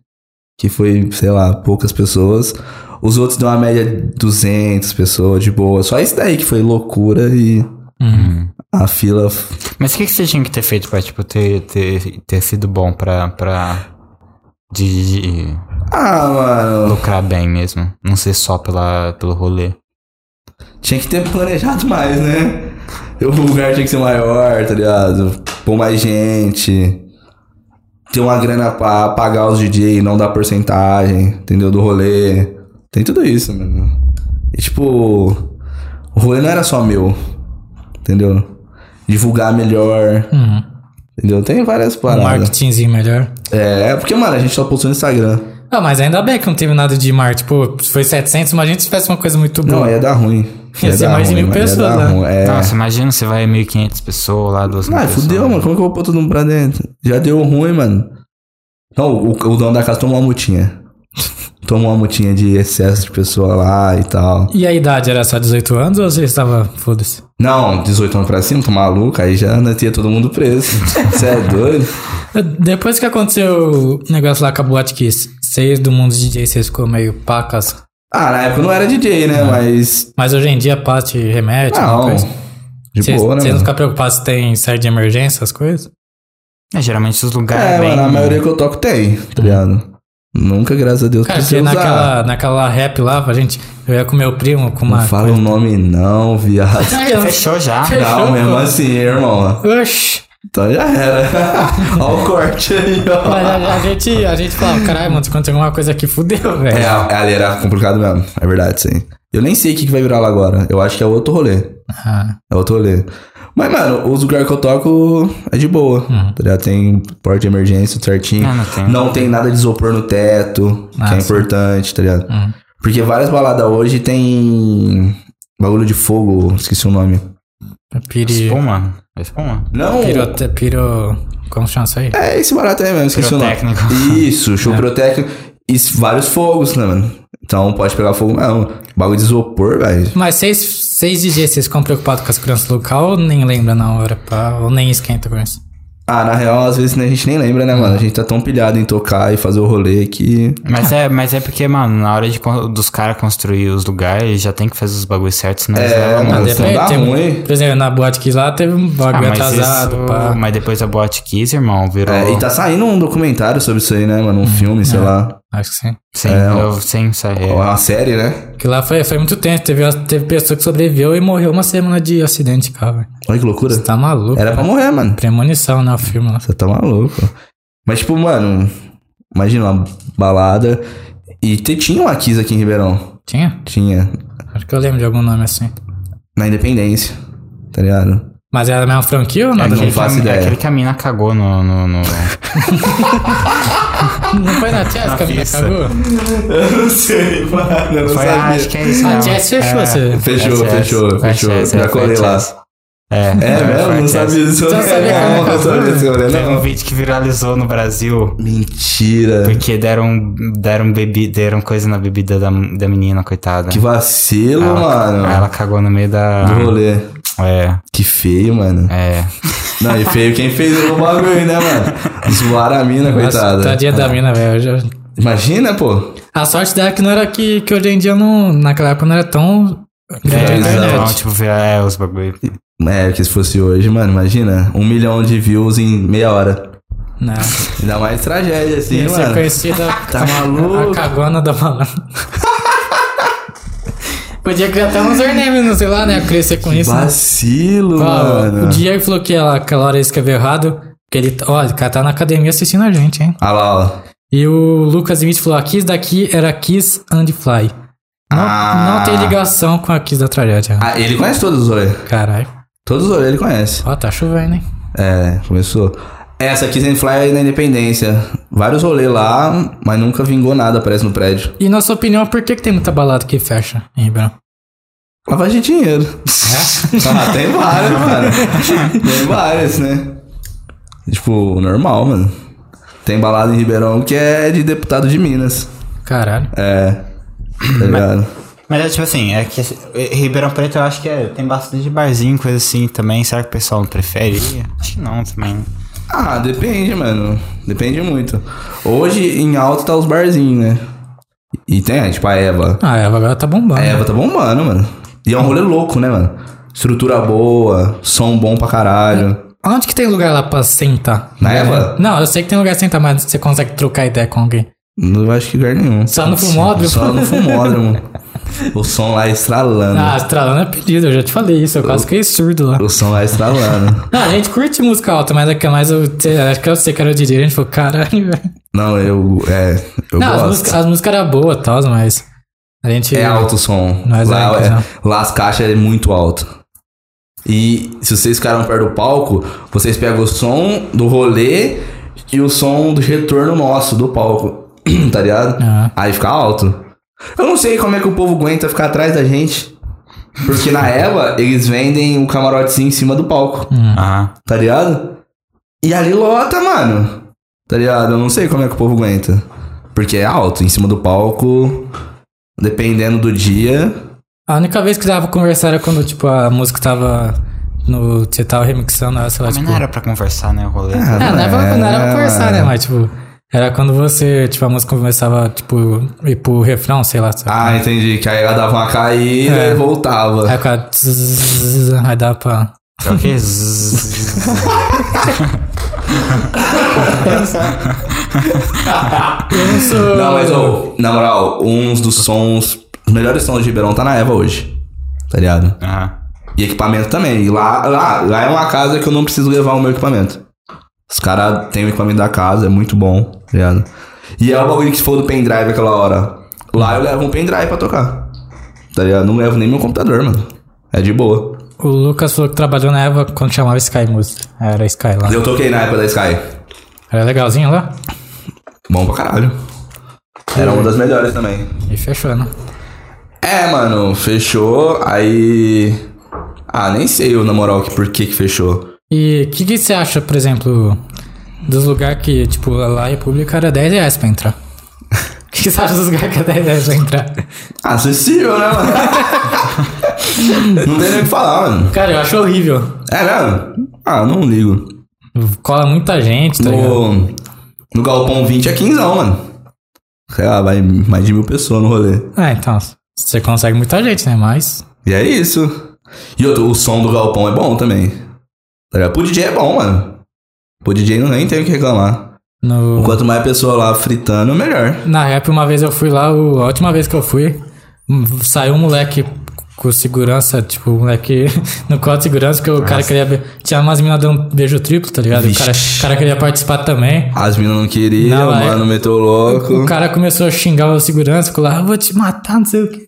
que foi, sei lá, poucas pessoas. Os outros deu uma média de 200 pessoas, de boa. Só esse daí que foi loucura e
Uhum.
a fila
Mas o que, que você tinha que ter feito pra, tipo, ter, ter, ter sido bom pra... pra de, de
Ah, mano.
lucrar bem mesmo. Não ser só pela, pelo rolê.
Tinha que ter planejado mais, né? O lugar tinha que ser maior, tá ligado? Pôr mais gente. Ter uma grana pra pagar os DJ e não dar porcentagem, entendeu? Do rolê. Tem tudo isso, mano. E tipo, o rolê não era só meu, entendeu? Divulgar melhor,
Uhum.
entendeu? Tem várias
Um
paradas.
marketingzinho melhor.
É, porque, mano, a gente só postou no Instagram.
Ah, mas ainda bem que não teve nada de marketing. Pô, se foi 700, mas a gente tivesse uma coisa muito
Não, é.
boa.
ia dar ruim.
Uhum. Ia ser
dar
mais de
ruim,
mil
mano, ia
pessoas,
dar
né?
ruim. É.
Nossa, imagina você vai 1.500 pessoas lá, 2.000
Ah,
pessoas.
fudeu, mano. Como é que eu vou pôr todo mundo pra dentro? Já deu ruim, mano. Não, o, o dono da casa tomou uma multinha. *laughs* tomou uma multinha de excesso de pessoa lá e tal.
E a idade era só 18 anos ou você estava. Foda-se.
Não, 18 anos pra cima, tá maluco? Aí já nós tinha todo mundo
*laughs*
preso. Você é doido?
Depois que aconteceu o negócio lá com a Boate Kiss, vocês do mundo de DJ, vocês ficou meio pacas.
Ah, na época eu não era DJ, né? Mas.
Mas hoje em dia, parte remete, alguma
Não.
É tipo coisa.
De
Vocês
boa, né?
vocês não
mano?
ficam preocupados se tem série de emergência, essas coisas?
É, geralmente os lugares
É,
bem...
mano, a maioria que eu toco tem, tá ligado? Nunca, graças a Deus,
Hum. Cara,
precisei
porque
usar.
naquela, naquela rap lá, a gente. Eu ia com meu primo, com
Não
uma.
fala o nome, não,
*laughs*
viado.
Ai, eu-
Fechou já.
Não,
Fechou,
mesmo
mano.
assim, irmão.
Oxi!
Então já era. *laughs* Olha o corte aí, ó.
Mas a, a gente, a gente falava, caralho, mano, se acontecer alguma coisa aqui, fudeu, *laughs*
É,
velho.
a- ali era complicado mesmo. É verdade, sim. Eu nem sei o que, que vai virar lá agora. Eu acho que é outro rolê.
Ah,
É outro rolê. Mas, mano, os lugares que eu toco é de boa.
hum.
Tá ligado? Tem porta de emergência tudo certinho.
Ah, não tem.
nada de isopor no teto, que
Ah,
é
sim.
importante, tá ligado?
Uhum.
Porque várias baladas hoje tem bagulho de fogo, esqueci o nome.
piri.
Espuma. Espuma.
Não,
Pirote, piro. Como chama isso aí?
É esse barato aí mesmo, esqueci o nome.
Pirotécnico.
*laughs* Isso, show pirotécnico. E vários fogos, né, mano? Então pode pegar fogo mesmo. Bagulho de isopor, velho.
Mas vocês, vocês DJs, vocês ficam preocupados com a segurança local ou nem lembra na hora, pá, ou nem esquenta com isso?
Ah, na real, às vezes né, a gente nem lembra, né, mano? A gente tá tão pilhado em tocar e fazer o rolê que.
Mas é, mas é porque, mano, na hora de, con- dos caras construir os lugares, já tem que fazer os bagulhos certos, senão eles levam
É, mano,
a
deve-
mão.
dá
tem- um-
ruim.
Por exemplo, na boate que lá teve um
Ah,
bagulho
mas
atrasado,
isso-
pá.
Mas depois a Boate Kiss, irmão, virou...
É, e tá saindo um documentário sobre isso aí, né, mano? Um filme, sei lá.
Acho que sim.
Sem,
é, ó.
eu, sem sair.
Ou uma série, né?
Porque lá foi, foi muito tenso. Teve, teve pessoa que sobreviveu e morreu uma semana de acidente, cara. velho.
Olha que loucura.
Você tá maluco.
Era pra morrer, mano.
Premonição, né? O filme lá.
Você tá maluco. Mas, tipo, mano, imagina uma balada. E te- tinha uma Kiss aqui em Ribeirão.
Tinha?
Tinha.
Acho que eu lembro de algum nome assim.
Na Independência. Tá ligado?
Mas era a mesma franquia ou nada?
É, não
a ver?
faço
Aquele-
ideia.
Aquele que a mina cagou no... no, no...
Não foi na Chess que a mina
pista.
cagou?
*laughs* Eu não sei, mano. *laughs* Eu não
Foi, ah, acho que é isso.
A
mesmo.
Chess fechou,
É.
você.
Fechou,
Foi a
fechou,
Chess, foi a
fechou.
Chess,
Já
é, foi a
colei lá.
Chess. É,
É mesmo?
foi a
Não
Chess.
sabia disso. É,
Você não sabia que era
Não sabia disso, eu
Teve
não.
um vídeo que viralizou no Brasil
Mentira.
porque deram, deram, bebi, deram coisa na bebida da, da menina, coitada.
Que vacilo,
Ah,
Aí ela,
mano.
aí ela cagou no meio da.
Do rolê.
É,
Que feio, mano.
é.
Não, e feio quem fez o bagulho, né, mano? Zoaram a mina, coitada.
Nossa, tá tadinha da mina, velho. Eu já-
Imagina, pô.
A sorte dela que não era que, que hoje em dia não. Naquela época não era tão. grande a
É,
exato.
não,
internet.
tipo, é, os bagulho.
É, que se fosse hoje, mano, imagina. Um milhão de views em meia hora.
Não.
Ainda mais tragédia, assim,
Ia ser
mano.
conhecida
Tá maluco?
a cagona da *laughs* malandra. Podia criar até um username, não sei lá, né? Crescer com isso. né?
Vacilo,
Ó,
mano.
o Diego falou que ela, aquela hora ele escreveu errado. Que ele, olha, o cara tá na academia assistindo a gente, hein?
Ah lá, ó.
E o Lucas Smith falou: a Kiss daqui era Kiss and Fly. Não,
Ah.
não tem ligação com a Kiss da tragédia.
Ah, ele conhece todos os olhos.
Caralho.
Todos os olhos ele conhece.
Ó, tá chovendo, hein?
É, começou. Essa aqui sem fly aí na Independência. Vários rolês lá, mas nunca vingou nada, parece no prédio.
E na sua opinião, é por que, que tem muita balada que fecha em Ribeirão?
Lavagem de dinheiro. *laughs* ah, tem vários, mano. Tem vários, né? Tipo, normal, mano. Tem balada em Ribeirão que é de deputado de Minas.
Caralho.
É. Tá ligado?
Mas é tipo assim, é que eh, Ribeirão Preto eu acho que é- tem bastante barzinho, coisa assim também. Será que o pessoal não prefere? ir? Acho que não também.
Ah, depende, mano. Depende muito. Hoje, em alto, tá os barzinhos, né? E tem, é, tipo, a Eva.
Ah, a Eva agora tá bombando.
A
né?
Eva tá bombando, mano. E é um rolê louco, né, mano? Estrutura boa, som bom pra caralho.
Onde que tem lugar lá pra sentar?
Na Eva?
Não, eu sei que tem lugar pra sentar, mas você consegue trocar ideia com alguém.
Não eu acho que lugar nenhum.
Só no fumódromo?
Só no
*laughs*
fumódromo. o som lá estralando.
Ah, estralando é pedido, eu já te falei isso, eu quase fiquei surdo lá.
O som lá estralando.
Não, a gente curte música alta, mas é que mais eu te- acho que eu sei que era o DJ, a gente falou, caralho, velho.
Não, eu. É. Eu
Não, as
gosto.
músicas, as músicas eram boas e tal, mas. A gente.
É alto o som.
Mas
lá,
é,
é-
não.
lá as caixas é muito alto. E se vocês ficaram perto do palco, vocês pegam o som do rolê e o som do retorno nosso do palco. *clears throat* tá ligado?
Ah.
Aí fica alto. Eu não sei como é que o povo aguenta ficar atrás da gente. Porque na Eva, eles vendem o camarotezinho em cima do palco.
hum.
Ah,
Tá ligado? E ali lota, mano. Tá ligado? Eu não sei como é que o povo aguenta. Porque é alto, em cima do palco. Dependendo do dia.
A única vez que dava pra conversar era quando, tipo, a música tava. No, você tava remixando, sei lá,
mas
tipo.
não era pra conversar, né? O *laughs* rolê.
Ah,
É, não era, pra- não era pra conversar, né?
mano?
Mas, tipo, era quando você, tipo, a música começava, tipo, ir pro refrão, sei lá. sabe?
Ah, entendi. Que aí ela dava uma caída
É.
e voltava.
Aí o cara. tzzz, Aí dá pra.
É o quê? Zzz.
Eu não sou.
Não, mas, ô, na moral, uns dos sons. Os melhores sons de Ribeirão tá na Eva hoje. Tá ligado?
Aham.
E equipamento também. E lá, lá, lá é uma casa que eu não preciso levar o meu equipamento. Os caras têm o equipamento da casa, é muito bom, tá ligado? E é o bagulho que for do pendrive aquela hora. Lá eu levo um pendrive pra tocar. Tá ligado? Não levo nem meu computador, mano. É de boa.
O Lucas falou que trabalhou na Eva quando chamava Sky Music. Era Sky lá.
Eu toquei na época da Sky.
Era legalzinho lá?
Bom pra caralho. Era uma das melhores também.
E fechou, né?
É, mano, fechou, aí. Ah, nem sei eu, na moral, que por que que fechou.
E o que, que você acha, por exemplo, dos lugares que, tipo, lá em público era 10 reais pra entrar? *laughs* O que, que você acha dos lugares que é 10 reais pra entrar?
Ah, Acessível, né, mano? *laughs* não tem nem o que falar, mano.
Cara, eu acho horrível.
É mesmo? Ah, não ligo.
Cola muita gente, tá ligado?
No, no Galpão 20 é 15, mano. Sei lá, vai mais de mil pessoas no rolê.
É, então, você consegue muita gente, né? Mas.
E é isso. E outro, o som do galpão é bom também. Tá ligado? Pro DJ é bom, mano. Pro DJ não nem tem o que reclamar.
No...
Quanto mais pessoa lá fritando, melhor.
Na rap, uma vez eu fui lá, o- a última vez que eu fui, hum, saiu um moleque com segurança, tipo, um moleque *laughs* no código de segurança, porque o cara queria. be- Tinha umas minas dando beijo triplo, tá ligado? E O cara, o cara queria participar também.
As minas não queriam,
Não, é-
mano, meteu
O
louco.
cara começou a xingar o segurança, ficou lá, eu vou te matar, não sei o que.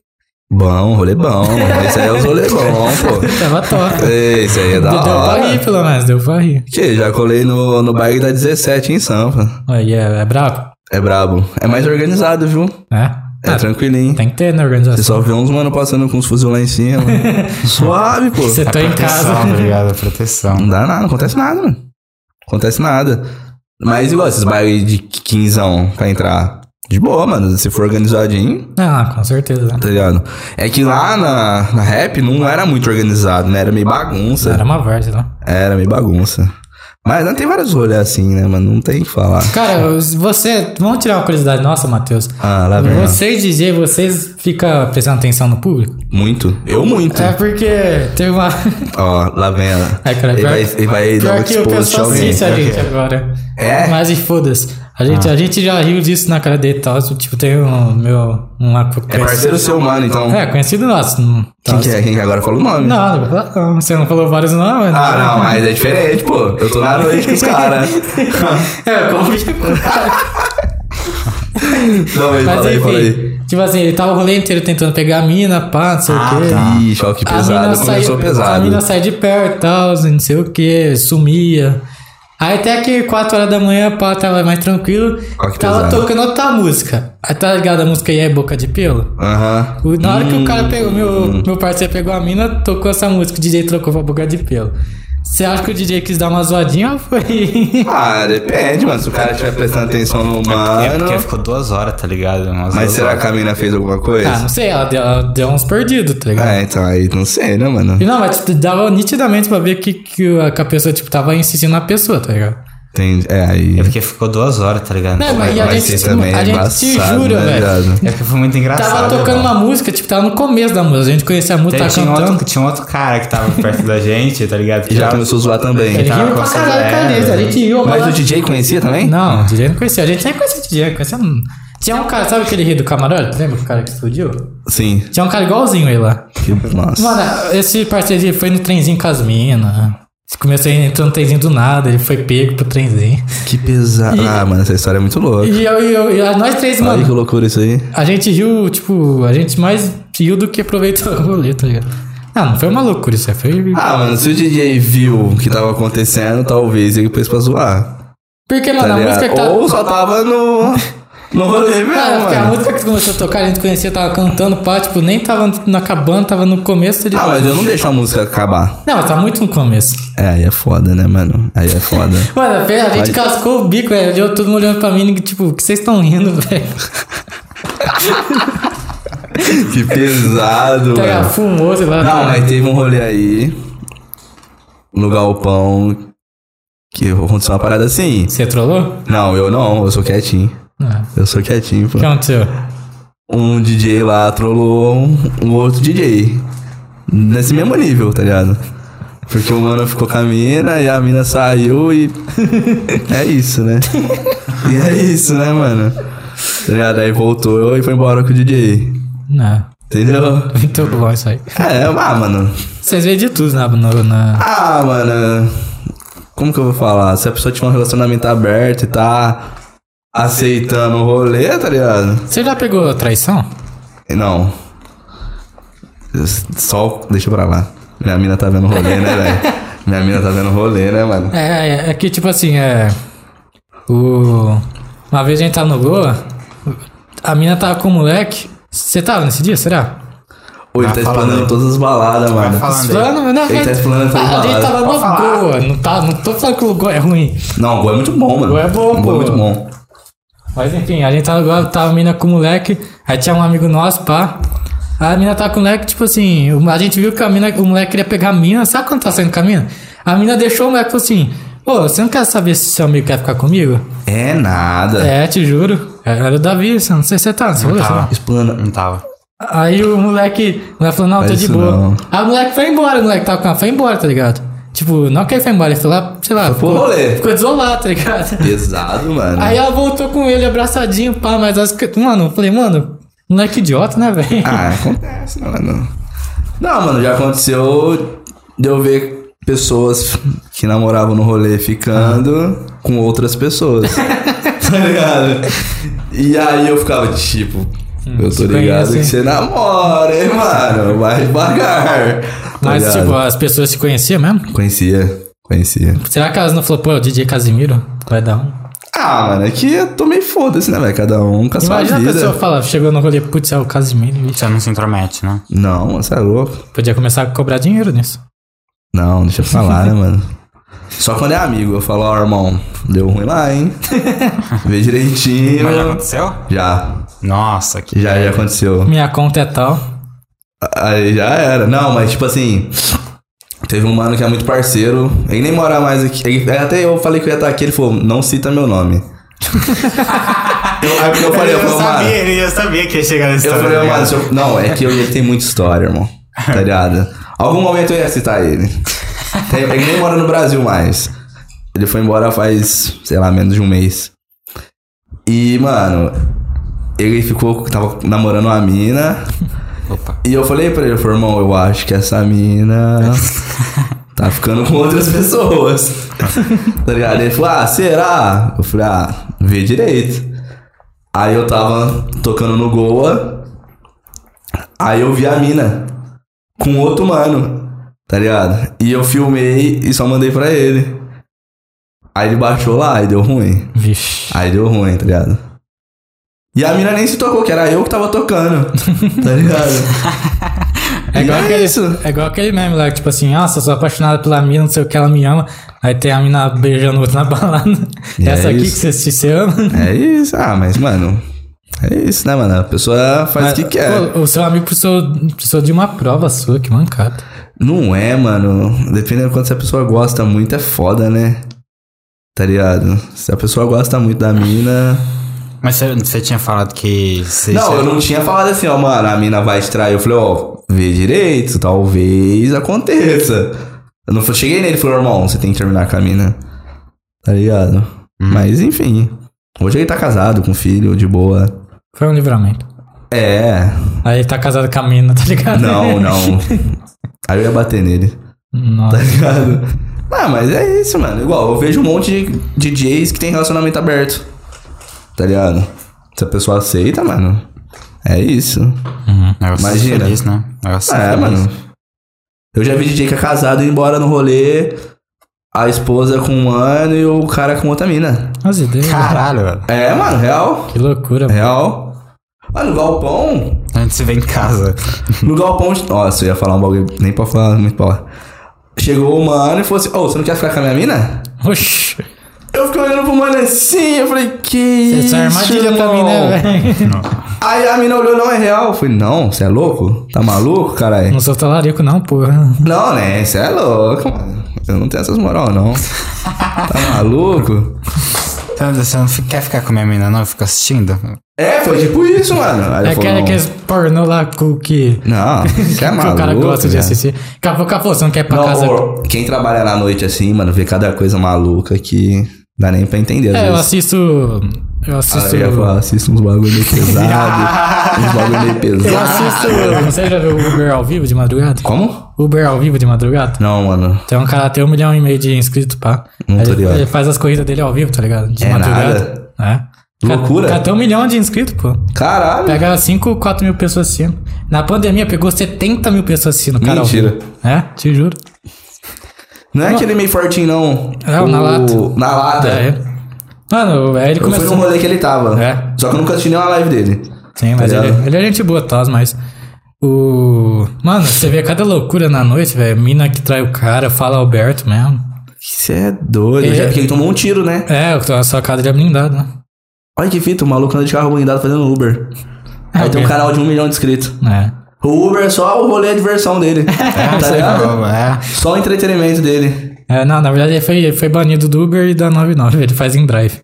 Bom, rolê bom. Esse aí é os rolê bom,
*laughs*
pô.
Tava top.
Ei, Esse aí *laughs* é da
deu pra rir,
hora.
pelo menos, deu pra rir.
Que, já colei no, no baile da 17 em Sampa.
Aí é, é brabo,
É brabo. É mais organizado, viu?
né?
É
Ah,
tranquilinho.
tem que ter, né,
Você
organização.
só vê uns mano passando com uns fuzil lá em cima.
*laughs*
Suave, pô.
Você tá em
Proteção,
casa.
obrigado, proteção.
Não dá nada, não acontece nada, mano. Acontece nada. Mas igual esses bailes de quinzão pra entrar. De boa, mano. Se for organizadinho,
*laughs* Ah, com certeza.
tá ligado? É que lá na, na rap não era muito organizado, né? Era meio bagunça.
Era uma várzea, né?
Era meio bagunça. Mas não tem vários rolês assim, né, mano? Não tem o que falar.
Cara, os- você. Vamos tirar uma curiosidade nossa, Matheus.
Ah, lá vem. ela.
Vocês, DJ, vocês ficam prestando atenção no público?
Muito. Eu muito.
É porque teve uma.
Ó, lá vem ela.
É, cara,
ele
pior-
vai, *laughs* ele vai dar um
Pior que o
expose de
pessoal
alguém.
assiste a gente agora.
É? Ah.
Mas e foda-se. A gente, a gente já riu disso na cara dele e tal. Tipo, tem um meu. Um
É parceiro seu, mano, então.
É, conhecido nosso. não-
Quem
tal.
que é? Quem que agora fala o nome?
Não, não, vou falar, não, você não falou vários nomes.
Ah, não, mas é diferente, pô. Eu tô na noite com os
*laughs*
caras.
É, *laughs* como que
Não, mas
Mas
fala aí, fala aí.
enfim, tipo assim, ele tava o rolê inteiro tentando pegar a mina, pá, não sei
Ah,
o quê.
tá.
Ih, choque
A mina
pesado. Começou
A
pesado.
mina sai de perto e tal, não sei o que, sumia. Aí até que 4 horas da manhã, pá, tava mais tranquilo.
Ó, que
tava
pesado.
tocando outra música. Aí tá ligado a música aí é Boca de Pelo?
Aham.
O- Na hora que o
Hum.
cara pegou, meu, meu parceiro pegou a mina, tocou essa música, o DJ trocou pra Boca de Pelo. Você acha que o DJ quis dar uma zoadinha
*laughs*
ou foi?
Ah, depende, mano. Se o cara estiver prestando atenção no
É
mano.
porque ficou duas horas, tá ligado? Umas
Mas
duas
será
horas.
que a mina fez alguma
ah,
coisa?
não sei, ela deu, ela deu uns perdidos, tá ligado?
Ah, então aí não sei, né, mano?
É.
E não, mas tipo, dava nitidamente pra ver que, que a que a pessoa, tipo, tava insistindo na pessoa, tá ligado?
Tem, é, aí.
É porque ficou duas horas, tá ligado?
Não, mas e a
Vai
gente,
ser
tipo,
também
a gente te
embaçado,
jura,
né,
velho.
viado?
É porque foi muito engraçado.
Tava tocando
mano.
uma música, tipo, tava no começo da música. A gente conhecia a música,
Daí
tava
tinha, um
cantando.
né? outro, tinha um outro cara que tava perto da gente, tá ligado? Que
E já começou a zoar também.
Ele
tava
riu pra
com
caralho,
essa-
cara,
é,
a gente riu.
Mas o
mas-
DJ conhecia também?
Não, o DJ não conhecia. A gente nem conhecia o DJ, conhecia... Tinha um cara, sabe aquele rei do camarote? Lembra o cara que explodiu?
Sim.
Tinha um cara igualzinho ele lá.
Que- Nossa.
Mano, esse parceiro ele foi no trenzinho com as minas. Começou a entrar no trenzinho do nada, ele foi pego pro trenzinho.
Que pesado.
E-
Ah, mano, essa história é muito louca.
E eu, e eu, e nós três,
Olha
mano,
aí que loucura isso aí.
A gente riu, tipo, a gente mais riu do que aproveitou o rolê, tá ligado? Ah, não foi uma loucura isso, aí foi.
Ah, mano, se o DJ viu o que tava acontecendo, talvez ele pôs pra zoar.
Porque,
Tá
mano, a
ligado?
música que tá.
Ou só tava no. No rolê mesmo,
Cara, porque a
mano.
música que começou a tocar, a gente conhecia, tava cantando, pá, tipo, nem tava no- acabando, tava no começo de.
Ah, mas eu não deixo a música acabar.
Não, tá muito no começo.
É, aí é foda, né, mano? Aí é
*laughs*
foda.
Mano, a gente
Mas-
cascou o bico, velho. Deu todo mundo olhando pra mim, tipo, o que vocês estão rindo, velho?
que pesado,
Tá ligado?
mano.
Fumou, sei lá.
Não, mas teve um rolê aí. No galpão. Que aconteceu uma parada assim.
Você trollou?
Não, eu não, eu sou quietinho.
Não.
Eu sou quietinho, pô.
O que aconteceu?
Um DJ lá trollou um, um outro DJ. Nesse mesmo nível, tá ligado? Porque o mano ficou com a mina e a mina saiu e. *laughs* é isso, né? E é isso, né, mano? Tá ligado? Aí voltou e foi embora com o DJ.
Não.
Entendeu?
*laughs* Muito bom isso aí.
É, ah, mano.
Vocês veem de tudo na. no- na...
Ah, mano. Como que eu vou falar? Se a pessoa tiver um relacionamento aberto e tá aceitando o rolê, tá ligado?
Você já pegou traição?
É, Não. Só deixa pra lá. Minha mina tá vendo o rolê, né, velho? Minha mina tá vendo o rolê, né, mano?
É, é, é que tipo assim, é. O. Uma vez a gente tava no Goa, a mina tava com o moleque. Você tava nesse dia, será?
Ô, ele
Tá
tá
falando
explanando
aí.
todas as baladas,
Vai
mano.
falando aí.
Explano, não,
Ele tá
a gente-
explorando todas as
A gente
baladas.
tava no Goa, não, tá, não tô falando que o Goa é ruim.
Não, o gol é muito bom, mano.
Gol é bom,
O gol é
pô.
muito bom.
Mas enfim, a gente tava no Goa, tava a mina com o moleque, aí tinha um amigo nosso, pá. A mina tava com o moleque, tipo assim, o- a gente viu que a mina, o moleque queria pegar a mina, sabe quando tá saindo com a mina? A mina deixou o moleque e falou assim: Ô, você não quer saber se seu amigo quer ficar comigo?
É nada.
É, te juro. Era o Davi, você não sei se você tá, você falou,
tava.
você não?
Explana.
Não tava.
Aí o moleque, o moleque falou, não, tô
Faz
de
isso
boa.
não.
Aí o moleque foi embora, o moleque tava com ela, foi embora, tá ligado? Tipo, não que ele foi embora, ele foi lá, sei lá,
pro
ficou,
rolê.
ficou desolado, tá ligado?
Pesado, mano.
Aí ela voltou com ele abraçadinho, pá, mas as... que- Mano, eu falei, mano, moleque idiota, né, velho?
*laughs* Ah, acontece, mano. Não, mano, já aconteceu de eu ver pessoas que namoravam no rolê ficando com outras *laughs* pessoas. tá ligado? E aí eu ficava tipo. Eu tô
te
ligado
conheço,
que
Hum, hein?
você namora, hein, mano? Vai devagar. Tá
mas,
ligado?
tipo, as pessoas se conheciam mesmo?
Conhecia, conhecia.
Será que elas não falaram, pô, é o DJ Casimiro vai dar um?
Ah, mano, é que eu tomei foda-se, né, velho? Cada um com a sua
Imagina a
vida.
pessoa fala, chegou no rolê, putz, é o Casimiro, vixe,
Você não se intromete, né?
Não, você é louco.
podia começar a cobrar dinheiro nisso.
Não, deixa eu falar, né, mano? *laughs* Só quando é amigo, eu falo, ó, irmão, deu ruim lá, *laughs* hein? Vê direitinho.
Mas já aconteceu?
Já,
Nossa, que.
já, já aconteceu.
Minha conta é tal.
Aí já era. Não, mas tipo assim. Teve um mano que é muito parceiro. Ele nem mora mais aqui. Ele- é, até eu falei que eu ia estar aqui. Ele falou: não cita meu *laughs* nome. eu, aí eu falei: eu, falei, mano.
ele já sabia que ia chegar nesse
Eu falei, mano, se eu- não, é que eu e ele tem muita história, irmão. Tá ligado? Algum momento eu ia citar ele. Tem- Ele nem mora no Brasil mais. Ele foi embora faz, sei lá, menos de um mês. E, mano, ele ficou, tava namorando uma mina.
Opa.
E eu falei pra ele, eu falei, irmão, eu acho que essa mina tá ficando com outras pessoas. *laughs* tá ligado? Ele falou, ah, será? Eu falei, ah, vê direito. Aí eu tava tocando no Goa, aí eu vi a mina com outro mano, tá ligado? E eu filmei e só mandei pra ele. Aí ele baixou lá e deu ruim.
Vixe.
Aí deu ruim, tá ligado? E a mina nem se tocou, que era eu que tava tocando. Tá ligado?
É
E
igual,
é
aquele,
isso.
é igual aquele meme lá, que, tipo assim, nossa, sou apaixonado pela mina, não sei o que ela me ama. Aí tem a mina beijando outra na balada.
E
Essa
é
aqui
isso.
que você se se ama.
É isso. Ah, mas, mano. É isso, né, mano? A pessoa faz o que é? quer.
Pô, o seu amigo precisou, precisou de uma prova sua, que mancada.
Não é, mano. Dependendo de quanto se a pessoa gosta muito, é foda, né? Tá ligado? Se a pessoa gosta muito da mina.
Mas você, você tinha falado que. Você,
não,
você-
eu não tinha falado assim, ó, mano, a mina vai te trair. Eu falei, ó, vê direito, talvez aconteça. Eu não fa- cheguei nele e falei, irmão, você tem que terminar com a mina. Tá ligado? Mas enfim. Hoje ele tá casado com um filho, de boa.
Foi um livramento.
É.
Aí ele tá casado com a mina, tá ligado?
Não, *laughs* não. Aí eu ia bater nele.
Nossa.
Tá ligado? Ah, mas é isso, mano. Igual, eu vejo um monte de DJs que tem relacionamento aberto. Tá ligado? Se a pessoa aceita, mano. É isso.
Uhum.
um Negócio
Imagina.
feliz, né? Negócio
É,
feliz.
mano. Eu já vi DJ que é casado e embora no rolê, a esposa com um ano e o cara com outra mina.
Nossa, ideia.
Caralho, velho.
É, mano, real.
Que loucura, mano.
Real. Mano, no galpão.
A gente se vê em casa.
No galpão. de- Nossa, eu ia falar um bagulho. Nem pra falar muito pra lá. Chegou o mano e falou assim: Ô, você não quer ficar com a minha mina?
Oxi.
Eu fiquei olhando pro mano assim, eu falei, que isso?
Essa é armadilha pra mim,
irmão?
né, velho?
Aí a mina olhou, não é real. Eu falei, não, você é louco? Tá maluco, caralho?
Não sou talarico, não, porra.
Não, né? Você é louco, mano. Eu não tenho essas moral, não. tá maluco?
Então, Você não fi- quer ficar com a minha menina, não? Fica assistindo?
É, foi tipo isso, mano. Aí
É
eu falei,
aquele
não.
que eles pornô lá com que.
Não, você é
*laughs* que
maluco.
o cara gosta de
velho.
assistir. Daqui a pouco, pô, você não quer ir pra
Não,
casa.
ô, quem trabalha na noite assim, mano, vê cada coisa maluca que dá nem pra entender. Às
É, eu
vezes.
assisto. Eu assisto.
Aí Ah, eu ia falar, assisto uns bagulho
*laughs*
meio pesado, uns bagulho meio
eu
pesado.
assisto. Você já viu Uber ao vivo de madrugada?
Como?
Uber ao vivo de madrugada?
Não, mano.
Tem um cara tem um milhão e meio de inscritos, pá.
Não tô
Aí ele,
ligado.
ele faz as corridas dele ao vivo, tá ligado? De
É
madrugada. É.
Loucura.
Cara, tem um milhão de inscritos, pô.
Caralho.
Pega 5, 4 mil pessoas assistindo. Na pandemia pegou 70 mil pessoas assistindo, cara. ao
Mentira.
vivo. É, te juro.
Não é aquele meio fortinho, não.
É, o na lata.
Na lata.
É. Mano,
Ah,
aí ele
Eu fui
começou.
no rolê que ele tava.
É.
Só que eu nunca assisti nenhuma live dele.
Sim, mas
Tá
ele,
ligado?
ele é gente boa, tá? Mas. O. Mano, você vê cada loucura na noite, velho. Mina que trai o cara, fala Alberto mesmo.
Você é doido.
É.
Já porque ele tomou um tiro, né?
É, a sua casa é blindada, né?
Olha que fita, o maluco anda de carro blindado fazendo Uber. Aí tem um
É.
canal de um milhão de inscritos.
É.
O Uber é só o rolê de versão
*laughs*
dele. tá ligado?
É.
Só o entretenimento dele.
É, não, na verdade ele foi, ele foi banido do Uber e da 99, ele faz em drive.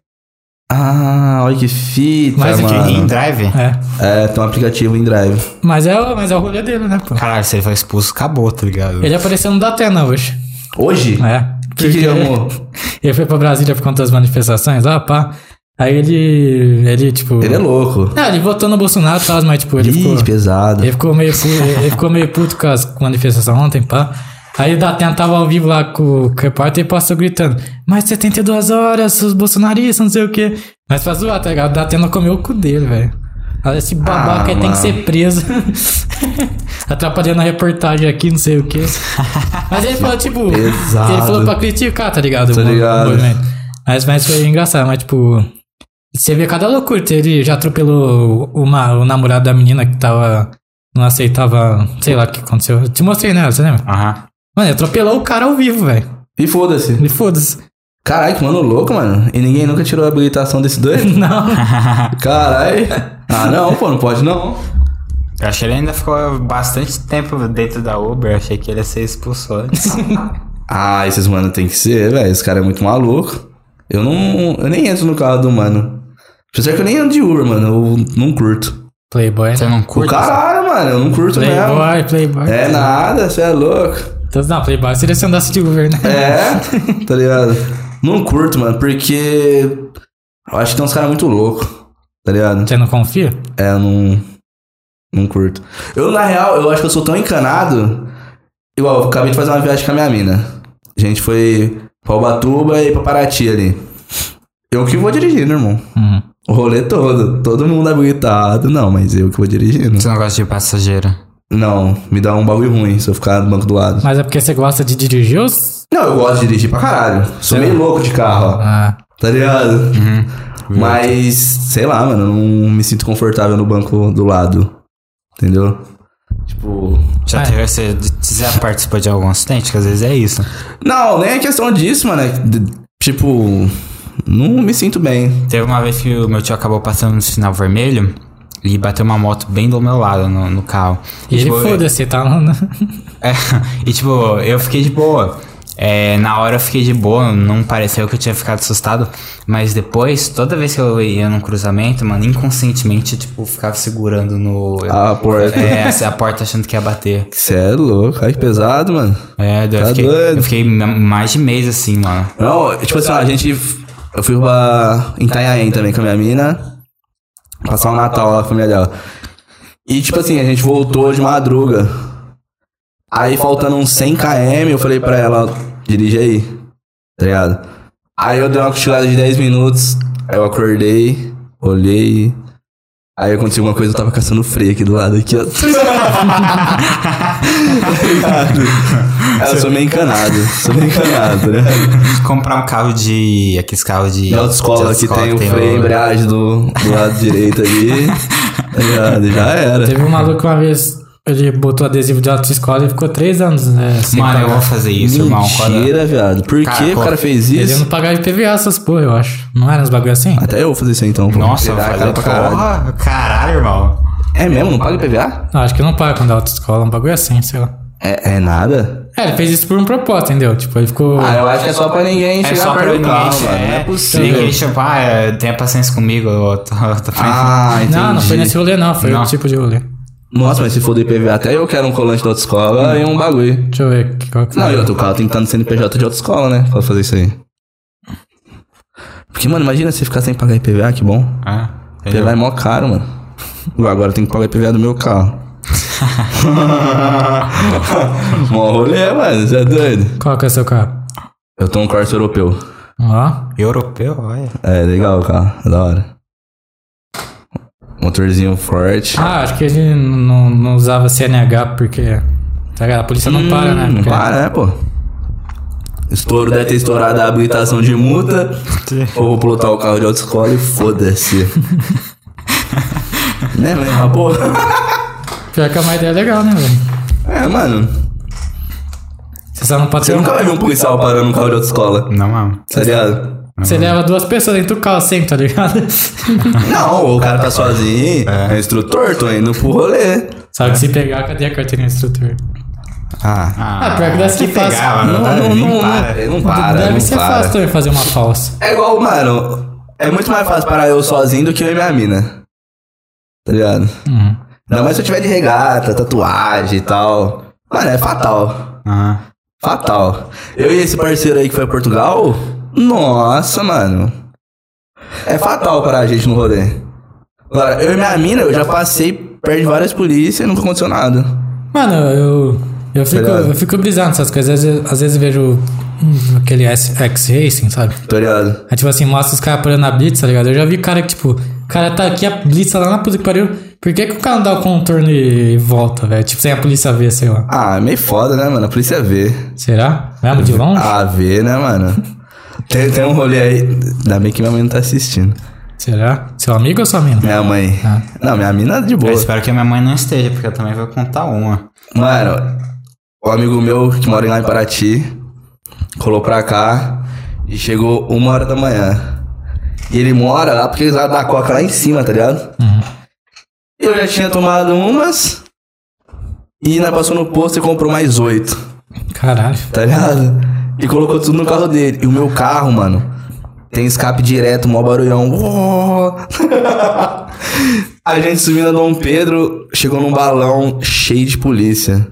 Ah, olha que fita,
Mas é que
mano.
Em drive?
É.
É, tem um aplicativo em drive.
Mas é, o- mas é o rolê dele, né, pô?
Caralho, se ele foi expulso, acabou, tá ligado?
Ele apareceu no Datena hoje.
Hoje?
É.
O que que ele amou?
*laughs* Ele foi pra Brasília por conta das manifestações, lá, pá. Aí ele. Ele, tipo.
Ele é louco.
É, ele votou no Bolsonaro e tal, mas, tipo, ele ficou.
Ih, pesado.
Ele ficou meio puto, ele ficou meio puto com as com a manifestação ontem, pá. Aí o Datena tava ao vivo lá com o repórter e passou gritando: Mais 72 horas, os bolsonaristas, não sei o quê. Mas pra zoar, tá ligado? O Datena comeu o cu dele, velho. Olha, Esse babaca aí tem
Ah, mano.
que ser preso. *laughs* Atrapalhando a reportagem aqui, não sei
*laughs*
o quê. Mas ele falou, tipo.
pesado.
Ele falou pra criticar, tá ligado?
Tá
O mo-
ligado.
o movimento. Mas, mas foi engraçado, mas tipo. Você vê cada loucura. Ele já atropelou uma, o namorado da menina que tava. Não aceitava. Sei lá o que aconteceu. Eu te mostrei, né? Você lembra?
Aham.
Mano, ele atropelou o cara ao vivo, velho.
E foda-se.
Me foda-se. *laughs*
Caralho, que mano louco, mano. E ninguém nunca tirou a habilitação desse *laughs* doido?
Não.
Caralho. Ah, não, pô, não pode não.
Eu achei que ele ainda ficou bastante tempo dentro da Uber, eu achei que ele ia ser expulso *laughs* antes.
Ah, esses mano tem que ser, velho. Esse cara é muito maluco. Eu não. Eu nem entro no carro do mano. Apesar que eu nem ando de Uber, mano. Eu não curto.
Playboy.
*laughs*
né?
Você não
O
curte?
caralho, mano, eu não curto mesmo.
Playboy, Playboy.
É nada, você é louco.
Então, não, Playboy seria se andasse de Uber, né?
É, tá ligado? Não curto, mano, porque. Eu acho que tem uns caras muito loucos, tá ligado?
Você não confia?
É, eu não. Não curto. Eu, na real, eu acho que eu sou tão encanado. Igual, eu acabei de fazer uma viagem com a minha mina. A gente foi pra Ubatuba e pra Paraty ali. Eu que vou dirigindo, irmão.
Hum.
O rolê todo. Todo mundo habilitado. Não, mas eu que vou dirigindo.
Você não gosta de passageiro?
Não, me dá um bagulho ruim se eu ficar no banco do lado.
Mas é porque você gosta de dirigir os...
Não, eu gosto de dirigir pra caralho. Sou meio louco de carro, ó.
Ah,
Tá ligado? Mas, sei lá, mano, eu não me sinto confortável no banco do lado. Entendeu? Tipo.
Já
É.
teve, você, você já participou de algum acidente? Que às vezes é isso.
Não, nem é questão disso, mano. é que, de- Tipo, não me sinto bem.
Teve uma vez que o meu tio acabou passando no sinal vermelho e bateu uma moto bem do meu lado no, no carro.
e ele
tipo,
foda-se, tá? no-
*laughs* é, e tipo, eu fiquei de boa. É, na hora eu fiquei de boa, não pareceu que eu tinha ficado assustado, mas depois, toda vez que eu ia num cruzamento, mano, inconscientemente, eu, tipo, ficava segurando no.
Ah, porta.
É, essa é a porta achando que ia bater.
Você é louco, ai que pesado, mano.
É, daí eu,
Tá
fiquei,
doido.
eu fiquei ma- mais de mês assim, mano. *laughs*
Não, tipo assim, ó, a gente. Eu fui pra Itanhaém também com a minha mina. Passar o Natal lá com a família dela. E tipo assim, a gente voltou de madruga. Aí faltando uns 100 km, eu falei pra ela, ó, dirige aí. Tá ligado? Aí eu dei uma cochilada de 10 minutos. Aí eu acordei, olhei. Aí aconteceu alguma coisa, eu tava caçando freio aqui do lado aqui, ó. *laughs* Tá Ela sou meio encanado, sou meio encanado, né?
Comprar um carro de. Aqueles carros de.
E a autoescola que tem o né? freio e embreagem do, do lado direito ali. tá ligado? Já era.
Teve um maluco uma vez, ele botou adesivo de autoescola e ficou três anos, né? sem
Mano, eu
pagar.
vou fazer isso, irmão. quando-
Mentira, viado. Por
Cara,
que o
qual-
cara fez
Ele
isso?
não pagava IPVA essas porra, eu acho. Não era uns bagulho assim?
Até eu vou fazer isso aí então. pô.
Nossa, eu
PVA
vou
é
fazer
caro pra caralho.
Porra, caralho, irmão.
É mesmo? Não paga PVA?
Não, acho que não paga quando é autoescola, um bagulho assim, sei lá.
É, é nada?
É, ele fez isso por um propósito, entendeu? Tipo, ele ficou...
Ah, eu acho que é só pra ninguém
É
chegar
só pra
perto do
ninguém.
carro, mano. Não
é,
é possível.
Ninguém chupar, ah, é, tenha paciência comigo. Eu tô, *laughs* eu tô
Ah, entendi.
não, não foi nesse rolê não, foi
Não.
outro tipo de rolê.
Nossa, mas se for do IPVA, até eu quero um colante da autoescola e um bagulho.
Deixa eu ver que- qual que
Não,
foi.
e outro carro tem que tá estar no CNPJ de autoescola, né? Pra fazer isso aí. Porque, mano, imagina você ficar sem pagar IPVA, que bom.
Ah, entendeu?
IPVA é mó caro, mano. Ué, Agora tem que pagar IPVA do meu
*laughs*
carro. mó rolê, mano. Você é doido?
Qual que é o seu carro?
Eu tô um Corsa europeu.
Ó,
Europeu, olha.
É, legal o carro. É da hora. Motorzinho forte.
Ah, acho que ele não, não usava CNH porque. tá ligado? A polícia não para, né?
Hum, Não
Porque-
para, né, pô? Estouro deve ter estourado a habilitação de multa. ou vou plotar o carro de autoescola e
*laughs*
foda-se. né, mano? Porra.
Pior que é uma ideia legal, né, velho?
É, mano.
Você só não pode
Você
ter. um-
nunca vai ver um policial parando um carro de autoescola.
Não, mano.
Tá ligado?
Você leva duas pessoas dentro do carro sempre, tá ligado?
Não, o cara tá sozinho, é, instrutor, tô indo pro rolê.
Sabe que se pegar, cadê a carteirinha do instrutor?
Ah,
Ah, pior que deve ser fácil.
pegar, mano.
não,
nem
não,
para.
não, não para,
deve
não
ser
para.
fácil também fazer uma falsa.
É igual, mano, é muito mais fácil parar eu sozinho do que eu e minha mina. Tá ligado?
Hum.
Ainda mais se eu tiver de regata, tatuagem e tal. Mano, é fatal.
Ah,
Fatal. Eu e esse parceiro aí que foi a Portugal, nossa, mano. É fatal parar a gente no rolê. Agora, eu e minha mina, eu já passei perto de várias polícias e nunca aconteceu nada.
Mano, eu. Eu fico,
ligado?
eu fico brisando essas coisas. Às vezes, às vezes eu vejo hum, aquele X-Racing, sabe?
Tá ligado?
Aí, tipo assim, mostra os caras parando na blitz, tá ligado? Eu já vi cara que, tipo, o cara tá aqui, a blitz tá lá na puta que pariu. Por que, que o cara não dá o contorno e volta, velho? Tipo, sem a polícia ver, sei lá.
Ah, é meio foda, né, mano? A polícia vê.
Será? Mesmo de longe?
Ah, vê, né, mano? Tem, tem um rolê aí. Ainda bem que minha mãe não tá assistindo.
Será? Seu amigo ou sua mina?
Minha mãe.
Ah.
Não, minha mina é de
eu
boa.
espero que a minha mãe não esteja, porque eu também vou contar uma.
Mano, o amigo meu que mora lá em Paraty. colou pra cá e chegou uma hora da manhã. E ele mora lá porque eles lá da coca lá em cima, tá ligado? Eu já tinha tomado umas e ainda passou no posto e comprou mais oito,
Caralho.
tá ligado? E colocou tudo no carro dele. E o meu carro, mano, tem escape direto, mó barulhão. *laughs* A gente subindo a Dom Pedro, chegou num balão cheio de polícia.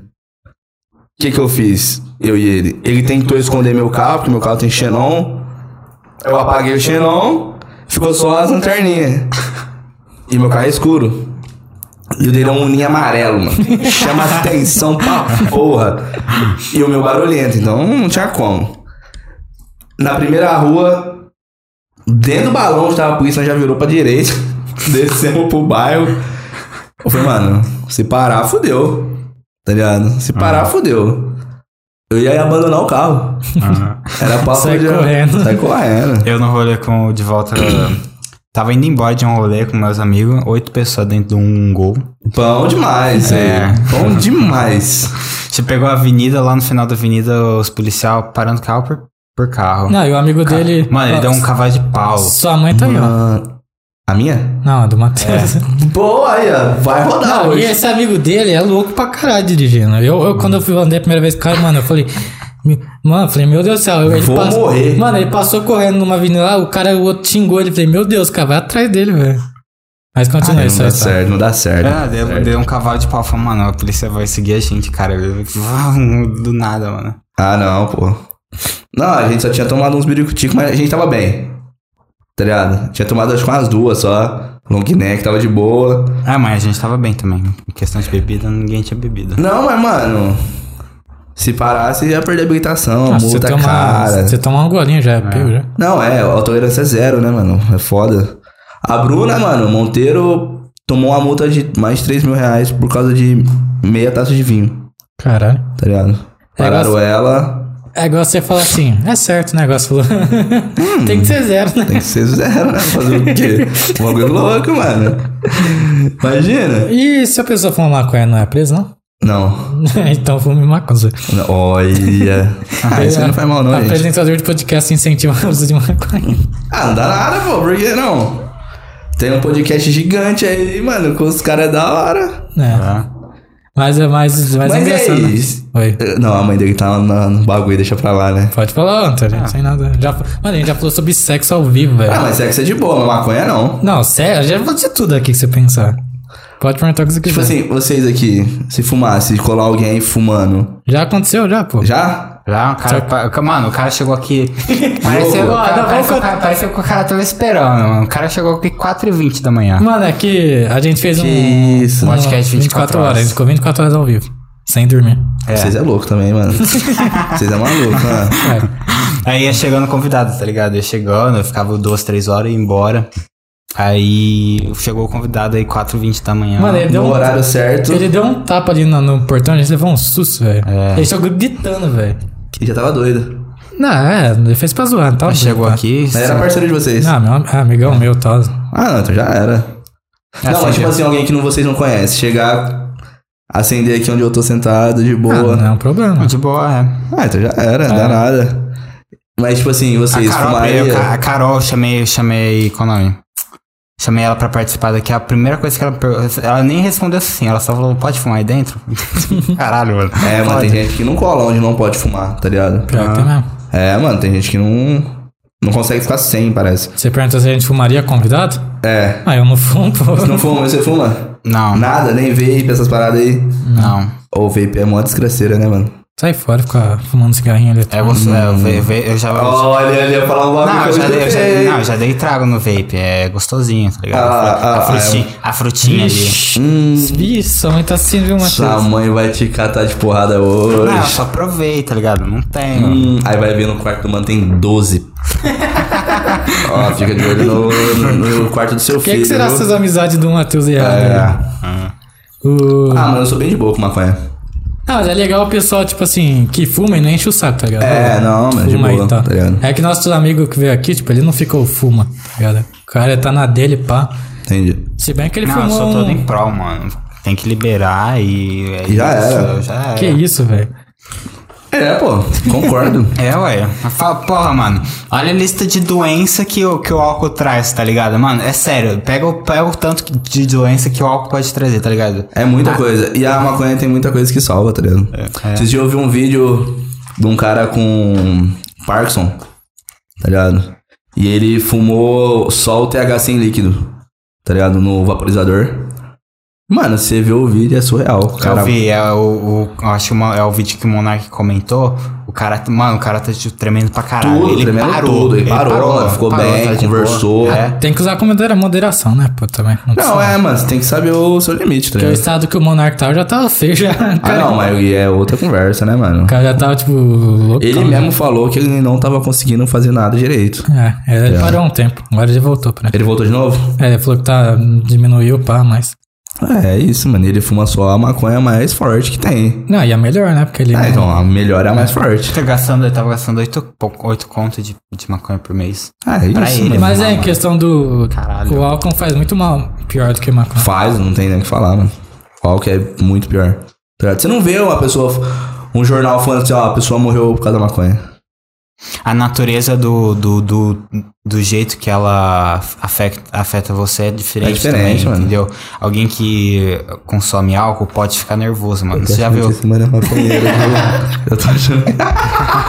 O que que eu fiz? Eu e ele. Ele tentou esconder meu carro, porque meu carro tem xenon. Eu apaguei o xenon, ficou só as lanterninhas. E meu carro é escuro. E o dele é um uninho amarelo, mano. Chama atenção pra porra. E o meu barulhento, então não tinha como. Na primeira rua, Dentro do balão onde tava a polícia, nós já virou pra direita. *laughs* Descemos pro bairro. Eu falei, mano, se parar, fudeu. Tá ligado? Se parar,
Uhum.
fudeu. Eu ia abandonar o carro.
Aham.
Era papo
Sai
de-
correndo.
Sai correndo.
Eu no rolê com o De Volta... *clears throat* Tava indo embora de um rolê com meus amigos, oito pessoas dentro de um gol.
Pão demais,
É.
é. Pão demais.
Você pegou a avenida, lá no final da avenida, os policial parando carro por, por carro.
Não, e o amigo dele.
Mano, ele
Ó,
deu um cavalo de pau.
Sua mãe tá aí, ó.
Ah, a minha?
Não, é do Matheus.
Boa, aí, ó. Vai rodar
Não, Ah, e
hoje.
esse amigo dele é louco pra caralho dirigindo. Eu, eu quando eu fui andei a primeira vez com o cara, mano, eu falei. "Me- Mano, eu falei, meu Deus do céu, ele
Vou
passou.
morrer.
Mano, ele passou correndo numa avenida lá, o cara, o outro xingou ele. eu Falei, meu Deus, cara, vai atrás dele, velho. Mas continua
Não
isso aí.
dá
tá. Ah,
certo, não dá certo.
É, deu, deu um cavalo de pau. Falei, mano, a polícia vai seguir a gente, cara. Eu- *laughs* Do nada, mano.
Ah, não, pô. Não, a gente só tinha tomado uns biricutico, mas a gente tava bem. Tá ligado? Tinha tomado acho que umas duas só. Long neck, tava de boa.
Ah, mas a gente tava bem também. Em questão de bebida, ninguém tinha bebido.
Não, mas, mano. Se parasse, ia perder a habilitação,
Ah, se você
multa
tomar-
cara.
se Você tomar um golinho já, é pego já.
Não, é, a tolerância é zero, né, mano? É foda. A Bruna, mano, Monteiro tomou uma multa de mais de 3 mil reais por causa de meia taça de vinho,
Caralho.
tá ligado? Pararam ela,
É igual você falar assim, é certo o negócio, falou.
Hum.
*laughs* Tem que ser zero, né?
tem que ser zero, né? Fazer o quê? Um bagulho louco, mano. Imagina.
E se a pessoa for uma maconha, não é presa, não? *laughs*
Não.
então fume maconha.
Não, Olha. Ah, isso aí não faz mal, não, gente.
Apresentador de podcast incentiva o uso de maconha.
Ah, não dá nada, pô, por que não? Tem um podcast gigante aí, mano, com os caras da hora.
É.
Tá?
Mas é mais, mais
Mas
engraçado.
é
né?
isso.
Oi.
Eh, Não, a mãe dele tá na- no bagulho, deixa pra lá, né?
Pode falar, Antônio, sem nada. Já, mano, a gente já falou sobre sexo ao vivo, velho.
Ah, mas sexo é de boa, mas maconha não.
Não, sério, já falou de tudo aqui que você pensar. Pode perguntar o que você quiser.
Tipo assim, vocês aqui, se fumasse, colar alguém fumando,
já aconteceu, já, pô.
já?
Lá, o cara, pa- mano, o cara chegou aqui. Parece
Louco.
o cara-
Ah, não,
parece
vamos
o cara- parece que o cara tava esperando, mano. O cara chegou aqui 4h20 da manhã.
Mano, é que a gente fez
Que
um.
isso.
um
podcast 24
horas.
horas.
A gente ficou 24 horas ao vivo. Sem
*laughs*
dormir.
Vocês é louco também, *laughs* mano. Vocês é maluco, mano.
É.
Aí ia chegando convidado, tá ligado? Ia chegando, eu ficava duas, três horas e ia embora. Aí chegou o convidado aí 4h20 da manhã.
Mano, ele deu
No
um.
horário certo,
Ele deu um tapa ali no, no portão, a gente levou um susto, velho.
É.
Ele chegou gritando, velho.
ele já tava doido.
Não, é, ele fez pra zoar, não tava
Aí chegou
doido,
aqui.
Mas era parceiro de vocês.
tá? Ah, meu am- ah, amigão meu, tal.
Ah, não, então já era.
É
não,
Acendeu.
mas tipo assim, alguém que não, vocês não conhecem. Chegar, acender aqui onde eu tô sentado, de
Ah,
boa.
não é um problema.
De boa, é.
Ah, então já era, dá nada. Mas tipo assim, vocês
a Carol,
fumariam.
veio, ca- a Carol, eu chamei, eu chamei. Qual o nome? Chamei ela pra participar daqui. A primeira coisa que ela perguntou. Ela nem respondeu assim, ela só falou: pode fumar aí dentro? *laughs* Caralho, mano.
É, mano,
Pode.
tem gente que não cola onde não pode fumar, tá ligado?
Pior que tem mesmo.
É, mano, tem gente que não. Não consegue ficar sem, parece.
Você pergunta se a gente fumaria convidado?
É.
Ah, eu não fumo, pô.
Você não fuma, você fuma?
Não,
Nada, nem vape, essas paradas aí.
não.
Ou vape é mó desgraceira, né, mano?
Sai fora, ficar fumando cigarrinho ali.
É, Eu, gosto- é,
Hum.
eu, ve- ve- eu já.
Olha, ele ia falar um
Não,
bagulho.
eu
que
já, dei, eu já-
dei.
não, eu já dei trago no vape, é gostosinho, tá ligado?
Ah,
a, fru- a
ah,
frutinha, a frutinha ali.
Ixi,
Hum,
Ih, sua mãe tá assim, viu,
sua
Matheus?
mãe vai te catar de porrada
Não, eu
hoje.
só provei, tá ligado? Não tenho.
Hum, aí vai ver no quarto do mano, tem
*laughs*
12. Ó, fica de olho no, no quarto do seu
O é que,
filho.
que será
viu?
essas amizades do Matheus e ela?
É.
né? O-
Ah, mano, eu sou bem de boa com maconha.
Ah, mas é legal o pessoal, tipo assim, que fuma e não enche o saco, tá ligado?
É, não, mas de
Fuma
boa,
aí, tá?
tá ligado?
É que nosso amigo que veio aqui, tipo, ele não ficou fuma, tá ligado? O cara tá na dele, pá.
Entendi.
Se bem que ele
Não, eu
fumou
sou todo
um-
em prol, mano. Tem que liberar e. é
Já
isso,
era.
Já era.
Que isso, velho?
É, É, pô, concordo.
É, ué. Fala, porra, mano. Olha a lista de doença que o, que o álcool traz, tá ligado? Mano, é sério. Pega, o- pega o tanto que- de doença que o álcool pode trazer, tá ligado?
É muita
Ah.
coisa. E a maconha tem muita coisa que salva, tá ligado? Vocês já ouviram um vídeo de um cara com Parkinson, tá ligado? E ele fumou só o THC em líquido, tá ligado? No vaporizador. Mano, você vê o vídeo, é surreal. O Cara,
Eu vi, é o, o- eu acho que uma- é o vídeo que o Monark comentou. O cara, mano, o cara tá tipo, tremendo pra caralho.
Tudo,
ele,
tremendo
parou, tá
tudo, ele parou, ficou bem,
de boa.
conversou.
É.
Tem que usar com modera- moderação, né, pô, também. Não,
Não, é, mano, você tem que saber o seu limite, tá
Porque o
ligado?
estado que o Monark tava já tava feio, já. *laughs* O
Ah,
cara,
não, mas é outra conversa, né, mano?
o cara já tava, tipo, louco.
Ele mesmo falou que ele não tava conseguindo fazer nada direito.
É, ele parou um tempo. Agora já voltou pra...
Ele voltou de novo?
É, ele falou que tá... Diminuiu, pá, mas...
É, é isso, mano. Ele fuma só a maconha mais forte que tem.
Não, e é melhor, né? Porque ele...
Ah, então a melhor é a mais forte.
Tá gastando, ele tava gastando 8, 8 conto de, de maconha por mês.
Ah, é isso,
Pra ele,
mano.
Mas é, em questão do...
Caralho.
O álcool faz muito mal. Pior do que maconha.
Faz, não tem nem o que falar, mano. Qual que é muito pior. Tá ligado? Você não vê uma pessoa, um jornal falando assim, ó, a pessoa morreu por causa da maconha.
A natureza do, do, do, do jeito que ela afeta, afeta você é diferente,
É diferente,
também,
mano.
entendeu? Alguém que consome álcool pode ficar nervoso, mano. Você já viu?
Esse mano é maconheiro, viu? *laughs* Eu tô achando.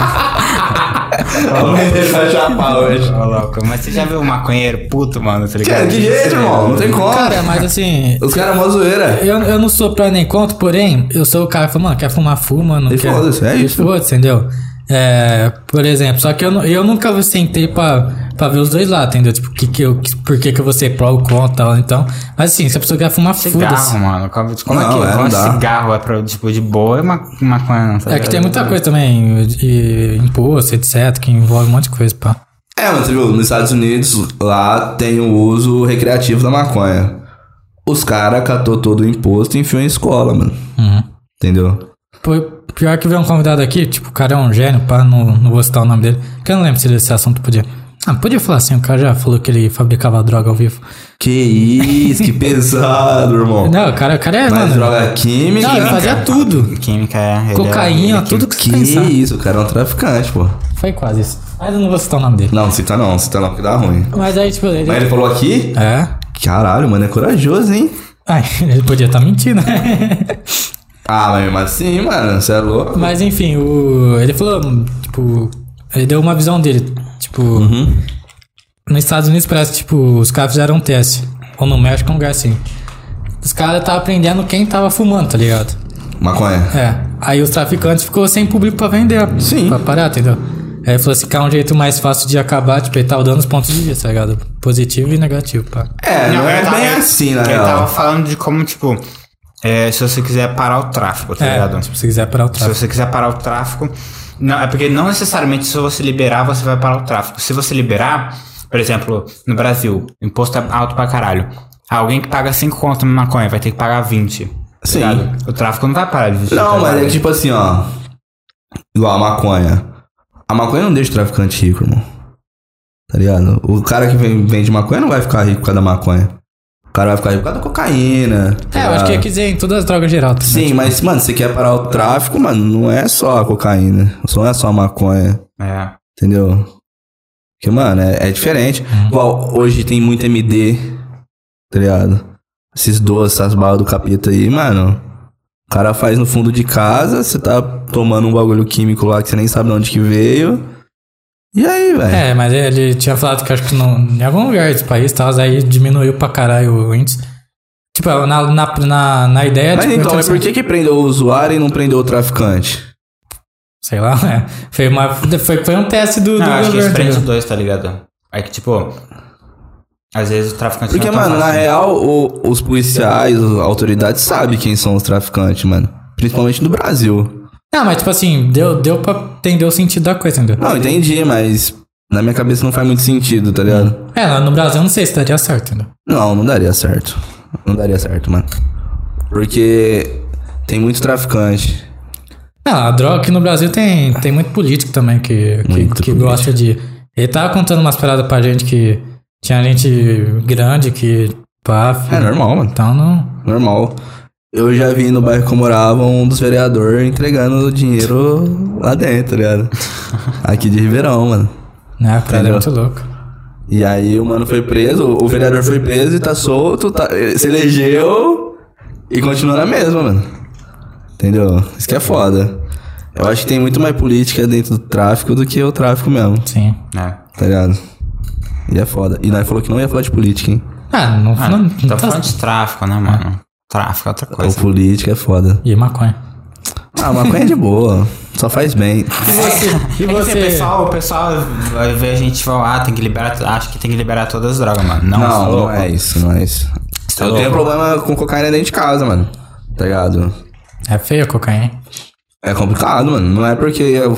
tá A mãe dele
*laughs*
vai chapar hoje.
Ô, louco, Mas você já viu um maconheiro puto, mano, tá
Que, é,
ligado?
que jeito, irmão? Não tem como.
Cara, mas assim...
Os caras é mó zoeira.
Eu, eu não sou pra nem conto, porém, eu sou o cara que fala, mano, quer fumar, fuma, não
E
quer...
foda-se, é isso.
Foda-se, entendeu? É, por exemplo, só que eu, nu- eu nunca sentei pra, pra ver os dois lados, entendeu? Tipo, que que eu, que- por que, que eu vou ser pró ou contra e tal, então. Mas assim, se a pessoa quer fumar, foda-se.
Cigarro, mano. Como, como
Não,
é
é,
que
não
como
dá.
cigarro é pra, tipo, de boa e ma- maconha não, tá
É que
ligado?
tem muita coisa também, de imposto, etc, que envolve um monte de coisa, pá.
É, mas você viu, nos Estados Unidos, lá tem o uso recreativo da maconha. Os caras catou todo o imposto e enfiou em escola, mano.
Uhum.
Entendeu?
Pô, pior que veio um convidado aqui, tipo, o cara é um gênio, pá, não, não vou citar o nome dele, que eu não lembro se esse assunto podia... Ah, podia falar assim, o cara já falou que ele fabricava droga ao vivo.
Que isso, que *laughs* pesado, irmão.
Não, o cara, o cara é,
Mas
mano...
droga química.
Não, ele
cara.
fazia tudo.
Química é. ele é-
Cocaína, tudo que você
Que
pensar.
isso, o cara é um traficante, pô.
Foi quase isso. Mas eu não vou citar o nome dele.
Não, cita não, cita não, que dá ruim.
Mas aí, tipo, ele.
Mas ele falou aqui?
É?
Caralho, mano, é corajoso, hein?
Ai, *laughs* ele podia estar mentindo. *laughs*
Ah, mas mesmo assim, mano, você é louco.
Mas enfim, o. Ele falou, tipo. Ele deu uma visão dele. Tipo.
Uhum.
Nos Estados Unidos parece, tipo, os caras fizeram um teste. Ou no México, um lugar assim. Os caras estavam aprendendo quem tava fumando, tá ligado?
Maconha.
É. Aí os traficantes ficou sem público pra vender.
Sim.
Pra parar, entendeu? Aí ele falou assim, que é um jeito mais fácil de acabar, tipo, ele tava dando os pontos de vista, tá ligado? Positivo e negativo, pá.
É, não, é
ele tava-
bem assim, na
Ele tava
real.
falando de como, tipo, é, se você quiser parar o tráfico, tá
É,
ligado?
tipo, se quiser parar o
Se
tráfico.
você quiser parar o tráfico. Não, é porque não necessariamente se você liberar, você vai parar o tráfico. Se você liberar, por exemplo, no Brasil, imposto é alto pra caralho. Alguém que paga 5 conto na maconha vai ter que pagar 20.
Sim.
ligado? O tráfico não vai parar de 20.
Não,
tá
mas é
ligado?
tipo assim, ó. Igual a maconha. A maconha não deixa o traficante rico, irmão. Tá ligado? O cara que vem- vende maconha não vai ficar rico por causa da maconha. O cara vai ficar rico por causa da cocaína. tá
É, eu acho que
ligado?
ia dizer em todas as drogas geral. também.
Sim, mas, mano, você quer parar o tráfico, mano, não é só a cocaína. Não é só a maconha.
É.
Entendeu? Porque, mano, é, é diferente. Igual, hoje tem muito MD, tá ligado? Esses doces, essas balas do capeta aí, mano. O cara faz no fundo de casa, você tá tomando um bagulho químico lá que você nem sabe de onde que veio. E aí, velho?
É, mas ele tinha falado que acho que não, em algum lugar desse país, tá, aí diminuiu pra caralho o índice. Tipo, na, na, na, na ideia...
Mas
tipo,
então, mas
interessante.
por que que prendeu o usuário e não prendeu o traficante?
Sei lá, né? Foi, uma, foi, foi um teste do,
Não,
do
Ah,
eu acho que eles
governo.
prendem os dois, tá ligado? É que, tipo, às vezes o traficante
Porque,
não tá
mano, na
fácil.
real, o- os policiais, as autoridades sabem quem são os traficantes, mano. Principalmente no Brasil.
Não, mas tipo assim, deu, deu pra entender o sentido da coisa, entendeu?
Não, entendi, mas na minha cabeça não faz muito sentido, tá ligado?
É, lá no Brasil eu não sei se daria certo, entendeu?
Não, não daria certo. Não daria certo, mano. Porque tem muito traficante.
Não, a droga aqui no Brasil tem, tem muito político também que, que,
Muito
que
político.
gosta de. Ele tava contando umas paradas pra gente que tinha gente grande que. Pá,
É normal, mano.
Então não.
Normal. Eu já vi no bairro que eu morava um dos vereadores entregando o dinheiro lá dentro, tá
*laughs*
ligado? Aqui de Ribeirão, mano.
Né? O cara é
Entendeu?
muito louco.
E aí o mano foi preso, o vereador foi preso e tá solto, tá- se elegeu e continua na mesma, mano. Entendeu? Isso que é foda. Eu acho que tem muito mais política dentro do tráfico do que o tráfico mesmo,
Sim.
É.
tá ligado? E é foda. E nós falou que não ia falar de política, hein?
Ah, não,
Ah,
não, não
tá
tá-
falando de tráfico, né, mano? Tráfico é outra
Ou
coisa.
política é foda.
E maconha.
Ah, maconha é de boa. Só faz bem.
E
É que assim, o
você?
pessoal, o pessoal vai ver a gente e fala, ah, tem que liberar, acho que tem que liberar todas as drogas, mano. Não,
Não, não
louco.
é isso, não é isso.
Você é
Eu tenho
louco.
problema com cocaína dentro de casa, mano. Tá ligado?
É feio a cocaína, hein?
É complicado, mano. Não é porque eu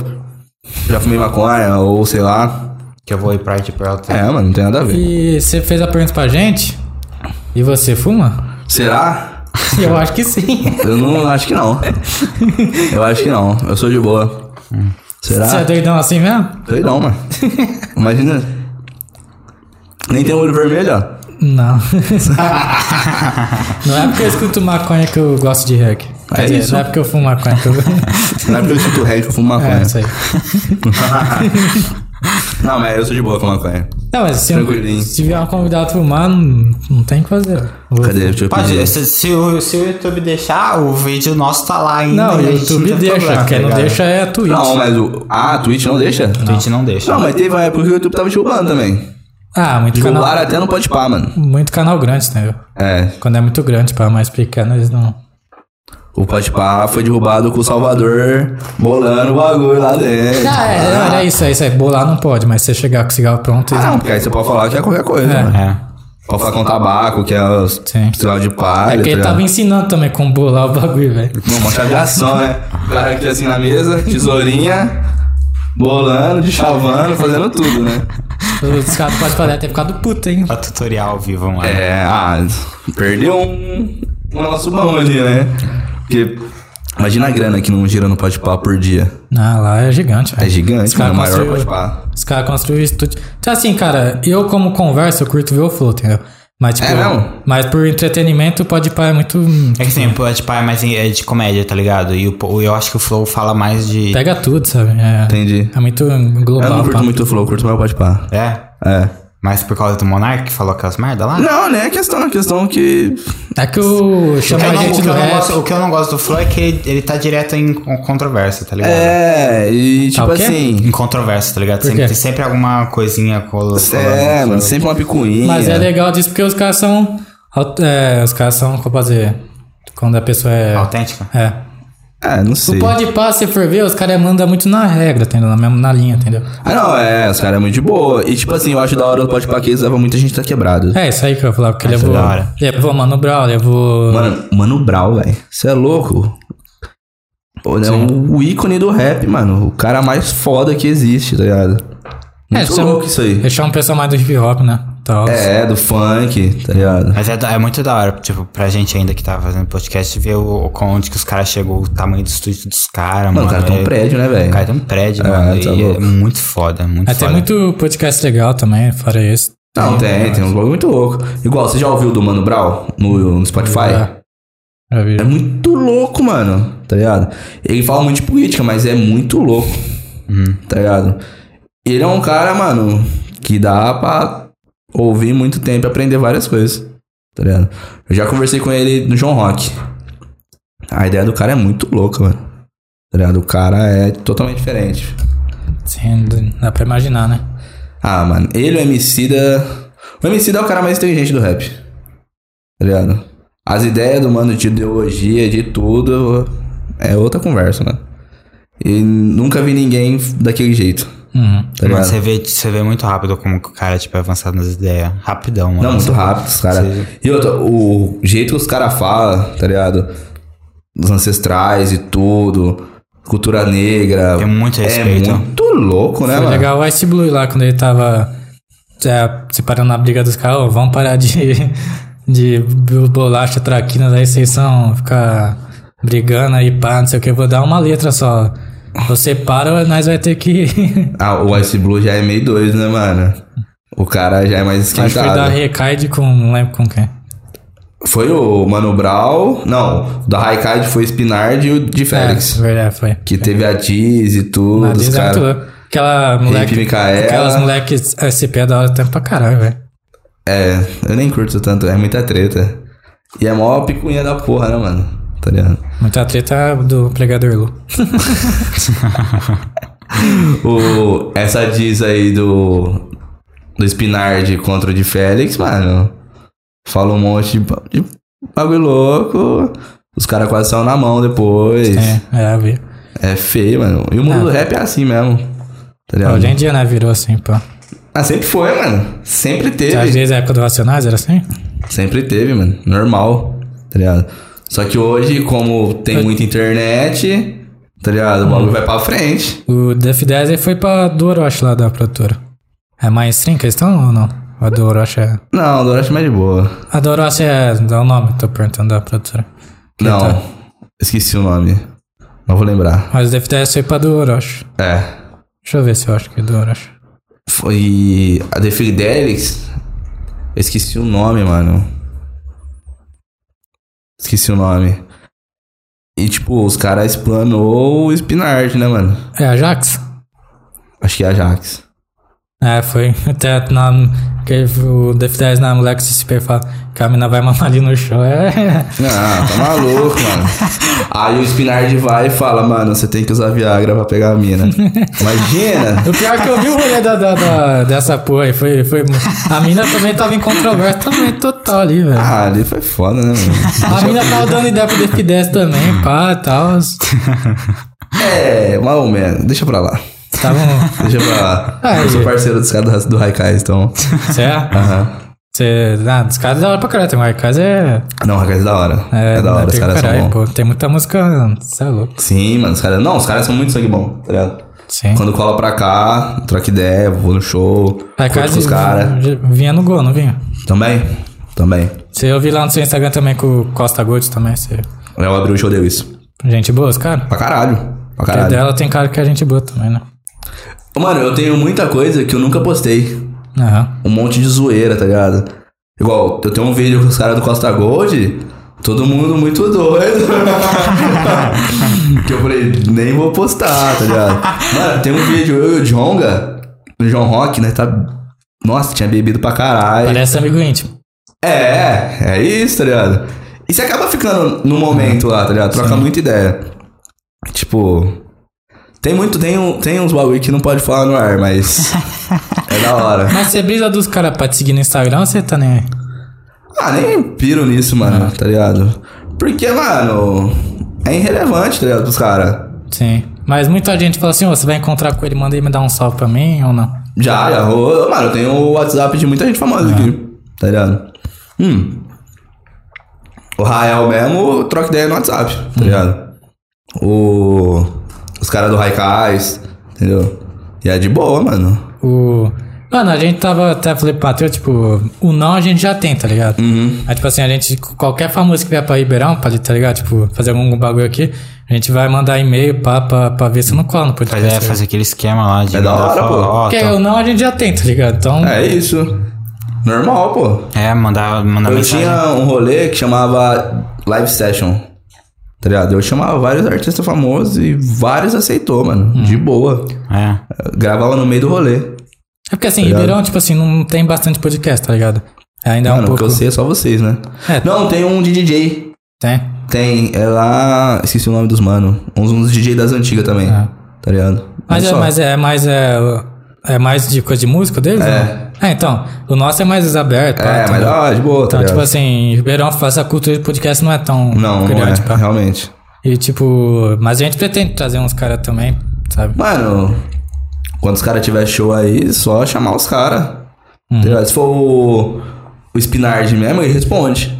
já fumei maconha ou sei lá.
Que eu vou ir pra de perto.
É, mano, não tem nada a ver.
E você fez a pergunta pra gente? E você fuma?
Será?
*laughs* Eu acho que sim.
Eu não acho que
*laughs*
não. Eu acho que não. Eu sou de boa.
Você é
Será?
doidão assim mesmo?
Doidão,
*laughs*
mano. Imagina. Nem tem olho vermelho, ó.
Não. *laughs* não é porque eu escuto maconha que eu gosto de reggae.
É
Quer dizer,
isso.
Não é porque eu fumo maconha que eu... *laughs*
Não é porque eu escuto reggae que eu fumo
é,
maconha.
isso aí.
não, mas eu sou de boa com maconha.
Não, mas se,
Tranquilinho.
se vier um convidado fumar, não, não tem o que fazer. Vou-
Cadê? Deixa eu pedir.
Uhum.
Pode, se, se o, se o YouTube deixar, o vídeo nosso tá lá ainda.
Não, o
e a gente
YouTube
tem
deixa.
problema,
Quem
tá
não
ligado?
deixa é a Twitch.
Não, mas o. Ah, a Twitch não deixa?
A gente não deixa.
Não, mas teve uma época que o YouTube tava derrubando também.
Ah, muito
Derrubaram
canal,
até não pode pá, mano.
muito canal grande, entendeu?
É.
Quando é muito grande pra mais pequeno, eles não...
O Podpah foi derrubado com o Salvador bolando o bagulho lá dentro.
Ah, é, não, era isso, é isso aí. Bolar não pode, mas se você chegar com cigarro pronto, eles
Ah, não, porque aí você pode falar que é qualquer coisa,
É.
mano.
É.
Pode falar com tabaco, que é o
Sim.
sinal de palha.
É porque ele
tá
tava
ligado?
ensinando também como bolar o bagulho, velho.
Não, uma chaveação, né? O cara aqui assim na mesa, tesourinha, bolando, deschavando, fazendo tudo, né?
Os caras podem falar, ter ficado puto, hein?
Ó, tutorial ao vivo, mano.
É, ah, perdeu um, um nosso bom ali, né? Porque imagina a grana que não gira no Podpah por dia.
Ah, lá é gigante,
É
velho. Os
gigante,
caras
mano, o maior
construíram-
Podpah.
Os caras construíram estúdio. Então, assim, cara, eu como conversa, eu curto ver o flow, entendeu? Mas, tipo,
É mesmo?
mas por entretenimento, pode parar muito. hum,
É que assim, o tipo, é mais é de comédia, tá ligado? E o, o- eu acho que o Flow fala mais de.
Pega tudo, sabe? É,
Entendi.
É muito
Eu
global.
não
pá.
curto muito o Flow, eu curto mais o Podpah.
É?
É.
Mas por causa do Monark que falou aquelas merda lá?
Não, nem é questão, é questão que.
É que o
O que,
chama
eu
a
não,
gente
o, que
do
eu não
rap.
gosto, o que eu não gosto do Flow é que ele, ele tá direto em con- controvérsia, tá ligado?
É, e tipo
Tá o quê?
assim.
Em controvérsia, tá ligado?
Por
Sempre,
quê?
tem sempre alguma coisinha colo,
É,
colando.
mano, sempre uma picuinha.
Mas é legal disso porque os caras são. aut- é, os caras são, como fazer? Quando a pessoa é.
autêntica.
É.
É, não sei.
O pode pá, se for ver, os caras mandam muito na regra, entendeu? Na, mesma- na linha, entendeu?
Ah, não, é, os caras é muito de boa. E tipo assim, eu acho da hora o Podpah que eles levam muita gente tá quebrado.
É isso aí que eu ia falar, porque levou.
da hora.
Levou Mano Brown, levou.
Mano, Mano Brau, velho. Você é louco? Pô, ele É o ícone do rap, mano. O cara mais foda que existe, tá ligado?
É,
Muito
chama-
louco isso aí.
Eu chamo o pessoal mais do hip hop, né? Tal.
É, do funk, tá ligado?
Mas é, da- é muito da hora, tipo, pra gente ainda que tá fazendo podcast, ver o, o, com onde que os caras chegou, o tamanho do estúdio dos caras, mano.
Mano, o cara tem
é-
um prédio, né,
O
velho?
cara tem um prédio,
É,
mano.
tá
e é
louco.
muito foda, muito
É,
foda.
tem muito podcast legal também, fora esse.
Não, tem, tem uns bagulho muito louco. Igual, você já ouviu do Mano Brown no, no Spotify?
É. Eu vi.
É muito louco, mano, tá ligado? Ele fala muito de política, mas é muito louco, tá ligado? Ele é um cara, mano, que dá pra ouvir muito tempo e aprender várias coisas, tá ligado? Eu já conversei com ele no John Rock. A ideia do cara é muito louca, mano. Tá ligado? O cara é totalmente diferente.
Sim, dá pra imaginar, né?
Ah, mano, ele, o Emicida... O Emicida é o cara mais inteligente do rap, tá ligado? As ideias do mano de ideologia, de tudo, é outra conversa, mano. E nunca vi ninguém daquele jeito,
Uhum.
tá
Mano,
ligado?
você vê, você vê muito rápido como que o cara, tipo, é avançado nas ideias. Rapidão, mano.
Não, muito rápido, os caras.
é Sim.
E outra, o jeito que os caras falam, tá ligado? Dos ancestrais e tudo, cultura negra.
Tem muito respeito.
É muito louco, né,
Foi
mano?
legal o Ice Blue lá, quando ele tava é, se parando na briga dos caras, ó, vamos parar de, *laughs* de bolacha, traquinas, aí vocês são ficar brigando aí, pá, não sei o que, vou dar uma letra só. Você para, nós vai ter que. *laughs*
Ah, o Ice Blue já é meio doido, né, mano? O cara já é mais
Acho que foi da
esquentado.
Recaide com. não lembro com quem.
Foi o Mano Brown. Não, o da Raikkonen foi o Spinard e o de Félix.
É, verdade, foi.
Que teve a Diz e tudo.
Mas
os
exato.
cara...
Aquela moleque.
Micaela.
Aquelas moleques SCP é da hora tempo pra caralho, velho.
É, eu nem curto tanto, é muita treta. E é mó picunha da porra, né, mano? Tá ligado?
Muita treta do pregador Lu.
O, essa diz aí do. Do Spinard contra o de Félix, mano. Fala um monte de, ba- de bagulho louco. Os caras quase são na mão depois. É.
É, é, eu vi.
feio, mano. E o mundo
Ah.
do rap é assim mesmo. Tá ligado?
Hoje em dia, né, virou assim, pô.
Ah, sempre foi, mano. Sempre
Às
teve.
vezes a época do Racionais era assim?
Sempre teve, mano. Normal. Tá ligado? Só que hoje, como tem muita internet, tá ligado? O bagulho vai pra frente.
O Def Dead foi pra do Orochi lá da produtora. É mainstream questão ou não? A do Orochi é.
Não, o Dorothy é mais de boa.
A do Orochi é. Dá o nome, tô perguntando da produtora. Que
Não,
tá-
esqueci o nome. Não vou lembrar.
Mas o Def Dead foi pra do Orochi.
É.
Deixa eu ver se eu acho que é do Orochi.
Foi. A The Fidelix. Eu esqueci o nome, mano. Esqueci o nome. E, tipo, os caras explanou o Spinard, né, mano?
É a Jax?
Acho que é a Jax.
É, foi. *laughs* Até na, que o Def Dead na moleque se super fala que a mina vai mamar ali no chão. É. *laughs*
Não, tá maluco, mano. Aí o Spinard vai e fala, mano, você tem que usar Viagra pra pegar a mina. Imagina!
O pior é que eu vi o rolê da, da- da- dessa porra aí foi, foi. A mina também tava em controvérsia também, total ali, velho.
Ah, ali foi foda, né, mano?
A mina tava dando ideia pro Def Dead também, pá, tal.
É, mal ou menos. Deixa pra lá.
Estavam.
Deixa pra
*laughs*
lá.
Ah,
eu sou
e-
parceiro dos caras do, do Haikai, então.
Você é?
Aham.
Você. Ah, dos caras é da hora pra caralho. Tem um Casa é.
Não, Haikai é da hora. É, da hora, os
tem
caras são
caralho,
bons.
pô. Tem muita música. Você é louco.
Sim, mano, os caras. Não, os caras são muito sangue bom, tá ligado?
Sim.
Quando cola pra cá, troca ideia, vou no show.
High
curto com os
Casa
caras.
vinha no gol, não vinha?
Também, também.
Você eu vi lá no seu Instagram também com o Costa Gold também. Você...
Eu abri o show deu isso.
Gente boa, os caras?
Pra caralho. Pra
Porque
caralho.
dela tem cara que é gente boa também, né?
Mano, eu tenho muita coisa que eu nunca postei.
Aham.
um monte de zoeira, tá ligado? Igual, eu tenho um vídeo com os caras do Costa Gold, todo mundo muito doido. *laughs* que eu falei, nem vou postar, tá ligado? Mano, tem um vídeo, eu e o Jonga, o John Rock, né? Tá. Nossa, tinha bebido pra caralho.
Parece amigo íntimo.
É, é isso, tá ligado? E você acaba ficando no momento lá, tá ligado? Troca muita ideia. Tipo. Tem muito, tem, um- tem uns bagulho que não pode falar no ar, mas. é da hora.
Mas você brisa dos caras pra te seguir no Instagram ou você tá nem aí?
Ah, nem piro nisso, mano, tá ligado? Porque, mano, é irrelevante, tá ligado, pros caras.
Sim. Mas muita gente fala assim, ô, você vai encontrar com ele, manda ele me dar um salve pra mim ou não?
Já, já rolou. Mano, eu tenho o WhatsApp de muita gente famosa aqui, tá ligado? Hum. O Rael mesmo troca ideia no WhatsApp,
Uhum.
tá ligado? O... Os caras do Raikais, entendeu? E é de boa, mano.
Uhum. O. Mano, a gente tava até falei pro Matheus, tipo, o não a gente já tem, tá ligado?
Uhum.
Aí, tipo assim, a gente, qualquer famoso que vier pra Ribeirão, pra ali, tá ligado? Tipo, fazer algum bagulho aqui, a gente vai mandar e-mail pra, pra, pra ver se não cola no
Mas é
podcast. tá
fazer aquele esquema lá de.
É da
mandar
hora, pô.
foto.
Porque o não a gente já tem, tá ligado? Então,
É isso. Normal, pô.
É, mandar, mandar
Eu
mensagem.
tinha um rolê que chamava Live Session. Tá ligado? Eu chamava vários artistas famosos e vários aceitou, mano.
Uhum.
De boa.
É.
Eu Gravava no meio do rolê.
é porque
tá
assim, Ribeirão, tipo assim, não tem bastante podcast, tá ligado? Ainda é um
mano, o que
pouco.
eu sei é só vocês, né?
É.
Não, tem um de DJ.
Tem.
Tem, é lá. Esqueci o nome dos mano. Uns, uns DJ das antigas também.
É.
Tá ligado?
Mas, é,
só.
mas é mais. É, é mais de coisa de música deles?
É.
né? É, então. O nosso é mais aberto. pá,
É,
tá
mas
ligado?
da hora, de boa, tá
Então, tipo
ligado?
assim, Ribeirão, essa cultura de podcast não é tão
não, não é,
grande, pá.
realmente.
E tipo, mas a gente pretende trazer uns caras também, sabe?
Mano, quando os caras tiver show aí, só chamar os caras.
Uhum.
Se for o, o Spinard mesmo, ele responde.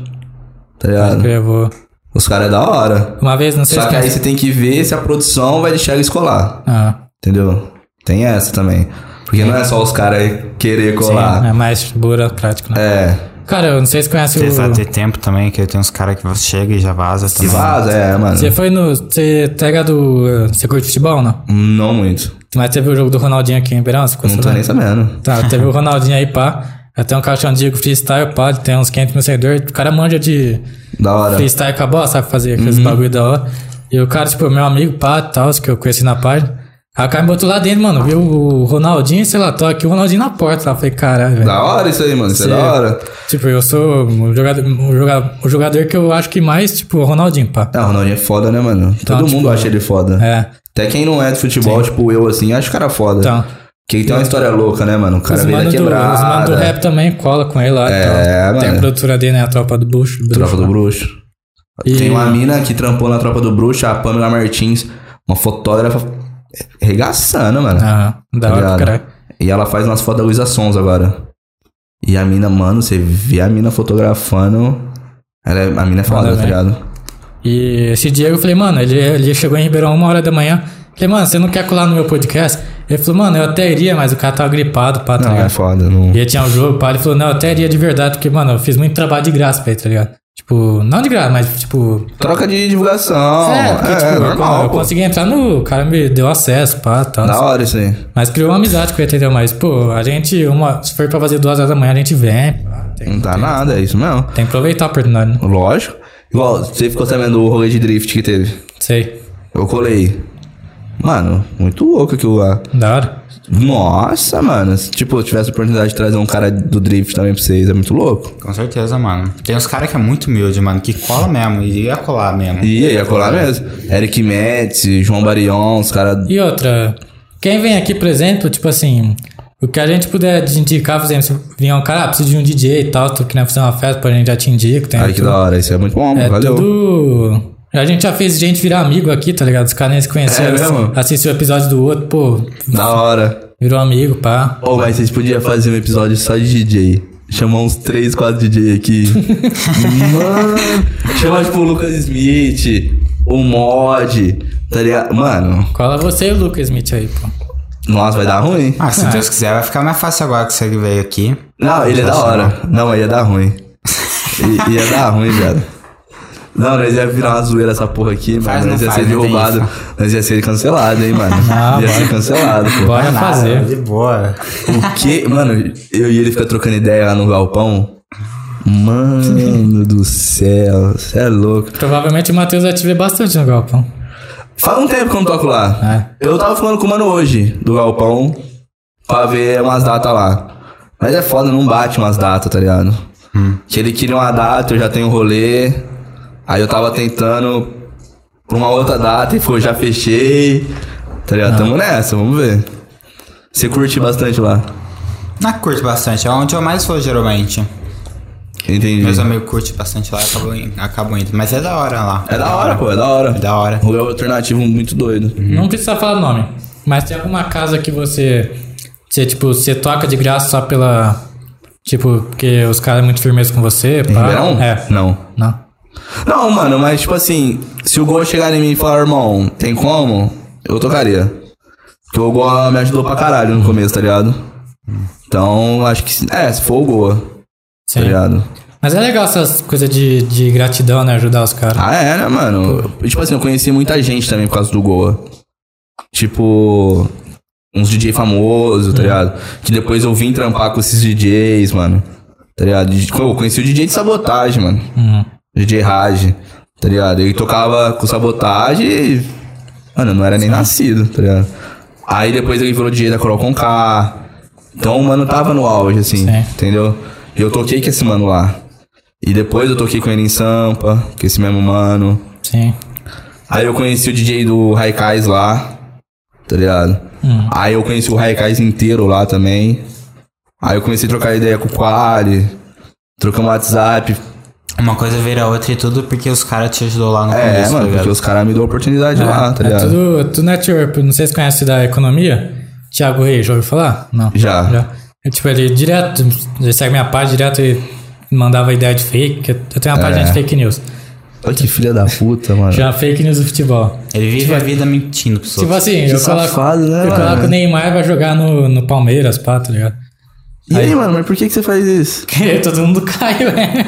Tá ligado?
Eu vou.
Os caras é da hora.
Uma vez, não sei
Só que aí
se.
você tem que ver se a produção vai deixar ele escolar.
Ah,
Entendeu? Tem essa também. Porque não é só os caras querer colar.
sim, é mais burocrático, né?
É.
Cara, eu não sei se conhece
Precisa
o.
ter tempo também, que tem uns caras que chega e já vaza
Que
também.
vaza, é, mano.
Você foi no. Você pega do. Você curte futebol, não?
Não muito.
Mas teve o jogo do Ronaldinho aqui em Ribeirão, você
Não
conseguiu?
tô nem sabendo.
Tá, teve o Ronaldinho aí, pá. Eu tenho um cara chamado Diego Freestyle, pá, ele tem uns 500 mil seguidores. O cara manja de
Da hora.
freestyle com a bola, sabe? Fazer
Uhum.
aqueles bagulho da hora. E o cara, tipo, meu amigo, pá, tal, que eu conheci na página. Aí o cara me botou lá dentro, mano. Viu o Ronaldinho, sei lá, tô aqui o Ronaldinho na porta. Lá, falei, caralho, velho.
Da hora isso aí, mano. Isso é
Sim.
da hora.
Tipo, eu sou o jogador, o joga- o jogador que eu acho que mais, tipo, o Ronaldinho, pá.
Ah, o Ronaldinho é foda, né, mano?
Então,
Todo
tipo,
mundo acha ele foda.
É.
Até quem não é de futebol, tipo eu, assim, acho o cara foda.
Então.
Quem tem uma história louca, né, mano? O cara
Os
veio da
manos do, os mano do
quebrada.
rap também cola com ele lá. e
É,
tal. Tem a
mano.
produtora dele, né? A tropa do né? Bush.
Tropa do Bruxo.
E-
Tem uma mina que trampou na Tropa do Bruxo, a Pamela Martins, uma fotógrafa regaçando, mano.
Ah, da
Tá
hora
ligado?
pra caralho.
E ela faz umas fotos da Luísa Sons agora. E a mina, mano, você vê a mina fotografando. Ela é- a mina é foda,
Foda,
tá
né?
ligado?
E esse Diego, eu falei, mano, ele, ele chegou em Ribeirão uma hora da manhã. Falei, mano, você não quer colar no meu podcast? Ele falou, mano, eu até iria, mas o cara tava gripado, pá, tá
Não, é
ligado?
foda. Não...
E aí tinha um jogo, pá, ele falou, não, eu até iria de verdade, porque, mano, eu fiz muito trabalho de graça pra ele, tá ligado? Tipo, não de graça, mas, tipo,
Troca de divulgação.
É, porque,
É,
tipo, eu-
normal,
eu
pô.
consegui entrar no. O cara me deu acesso, pá, tal.
Da hora isso aí.
Mas criou uma amizade com ele, entendeu? Mas, pô, a gente, uma, se for pra fazer duas horas da manhã, a gente vem. pá, Tem,
Não dá nada, é isso mesmo.
tem que aproveitar a oportunidade, né?
Lógico. Igual, você ficou sabendo o rolê de drift que teve.
Sei.
Eu colei. Mano, muito louco aquilo lá.
Da hora.
Nossa, mano. Se, tipo, eu tivesse a oportunidade de trazer um cara do drift também pra vocês, é muito louco.
Com certeza, mano. Tem uns caras que é muito humilde, mano, que cola mesmo, e ia colar mesmo.
E ia colar mesmo. Eric Metz, João Barion, os caras.
É. E outra, quem vem aqui, por exemplo, tipo assim, o que a gente puder te indicar, por exemplo, se vier um cara, ah, preciso de um DJ e tal, tu quer fazer uma festa, pô, a gente já te indica, tem.
Ai, que da hora. Isso é muito bom,
É
valeu.
tudo. A gente já fez gente virar amigo aqui, tá ligado? Os caras nem se
É
conheceram.
mesmo?
assistiu o episódio do outro, pô,
Da hora.
virou amigo, pá.
Ô, mas vocês podiam fazer um episódio só de DJ. Chamar uns 3, 4 DJ aqui.
*laughs*
Mano. Chamar, tipo, o Lucas Smith, o Mod, tá ligado? Mano,
Cola você e o Lucas Smith aí, pô.
nossa, vai dar ruim.
Ah,
É.
se Deus quiser, vai ficar mais fácil agora que você veio aqui.
Não, ele é da hora. Não, aí ia dar ruim. I- ia dar ruim, velho. Não, nós ia virar uma zoeira essa porra aqui,
Faz,
mano. Nós
não
ia ser
faz, não tem
derrubado. Nós ia ser cancelado, hein, mano.
Ah,
ia
bora.
ser cancelado, pô.
Bora
Nada,
fazer.
De boa.
O que? Mano, eu e ele fica trocando ideia lá no galpão. Mano do céu, você é louco.
Provavelmente o Matheus vai te ver bastante no galpão.
Faz um tempo que eu não toco lá.
É.
Eu tava falando com o mano hoje, do galpão, pra ver umas datas lá. Mas é foda, não bate umas datas, tá ligado? Que ele queria uma data, eu já tenho um rolê. Aí eu tava tentando pra uma outra data e foi, já fechei. Tá ligado? Tamo nessa, vamos ver. Você curte bastante lá.
Na que curte bastante, é onde eu mais vou geralmente.
Entendi.
Meus amigos curtem bastante lá e acabam, in- acabam indo. Mas é da hora lá.
É da hora, pô, é da hora.
É da hora.
Rolê alternativo muito doido.
Não precisa falar nome. Mas tem alguma casa que você. Você, tipo, você toca de graça só pela. Tipo, porque os caras são muito firmeza com você. Pá.
Ribeirão?
É.
um? Não.
Não.
Não, mano, mas tipo assim, se o Gol chegar em mim e falar, irmão, tem como? Eu tocaria. Porque o Gol me ajudou pra caralho no começo, tá ligado? Então, acho que. se- É, se for o Gol, tá
Sim.
ligado?
Mas é legal essas coisas de, de gratidão, né? Ajudar os caras.
Ah, é, né, mano? Eu- tipo assim, eu conheci muita gente também por causa do Goa. Tipo, uns DJ famosos, tá ligado? Que depois eu vim trampar com esses DJs, mano. Tá ligado? Eu conheci o DJ de sabotagem, mano.
Hum.
DJ Raj, tá ligado? Ele tocava com sabotagem e. Mano, eu não era nem nascido, tá ligado? Aí depois ele virou DJ da Coral com K. Então o mano tava no auge, assim,
Sim.
entendeu? E eu toquei com esse mano lá. E depois eu toquei com ele em Sampa, com esse mesmo mano.
Sim.
Aí eu conheci o DJ do Raikais lá, tá ligado?
Hum.
Aí eu conheci o Raikais inteiro lá também. Aí eu comecei a trocar ideia com o Quali, trocamos WhatsApp,
Uma coisa vira outra e tudo porque os caras te ajudou lá no
É,
começo,
mano,
tá
porque
ligado?
os caras me dão oportunidade lá, tá
é
ligado?
tudo, tudo network. Não sei se conhece da economia. Thiago Reis, já ouviu falar? Não.
Já.
É, tipo, ele direto, ele segue minha página direto e mandava ideia de fake. que Eu
É.
tenho uma página de fake news.
Olha que filha da puta, mano.
Já fake news do futebol.
Ele vive a vida mentindo pros
Tipo
outros.
assim,
Que
eu coloco,
safado, né,
eu
mano?
coloco o Neymar vai jogar no, no Palmeiras, pá, tá ligado? *laughs*
E aí, mano, mas por que, que você faz isso?
Todo mundo caiu, né?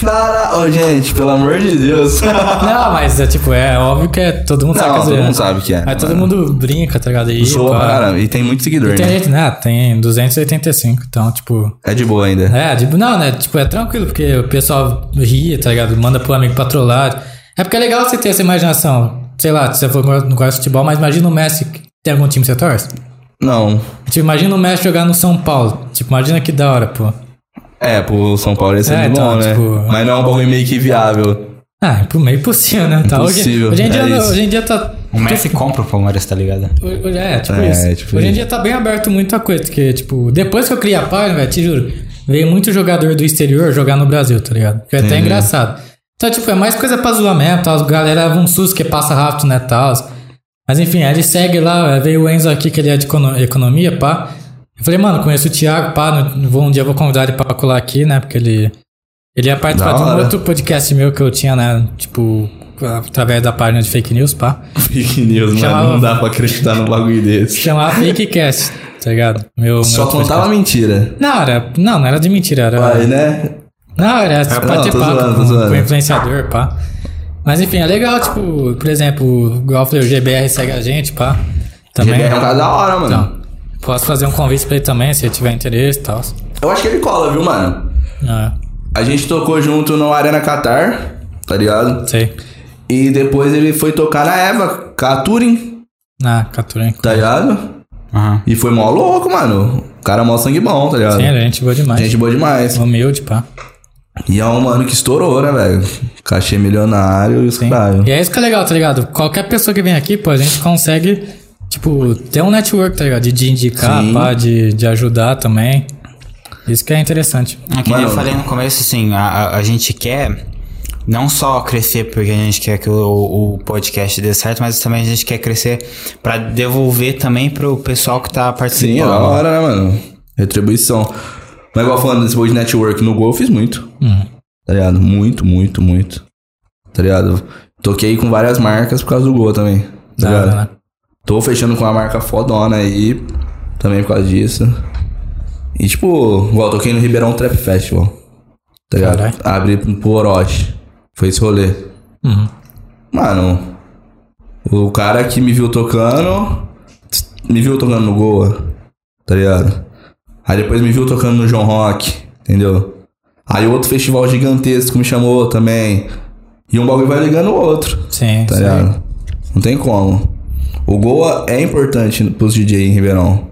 Cara, ô, gente, pelo amor de *laughs* Deus.
Não, mas é tipo, é óbvio que é, todo mundo
Não,
sabe que é
todo
zoeira.
mundo sabe que é,
Aí todo
mano.
mundo brinca, tá ligado? E,
Zoa
pá.
pra caramba. E tem muito seguidor,
Tem
né?
gente, né? Tem 285, então, tipo.
É de boa ainda.
É, tipo, não, né? Tipo, é tranquilo, porque o pessoal ri, tá ligado? Manda pro amigo patrolar. É porque é legal você ter essa imaginação. Sei lá, você falou que não gosta de futebol, mas imagina o Messi. Tem algum time que você torce?
Não.
Tipo, imagina o Messi jogar no São Paulo. Tipo, imagina que da hora, pô.
É, pro São Paulo ia ser
É,
muito
então,
bom, né?
tipo-
Mas não é um bagulho meio que viável. *laughs*
Ah, é pro meio possível, né? Tá, hoje,
Impossível,
hoje, em dia,
é
não,
isso.
hoje em dia tá.
O Messi compra o Palmeiras, tá ligado?
Hoje- É, tipo
É,
isso.
tipo
Hoje em
isso.
dia tá bem aberto muita coisa, porque, tipo, depois que eu criei a página, velho, te juro, veio muito jogador do exterior jogar no Brasil, tá ligado? Que é até
Entendi.
engraçado. Então, tipo, é mais coisa pra zoar mesmo, tal, a galera leva um susto que passa rápido, né, tal. Mas enfim, aí ele segue lá, veio o Enzo aqui, que ele é de econo- economia, pá. Eu falei, mano, conheço o Thiago, pá, não- vou, um dia eu vou convidar ele pra colar aqui, né, porque ele... Ele ia participar
Da
de um
hora.
outro podcast meu que eu tinha, né, tipo, através da página de fake news, pá.
Fake news,
Chamava-
mano. Não dá pra acreditar num bagulho desse.
chamar FakeCast, tá ligado? Meu,
Só
meu
contava
podcast.
mentira.
não, era, não, não era de mentira, era.
Vai, né?
Não, era
Ah,
pra
não,
ter
tô
papo
zoando, tô
com,
zoando.
com influenciador, pá. Mas enfim, é legal, tipo, por exemplo, igual eu falei, o GBR segue a gente, pá. Também.
GBR é um cara da hora, mano.
Então, posso fazer um convite pra ele também, se ele tiver interesse e tal.
Eu acho que ele cola, viu, mano?
Ah,
A gente tocou junto no Arena Qatar, tá ligado?
sei.
E depois ele foi tocar na Eva, Caturin,
Ah, Caturim.
tá ligado?
Aham.
E foi mó louco, mano. O cara é mó sangue bom, tá ligado?
Sim, é a gente boa demais.
Gente boa demais.
Humilde, pá.
E é um mano que estourou, né, velho? Cachê milionário e os
Sim.
caralho.
E é isso que é legal, tá ligado? Qualquer pessoa que vem aqui, pô, a gente consegue, tipo, ter um network, tá ligado? De, de indicar,
Sim.
pá, de, de ajudar também. Isso que é interessante.
Tá
É que nem eu
Mano.
falei no começo, assim, a, a, a gente quer não só crescer porque a gente quer que o, o podcast dê certo, mas também a gente quer crescer pra devolver também pro pessoal que tá participando.
Sim, é da hora, né, mano? Retribuição. Mas igual falando desse bagulho de network no gol, eu fiz muito.
Hum.
Tá ligado? Muito, muito, muito. Tá ligado? Toquei com várias marcas por causa do gol também. Tá
Da hora,
ligado?
né?
Tô fechando com uma marca fodona aí. Também por causa disso. E tipo, igual toquei no Ribeirão Trap Festival. Tá ligado?
Caralho.
Abri pro Orochi. Foi esse rolê.
Uhum.
Mano, o cara que me viu tocando, tss, me viu tocando no Goa, tá ligado? Aí depois me viu tocando no John Rock, entendeu? Aí outro festival gigantesco me chamou também. E um bagulho vai ligando o outro,
Sim,
tá
sim.
ligado? Não tem como. O Goa é importante pros DJ em Ribeirão,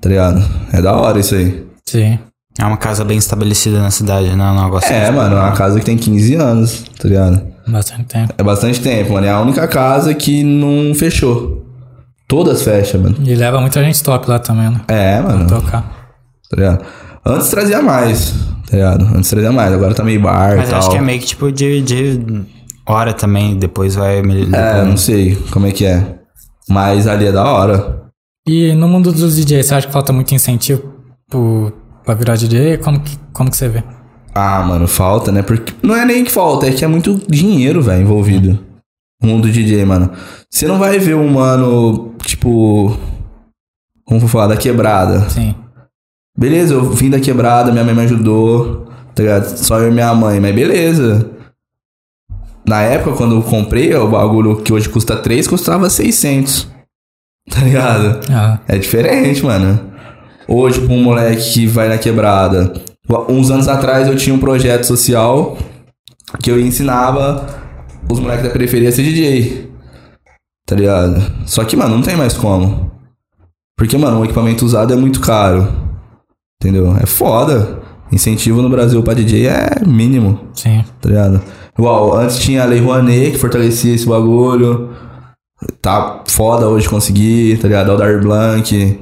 tá ligado? É da hora isso aí.
Sim.
É uma casa bem estabelecida na cidade, né? Um negócio
É,
assim.
mano, é uma casa que tem 15 anos, tá ligado?
Bastante tempo.
É bastante tempo, mano. É a única casa que não fechou. Todas fecham, mano.
E leva muita gente top lá também, né?
É, mano.
Então.
Tocar.
Tá ligado? Antes trazia mais, tá ligado? Antes trazia mais. Agora tá meio bar e
Mas eu
tal.
acho que é meio que tipo de, de hora também, depois vai melhorar.
É,
Ah,
não sei como é que é. Mas ali é da hora.
E no mundo dos DJs, você acha que falta muito incentivo pro, pra virar DJ? Como que, como que você vê?
Ah, mano, falta, né? Porque não é nem que falta, é que é muito dinheiro, velho, envolvido. O mundo DJ, mano. Você não vai ver um mano, tipo. Como eu vou falar? Da quebrada.
Sim.
Beleza, eu vim da quebrada, minha mãe me ajudou, tá ligado? Só eu e minha mãe, mas beleza. Na época, quando eu comprei, o bagulho que hoje custa 3, custava 600. Tá ligado?
Ah,
É diferente, mano. Hoje, pra um moleque que vai na quebrada. Uns anos atrás, eu tinha um projeto social que eu ensinava os moleques da periferia a ser DJ. Tá ligado? Só que, mano, não tem mais como. Porque, mano, o equipamento usado é muito caro. Entendeu? É foda. Incentivo no Brasil pra DJ é mínimo
sim.
tá ligado? Igual, antes tinha a Lei Rouanet que fortalecia esse bagulho. Tá foda hoje conseguir, tá ligado? Aldar Blanc.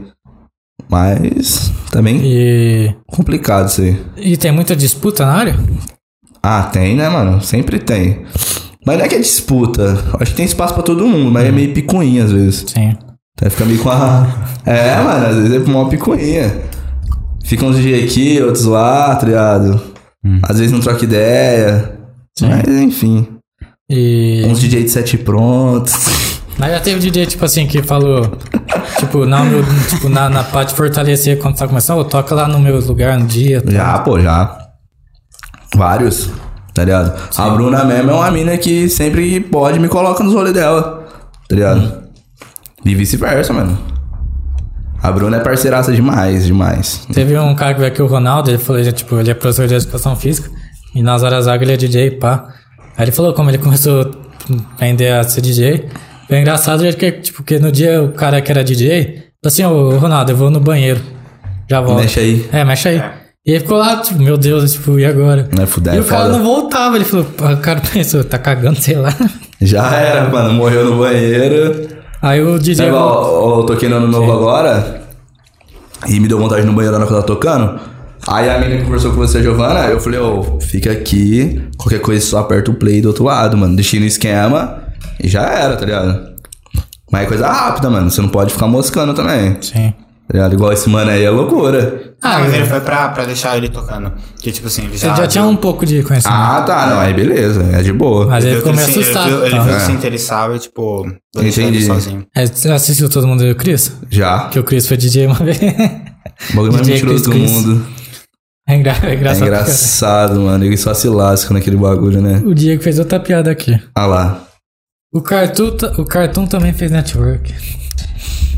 Mas também
E,
complicado isso aí.
e tem muita disputa na área?
Ah, tem, né, mano? Sempre tem. Mas não é que é disputa. Acho que tem espaço pra todo mundo, mas é meio picuinha às vezes.
Sim.
Aí fica meio com a. *laughs* É, mano, às vezes é uma picuinha. Fica uns dias aqui, outros lá, tá ligado? Às vezes não troca ideia. Mas enfim.
E
Uns DJ de sete prontos.
Mas já teve DJ, tipo assim, que falou: Tipo, não, meu, tipo na, na parte de fortalecer quando tá começando, eu toca lá no meu lugar no dia. tá?
Já, pô, já. Vários, tá ligado? A Bruna mesmo é uma mina que sempre que pode me coloca nos rolês dela, tá ligado? E vice-versa, mano. A Bruna é parceiraça demais, demais.
Teve um cara que veio aqui, o Ronaldo, ele falou, ele, tipo, ele é professor de educação física, e nas horas vagas ele é DJ, pá. Aí ele falou como ele começou a aprender a ser DJ. E O engraçado é que, tipo, que no dia o cara que era DJ, falou assim, ô Ronaldo, eu vou no banheiro. Já volto.
Mexe aí.
É, mexe aí. E ele ficou lá, tipo, meu Deus, tipo, e agora?
Né, fuder,
e
é
o cara
foda.
não voltava, ele falou, pô, o cara *laughs* pensou, tá cagando, sei lá.
Já era, mano. Morreu no banheiro.
Aí o
Tá
DJ.
igual, ó, eu toquei no ano novo agora e me deu vontade no banheiro na hora que eu tava tocando. Aí a menina que conversou com você, Giovana, eu falei, ô, fica aqui, qualquer coisa só aperta o play do outro lado, mano. Deixei no esquema e já era, tá ligado? Mas é coisa rápida, mano. Você não pode ficar moscando também. Tá
Sim.
ligado? Igual esse mano aí é loucura.
Ah,
mas ele
você
foi pra, pra deixar ele tocando. Que tipo assim, ele já.
já tinha um pouco de conhecimento.
Ah, tá, não. Aí beleza, é de boa.
mas ele
viu que
ficou meio
assim,
se-
assustado.
Ele viu, ele
tá?
viu que se interessava e, tipo, vou deixar ele
Entendi.
sozinho.
É, você assistiu Todo Mundo e o Chris?
Já.
Que o Chris foi DJ uma vez. *laughs*
O bagulho é mais
DJ
mentiroso do
Chris Chris.
mundo.
É, engra é
É
engraçado.
engraçado, mano. Ele só se lasca naquele bagulho, né?
O Diego fez outra piada aqui.
Ah lá.
O Cartoon, ta- o Cartoon também fez network.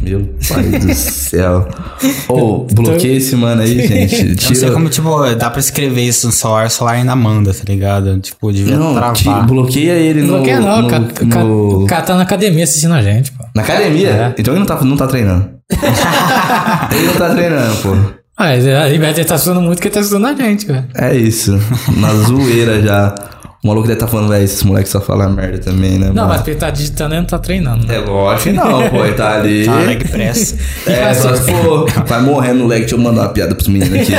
Meu pai
*laughs*
do céu.
Então,
Ô, bloqueia esse mano aí, gente.
Eu não sei
Tira.
como, tipo, dá pra escrever isso no celular, o celular ainda manda, tá ligado? Tipo, devia
Não,
travar.
tira, bloqueia ele no.
Não quer é não,
no-
o ca- o ca-
no-
o cara tá na academia assistindo a gente, pô.
Na academia?
É.
Então ele não tá, não tá
*laughs*
treinando. ele não tá treinando, pô.
Ah, ele- ele deve estar estudando muito que ele tá estudando a gente, cara.
É isso. Na zoeira já. O maluco deve tá falando, velho, esses moleques só falam merda também, né?
Não,
mano?
mas ele tá digitando e não tá treinando. né?
É lógico que não, pô. Ele tá ali.
Tá, leg press. *laughs*
É, só
assim,
se for. Vai morrendo o leg. Deixa eu mandar uma piada pros meninos aqui.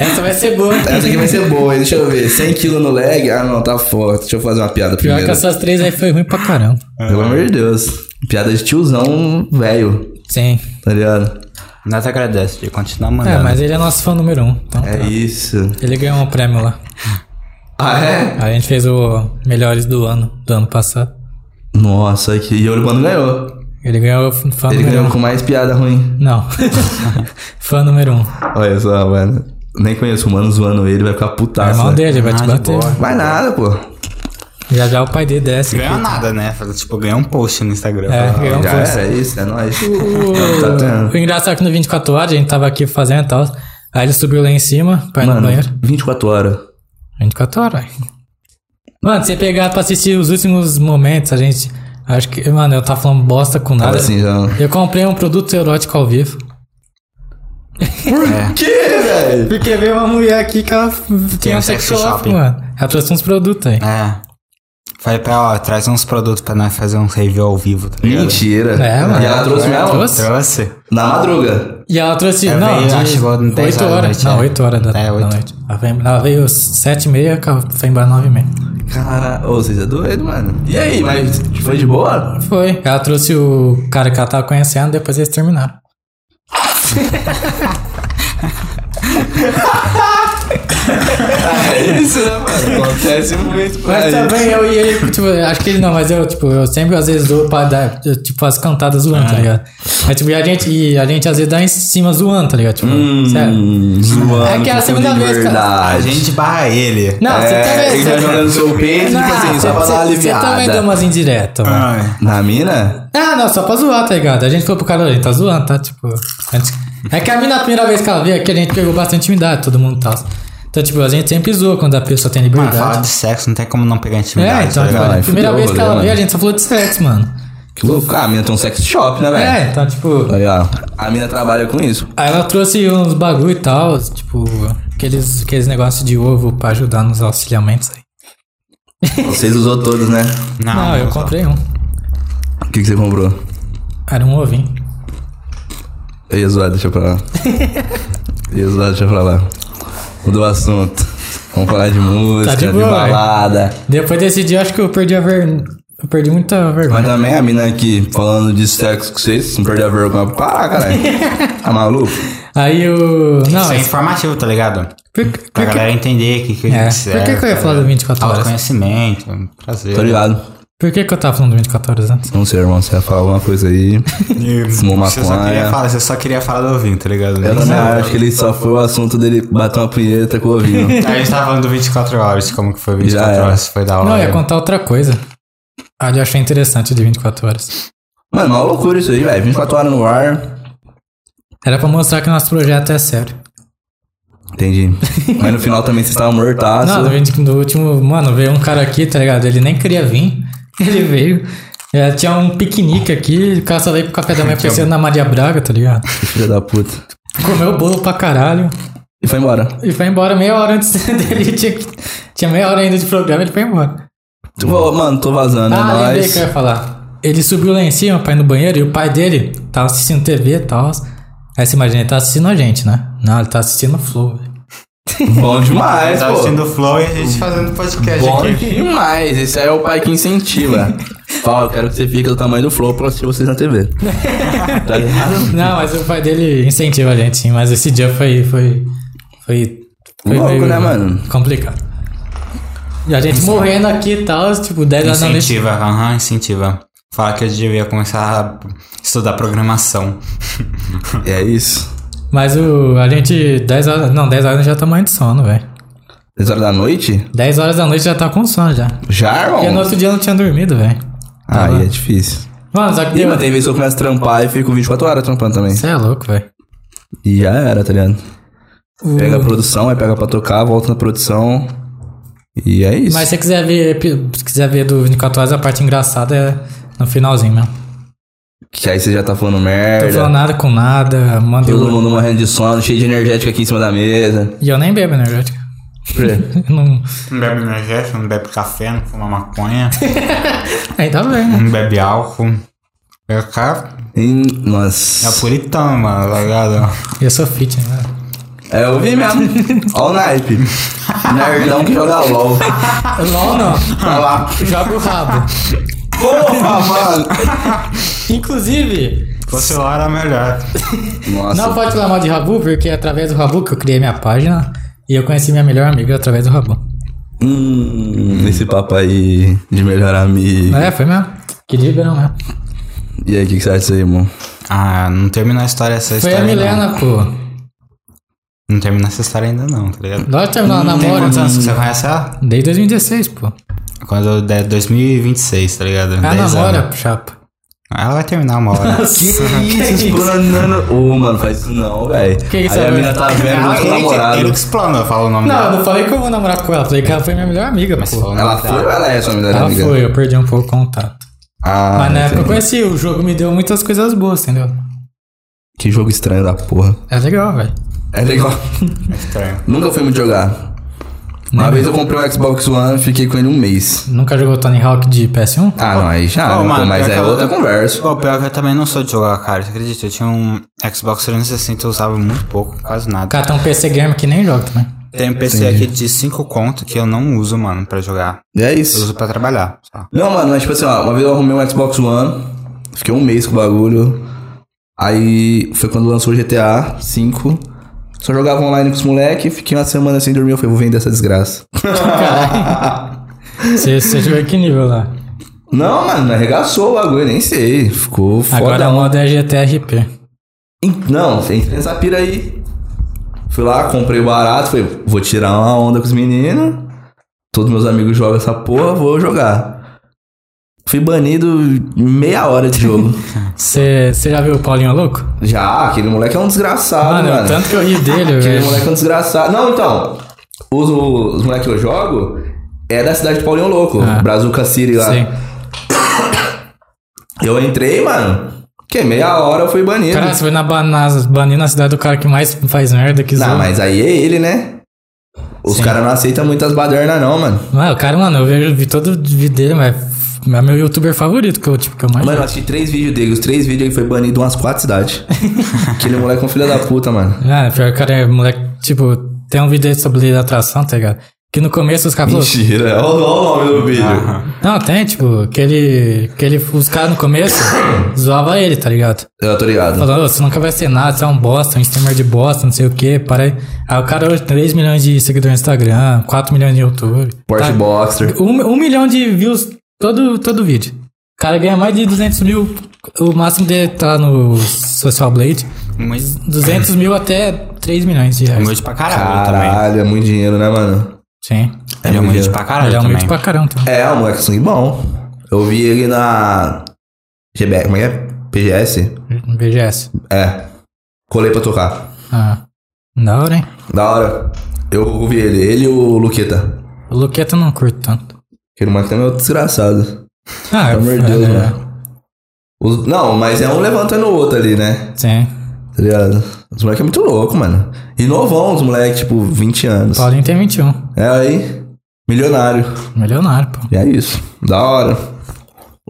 Essa vai ser
*laughs*
boa.
Essa aqui vai ser boa, hein? deixa eu ver. 100kg no leg? Ah, não, tá foda. Deixa eu fazer uma piada
Pior
primeiro.
que essas três aí foi ruim pra caramba.
Pelo amor de Deus. Piada de tiozão velho,
Sim.
tá ligado?
Nós agradece de continuar
É,
mandando.
mas ele é nosso fã número um. Então,
É
tá.
isso.
Ele ganhou um prêmio lá.
Ah, é?
A gente fez o Melhores do Ano, do ano passado.
Nossa, que... e o Urbano ganhou.
Ele ganhou o fã
Ele
número
ganhou
um.
com mais piada ruim.
Não. *laughs* fã número um.
Olha só, mano. Nem conheço o mano zoando ele, vai ficar putaço.
irmão
né?
É dele, vai
Ah,
te
de
bater.
boa.
Vai nada, pô.
Já já o pai dele desce.
Ganhou nada, né? Fala, Tipo, ganhou um post no Instagram.
É,
Fala,
ganhou um
Já
post.
era, é isso, é nóis.
Uh,
tá
O,
tendo.
o engraçado é que no 24 horas a gente tava aqui fazendo e tal. Aí ele subiu lá em cima pra ir no
Mano,
banheiro.
24 horas.
24 horas. Mano, você pegar pra assistir os últimos momentos, a gente. Acho que. Mano, eu tava falando bosta com
Tava
nada.
assim, já.
Eu comprei um produto erótico ao vivo.
"É,
Que, velho?
Porque veio uma mulher aqui que ela tinha um
um
sex
sex
shop,
shopping.
mano. Ela trouxe uns produtos aí.
É. Falei pra ela, ó, traz uns produtos pra nós fazer um review ao vivo, tá ligado?
Mentira.
É, mano.
E ela trouxe
Ela
mesmo?
trouxe.
Trouxe?
Na madruga.
E ela trouxe.
Ela
não,
É, veio,
de
acho, igual no 10
8
horas da
horas.
noite,
Não,
é.
8 horas da,
É,
da
oito.
noite. Ela veio, ela veio 7 e meia, ela foi embora 9 e meia.
Cara, ô, vocês é doido, mano. E aí, mas foi de boa?
Foi. Ela trouxe o cara que ela tava conhecendo, depois eles terminaram.
É isso, né, mano? Acontece muito por
Mas tá
aí.
também eu e ele, tipo, eu acho que ele não, mas eu, tipo, eu sempre às vezes dou pra dar, eu, tipo, as cantadas zoando,
Ah.
tá ligado? Mas, tipo, e a gente, e a gente às vezes dá em cima zoando, tá ligado? Tipo, sério.
Hum, zoando.
É que é a
com
segunda
tudo de
vez, cara.
verdade.
A gente barra ele.
Não, você
É,
também.
ele
Você
tá jogando seu peito, tipo assim, só pra dar uma
você- você
aliviada.
também deu umas indiretas, mano.
Ah,
Na mina?
Ah, não, só pra zoar, tá ligado? A gente falou pro cara, "Ô, ele tá zoando, tá? Tipo. antes- É que a mina, a primeira vez que ela veio aqui, a gente pegou bastante intimidade, todo mundo tal. Então, tipo, a gente sempre zoa quando a pessoa tem
mano, falar
liberdade.
de sexo não tem como não pegar intimidade,
é, então,
tá
tipo,
ligado?
ligado?
a primeira
Fudeu,
vez que ela
mano.
veio, a
né?
gente só falou de sexo, mano.
Que louco. Ah, a mina tem um sex shop, né, velho?
É, então, tipo.
Aí, ó. A mina trabalha com isso.
Aí ela trouxe uns bagulho e tal, tipo, aqueles, aqueles negócios de ovo pra ajudar nos auxiliamentos aí.
Vocês usou todos, né?
Ah, Não,
não, eu comprei um.
O que, que você comprou?
Era um ovinho.
Ei, zoado, deixa
*laughs*
pra lá. Ei, zoado, deixa pra lá. Mudou o assunto. Vamos falar de música,
Tá de
de,
boa, velho.
balada.
Depois desse dia, eu acho que eu perdi a ver... Eu perdi muita
Mas
vergonha.
também a mina aqui falando de sexo com vocês, se não perder a vergonha, para, caralho.
*laughs*
Tá maluco?
Aí eu... Não,
Isso é
mas...
informativo, tá ligado?
Por, por
Pra
que...
galera entender o que, que
É, Ah,
serve,
por que que eu ia
tá
falar do
ligado?
24 horas?
é um
Autoconhecimento, prazer.
Tô ligado.
Por que, que eu tava falando de 24 anos?
Não sei, irmão, você ia falar alguma coisa aí. Fumou
Você só, queria
maconha.
falar, você só queria falar do ovinho, tá ligado?
Eu
Nem
também
sabe.
acho que ele só foi o assunto dele bater uma punheta com o ovinho.
A gente tava falando do 24 horas, como que foi 24
Já era.
horas, foi da hora.
Não, eu ia contar outra coisa. Ah, eu achei interessante de 24 horas.
Mano, é uma loucura isso aí, velho. 24 horas no ar.
Era pra mostrar que nosso projeto é sério.
Entendi. Mas no final também vocês estavam mortaço.
Não, do, vinte- do último, mano, veio um cara aqui, tá ligado? Ele nem queria vir. *laughs* Ele veio. É, tinha um piquenique aqui, o cara só veio pro café da manhã pensando na Maria Braga, tá ligado?
Que filho da puta.
Comeu o bolo pra caralho.
E foi embora.
E foi embora meia hora antes *laughs* dele. Tinha, que- tinha meia hora ainda de programa, ele foi embora.
Tu falou, mano, tô vazando, é
ah, lembrei
nóis.
que eu ia falar. Ele subiu lá em cima pra ir no banheiro e o pai dele tava assistindo TV e tal. Aí você imagina, ele tá assistindo a gente, né? Não, ele tá assistindo o Flow. velho.
Bom
Eu
demais,
tava Tá assistindo
pô.
o Flow e a gente fazendo podcast
Bom
é
aqui.
é demais. Esse aí é o pai que
*laughs*
incentiva. Fala, eu quero que você fique do tamanho do flow pra assistir vocês na TV.
*laughs*
tá ligado?
Não, mas o pai dele incentiva a gente, sim. Mas esse dia foi. Foi. Foi. foi
Louco,
meio
né, mano?
Complicado. E a gente morrendo aqui e tal, tipo, 10 horas da noite.
Incentiva, aham, incentiva. Fala que eu devia começar a estudar programação.
E é isso.
Mas o, a gente, 10 horas. Não, 10 horas já tá morrendo de sono, velho.
10 horas da noite?
10 horas da noite já tá com sono já.
Já,
E no
irmão?
outro dia eu não tinha dormido, velho.
Aí é difícil.
Mano, só que
E,
deu.
mano, tem vezes que eu começo a trampar e fico 24 horas trampando também.
Você é louco, velho.
E já era, tá ligado? Pega a produção, aí pega pra tocar, volta na produção. E é isso.
Mas se você quiser ver, epi- se quiser ver do 24 horas, a parte engraçada é no finalzinho mesmo.
Que aí você já tá falando
Não
merda.
tô falando nada com nada, manda.
Todo mundo morrendo de sono, cheio de energético aqui em cima da mesa.
E eu nem bebo energético. *laughs*
Por quê? *laughs*
Não...
Não Um bebe energético, não bebe café, não
*laughs*
fuma maconha,
Ainda bem, né?
não bebe álcool. É o cara
Hum,
É
Nossa.
napolitano, mano, tá ligado?
Eu sou fit, né?
É, eu vi
*laughs*
mesmo. Ó o naipe. Nerdão que joga LOL.
LOL não. *laughs*
Tá lá.
Joga o rabo.
*laughs* Porra, mano.
Inclusive,
Fosse lá era melhor.
Nossa.
não pode falar mal de Rabu, porque é através do Rabu que eu criei minha página e eu conheci minha melhor amiga através do Rabu.
Hum, esse papo aí de melhor amigo.
É, foi mesmo. Que né? de verão mesmo.
E aí, o que, que você acha disso aí, irmão?
Ah, não terminou a história essa
Foi a
história. é não.
Milena, pô.
não terminou essa história ainda não, tá ligado?
Nós terminamos o
Tem
namoro
quantos anos que você conhece ela?
né? desde 2016, pô.
Quando eu der 2026, tá ligado?
Ela
10 anos.
Ah,
Ah,
namora, chapa.
Ela vai terminar uma
*laughs*
hora.
Que isso?
Explanando. Ô, mano, faz isso não, velho.
Que isso,
Aí a
velho?
mina tá vendo
Ah,
o
ele,
namorado.
ele que explanou, fala o nome
Não, eu
dela.
não falei que eu vou namorar com ela, falei que ela foi minha melhor amiga, mas
falou o nome
Ela
dela.
foi ou ela é sua melhor
Ela
amiga?
foi, eu perdi um pouco o contato.
Ah,
mas na
entendi.
época eu conheci, o jogo me deu muitas coisas boas, entendeu?
Que jogo estranho da porra.
É legal, velho.
É legal.
É estranho.
Nunca fui muito jogar. Uma vez eu comprei o Xbox One, fiquei com ele um mês.
Nunca jogou Tony Hawk de PS1?
Ah, não, aí já,
Ô,
né,
mano,
pô, mas
pior
é
que eu-
outra conversa.
Pô, pior é que eu também não sou de jogar, cara. Você acredita? Eu tinha um Xbox 360, eu usava muito pouco, quase nada.
Cara, tem um PC Gamer que nem joga também.
Tem um PC aqui de 5 conto que eu não uso, mano, pra jogar.
E é
Eu
isso.
uso pra trabalhar, só.
Não, mano, mas tipo assim, ó, uma vez eu arrumei um Xbox One, fiquei um mês com o bagulho. Aí foi quando lançou o GTA V. Só jogava online com os moleques, fiquei uma semana sem dormir, eu falei, vou vender essa desgraça.
Você, você jogou que nível lá?
Não, mano, arregaçou o bagulho, nem sei. Ficou foda.
Agora a moda é GTRP.
Não, sem pensar pira aí. Fui lá, comprei o barato, falei, vou tirar uma onda com os meninos. Todos meus amigos jogam essa porra, vou jogar. Fui banido meia hora de
*laughs*
jogo.
Você, você já viu o Paulinho Louco?
Já, aquele moleque é um desgraçado,
mano,
mano.
o tanto
*laughs*
que eu ri dele,
Aquele
velho.
moleque é um desgraçado. Não, então, os, os moleques que eu jogo é da cidade de Paulinho Louco,
Ah.
Brazuca City lá.
Sim.
Eu entrei, mano, que meia hora eu fui banido.
Cara, você foi na, ba- na, banir na cidade do cara que mais faz merda que zoa.
Não, mas aí é ele, né? Os
Sim.
caras não aceitam muitas badernas, não, mano.
Mano, o cara, mano, eu vejo vi todo o vídeo dele, mas é meu youtuber favorito, que eu, tipo, que eu mais.
Mano, eu assisti três vídeos dele. Os três vídeos ele foi banido umas quatro
*laughs*
cidades. Aquele moleque é um filho da puta, mano.
Mano, pior que o cara é moleque, tipo, tem um vídeo dele sobre lei da atração, tá ligado? Que no começo os caras falaram.
Mentira, olha o nome do vídeo.
Não, tem, tipo, que ele. Que ele os caras no começo *coughs* zoavam ele, tá ligado?
Eu tô ligado.
Falando, "Ô, você nunca vai ser nada, você é um bosta, um streamer de bosta, não sei o quê, para aí. Aí o cara hoje 3 milhões de seguidores no Instagram, 4 milhões de YouTube.
Porsche
tá,
Boxer.
um, um milhão de views Todo, todo vídeo. O cara ganha mais de 200 mil. O máximo dele tá no Social Blade.
Muito,
200 mil até 3 milhões de reais.
muito pra caralho, também.
Caralho, é muito dinheiro, né, mano?
Sim.
Ele é
muito
humilde
dinheiro.
pra caralho
Ele é humilde
também.
pra caramba também.
É, o moleque é sangue bom. Eu vi ele na. GB, como é que é? PGS?
BGS.
É. Colei pra tocar.
Ah. Da hora, hein?
Da hora. Eu vi ele, ele e o Luqueta.
O Luqueta eu não curto tanto.
Aquele moleque também é outro desgraçado.
Ah,
Pelo amor de Deus,
é,
mano. Os- não, mas é um levantando o outro ali, né?
Sim.
Tá ligado? Os moleques é muito louco, mano. E novão, os moleques, tipo, 20 anos.
Paulinho tem 21.
É aí. Milionário.
Milionário, pô.
E é isso. Da hora.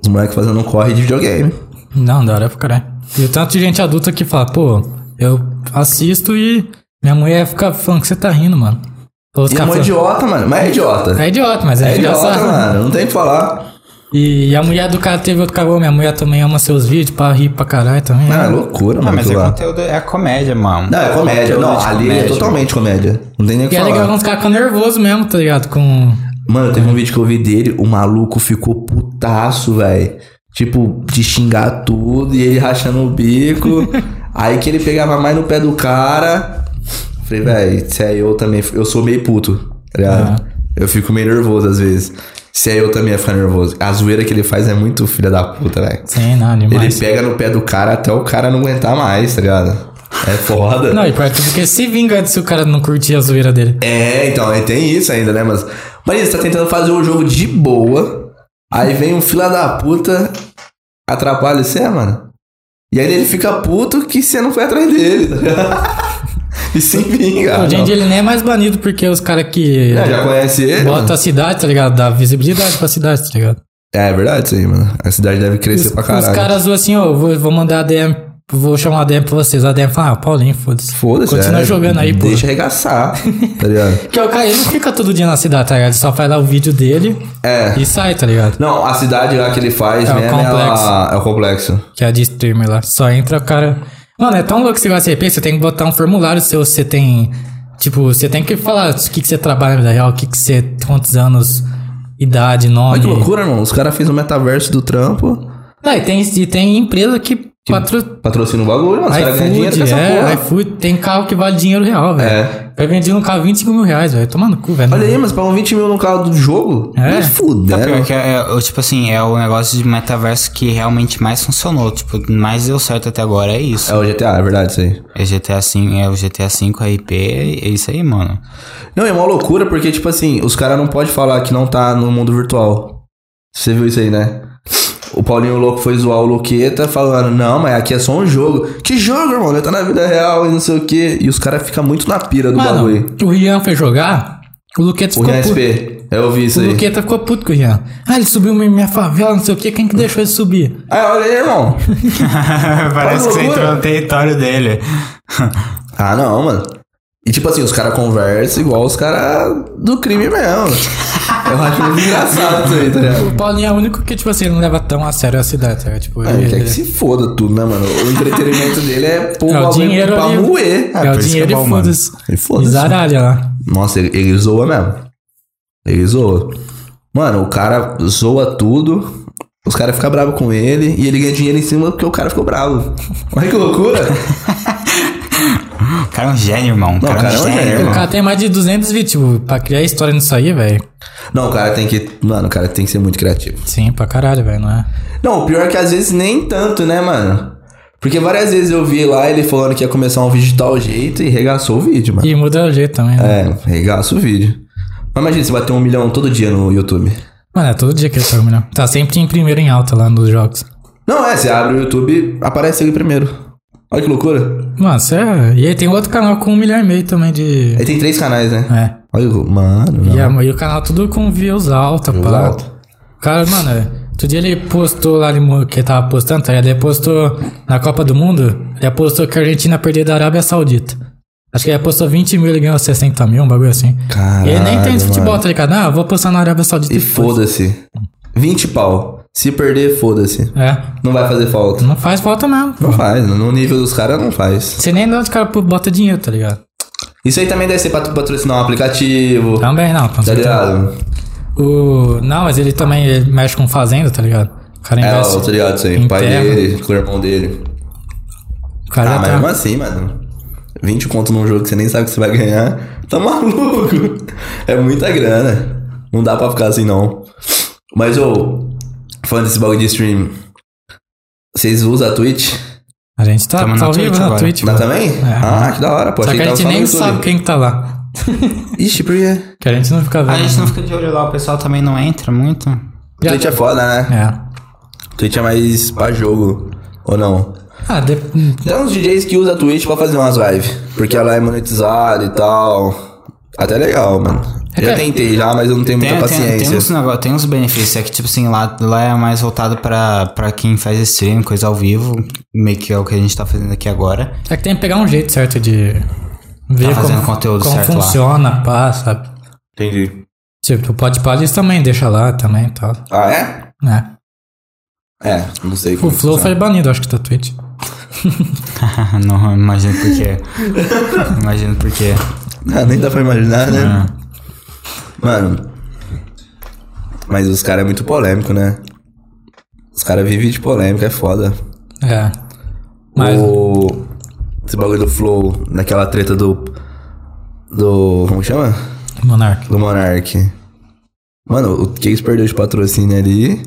Os moleques fazendo um corre de videogame.
Não, da hora pra caralho. E o tanto de gente adulta que fala, pô, eu assisto e minha mulher fica falando que você tá rindo, mano. Ou os
E é
caras
um
falam,
idiota, mano. Mas é idiota.
é idiota, mas é,
É idiota,
engraçado.
mano. Não tem o que falar.
E a mulher do cara teve outro cagou, minha mulher também ama seus vídeos pra rir pra caralho também. né?
Ah, é loucura,
Ah,
mano.
mas é
aquilo lá.
conteúdo, é comédia, mano.
Não, é comédia.
Conteúdo
Não,
de
ali é
comédia.
totalmente comédia. Não tem nem o
e
que
é legal
falar.
quando os caras ficam nervosos mesmo, tá ligado? Com.
Mano, teve um vídeo que eu vi dele, o maluco ficou putaço, velho. Tipo, de xingar tudo e ele rachando o
*laughs*
bico. aí que ele pegava mais no pé do cara. Falei, velho, se é eu também. Eu sou meio puto, tá ligado? Eu fico meio nervoso às vezes. Se é eu também ia ficar nervoso. A zoeira que ele faz é muito filha da puta, velho.
Sim, não,
Ele
demais.
pega no pé do cara até o cara não aguentar mais, tá ligado? É foda.
Não, e pior que porque se vinga antes se o cara não curtir a zoeira dele.
É, então, aí tem isso ainda, né? Mas, mas você tá tentando fazer o jogo de boa, aí vem um fila da puta, atrapalha você, mano. E aí ele fica puto que você não foi atrás dele. tá ligado? *laughs* e se vinga.
Hoje em
Ah, não.
dia ele nem é mais banido porque os caras que
É, já conhece ele?
botam
mano?
a cidade, tá ligado? Dá visibilidade pra cidade, tá ligado?
É, é verdade isso aí, mano. A cidade deve crescer
os,
pra
os
caralho.
caras zoam assim, ó, vou, vou mandar a DM, vou chamar a DM pra vocês. A DM fala, ah, Paulinho, foda-se.
Foda-se.
Continua
é,
jogando aí, pô.
Deixa arregaçar, tá
*laughs*
ligado?
Porque o cara ele não fica todo dia na cidade, tá ligado? Ele só faz lá o vídeo dele
É.
e sai, tá ligado?
Não, a cidade lá que ele faz
É o
mesmo, ela- é o complexo.
Que é a de streamer lá. Só entra o cara. Mano, é tão louco que você gosta de RP, você tem que botar um formulário seu, você tem. Tipo, você tem que falar o que, que você trabalha na vida real, o que, que você. quantos anos, idade,
Olha
nome.
que loucura, irmão. Os caras fez o metaverso do trampo.
Não, e tem, e tem empresa que. Patro...
Patrocina o bagulho, mano. Tipo, Os caras ganham dinheiro
iFood,
com essa
é,
porra.
iFood, tem carro que vale dinheiro real, velho.
É.
Vai vender um carro 25 mil reais, velho. Toma no cu, velho.
Olha aí, mas pagam 20 mil no carro do jogo?
É.
Mas
Tá,
fudendo.
pior que é, é, o- tipo assim, é o negócio de metaverso que realmente mais funcionou. Tipo, mais deu certo até agora, é isso.
É o GTA, é verdade isso aí.
É GTA V, é o GTA V, a IP, é isso aí, mano.
Não, é uma loucura porque, tipo assim, os caras não podem falar que não tá no mundo virtual. Você viu isso aí, né? O Paulinho Louco foi zoar o Luqueta falando, não, mas aqui é só um jogo. Que jogo, irmão? Ele tá na vida real e não sei o quê. E os caras ficam muito na pira do bagulho.
Mano, o Rian foi jogar, o Luqueta
O
ficou
Rian
puto.
SP. Eu vi isso
O
aí.
Luqueta ficou puto com o Rian. Ah, ele subiu minha minha favela, não sei o que, quem que deixou ele subir?
Ah, olha aí, irmão.
*laughs* Parece que você
loucura.
entrou no território dele.
Ah, não, mano. E tipo assim, os caras conversam igual os caras do crime mesmo. Eu acho muito engraçado isso aí, tá ligado?
O Paulinho é o único que, tipo assim, ele não leva tão a sério a cidade, tá? Tipo,
Ah,
ele-
Ele quer que
ele-
se foda tudo, né, mano? O entretenimento dele é pôr
É o
o bagulho
dinheiro
pra
ali.
moer.
é
por
o
isso que
dinheiro
é bom,
e
mano.
foda-se.
Ele
E
foda-se.
zaralha lá.
Nossa, ele, ele zoa mesmo. Ele zoa. Mano, o cara zoa tudo. Os caras ficam bravos com ele e ele ganha dinheiro em cima porque o cara ficou bravo. *laughs* Olha que loucura!
O cara é um gênio, irmão. O
Não,
cara, é um gênio,
O
irmão.
cara tem mais de 200 vídeos, tipo, pra criar história nisso aí, velho.
Não, o cara tem que. Mano, o cara tem que ser muito criativo.
Sim, pra caralho, velho, não é?
Não, o pior é que às vezes nem tanto, né, mano? Porque várias vezes eu vi lá ele falando que ia começar um vídeo de tal jeito e regaçou o vídeo, mano.
E muda o jeito também, né?
É, regaça o vídeo. Mas imagina você bater um milhão todo dia no YouTube.
Mano, é todo dia que ele tá melhor. Tá sempre em primeiro em alta lá nos jogos.
Não, é, você abre o YouTube, aparece ele primeiro. Olha que loucura.
Mano, sério. E aí tem outro canal com um milhão e meio também de.
Aí tem três canais, né?
É.
Olha, o- mano. Não.
E, a- e o canal tudo com views alta,
Views
pá.
alta.
Cara, mano, é, outro dia ele postou lá, ele, mo- que ele tava postando, tá ligado? Ele postou na Copa do Mundo, ele postou que a Argentina perdeu da Arábia Saudita. Acho que ele postou 20 mil, ele ganhou 60 mil, um bagulho assim.
Caralho,
ele nem entende de futebol,
mano.
tá ligado? Ah, eu vou postar na Arábia Saudita.
E foda-se. 20 pau. Se perder, foda-se.
É,
Não vai fazer falta.
não faz falta mesmo.
Não faz, no nível dos caras não faz.
Você nem dá onde o cara pô- bota dinheiro, tá ligado?
Isso aí também deve ser pra tu patrocinar um aplicativo.
Também não, com
Tá
certeza.
ligado?
O... Não, mas ele também ele mexe com fazenda, tá ligado? O cara
É,
investe.
ó, tá ligado, isso aí.
em
O pai
terra.
dele, com o irmão dele.
O cara
Ah,
já
mas
tá-
mesmo assim, mano. 20 conto num jogo que você nem sabe que você vai ganhar. Tá *laughs* maluco? É muita grana. Não dá pra ficar assim, não. Mas, ô, fã desse bagulho de stream, vocês usam a Twitch?
A gente tá,
Tamo
tá
na
ao vivo
Twitch
na
agora.
Twitch.
Dá
mano.
também?
É.
Ah, que da hora, pô.
Só
Achei
que a
tava
gente
só no
nem
YouTube.
sabe quem que tá lá.
Ixi, por quê?
Que a gente não fica vendo.
A gente não fica de olho lá, o pessoal também não entra muito.
Já- tá.
Twitch é foda, né?
É.
Twitch é mais pra jogo, ou não?
Ah, de-
Tem uns DJs que usam a Twitch pra fazer umas lives, porque ela é monetizada e tal. Até legal, mano.
É
Já
que-
tentei já, mas eu não tenho muita
Tem, tem,
paciência.
tem, uns negócio, tem uns benefícios, é que tipo assim, lá, lá é mais voltado pra, pra quem faz stream, coisa ao vivo, meio que é o que a gente tá fazendo aqui agora. Tá
é que tem que pegar um jeito certo de ver
fazendo
como,
conteúdo
como
certo lá.
funciona, pá, sabe?
Entendi.
Tipo, o Podpah eles também deixa lá também e tal.
Ah, é?
né?
É, não sei.
O
como
Flow
funciona.
foi banido, acho que, da Twitch.
*laughs* não, imagino por quê.
*laughs*
imagino por quê.
Ah, nem dá pra imaginar, né? Mano. Mas os caras é muito polêmico, né? Os caras vivem de polêmica, é foda.
É. Mas,
O... Esse bagulho do Flow, naquela treta do. Do. Como chama?
Monark.
Do Monark. Mano, o Case perdeu de patrocínio ali.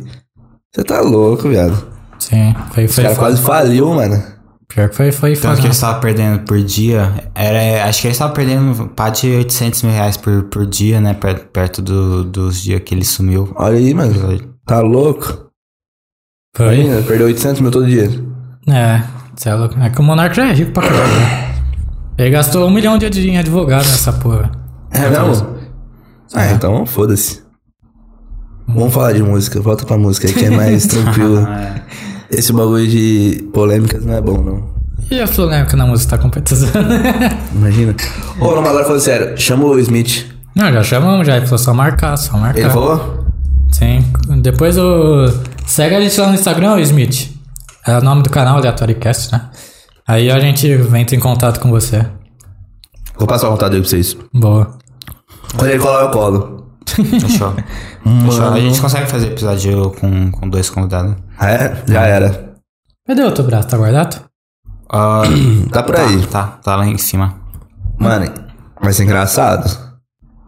Você tá louco, viado.
Sim, foi,
O
foi
cara
foda.
quase faliu, mano.
Pior que foi, foi
Então, o
foda. né?
que eles estavam perdendo por dia, era, acho que eles estavam perdendo pá de 800 mil reais por, por dia, né? per- Perto do- dos dias que ele sumiu.
Olha aí, mano. Tá louco?
Foi.
Imagina, perdeu 800 mil todo dia.
É, cê é louco. É que o Monark já é rico pra caralho. né? Ele gastou um milhão de dinheiro em advogado nessa porra.
É mesmo? Ah, então foda-se. Vamos falar de música, volta pra música aí que é *laughs* mais tranquilo. Esse bagulho de polêmicas não é bom, não.
E a polêmica na música tá competição. *laughs*
Imagina. Ô, não, mas agora falando sério, chama o Smith.
Não, já chamamos, já. Ele falou só marcar, só marcar.
Ele falou?
Sim. Depois o. Segue a gente lá no Instagram, Smith. É o nome do canal, AleatóriCast, né? Aí a gente entra em contato com você.
Vou passar o contato dele pra vocês.
Boa.
Quando ele colar, eu colo. *laughs*
Fechou. Fechou. A gente consegue fazer episódio com, com dois convidados.
Ah, é? Já era.
Cadê o outro braço? Tá guardado?
*coughs*
Ah,
Tá por aí.
tá, tá lá em cima.
Mano, vai ser engraçado.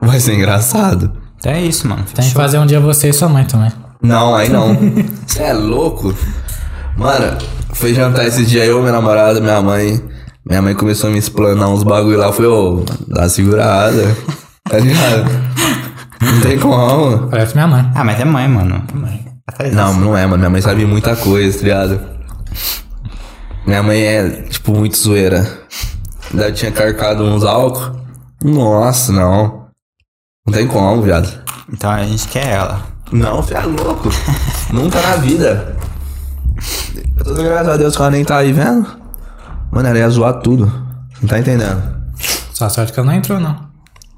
Vai ser engraçado.
Então é isso,
Tá
mano.
Tem que
Fechou.
fazer um dia você e sua mãe também.
Não, aí não. Você é louco? Mano, fui jantar esse dia eu, minha namorada, minha mãe. Minha mãe começou a me explanar uns bagulho lá. Foi, ô, dá uma segurada. Tá ligado? Não tem como.
Parece minha mãe.
Ah, mas é mãe, mano. É mãe. Ela faz
Não,
isso.
não é, mano. Minha mãe sabe muita coisa, tá ligado? Minha mãe é, tipo, muito zoeira. Daí eu tinha carcado uns álcool. Nossa, não. Não tem como, viado.
Então a gente quer ela.
Não, você é louco. Nunca na vida. Eu tô dando graças a Deus que ela nem tá aí vendo. Mano, ela ia zoar tudo. Não tá entendendo.
Só sorte que ela não entrou, não.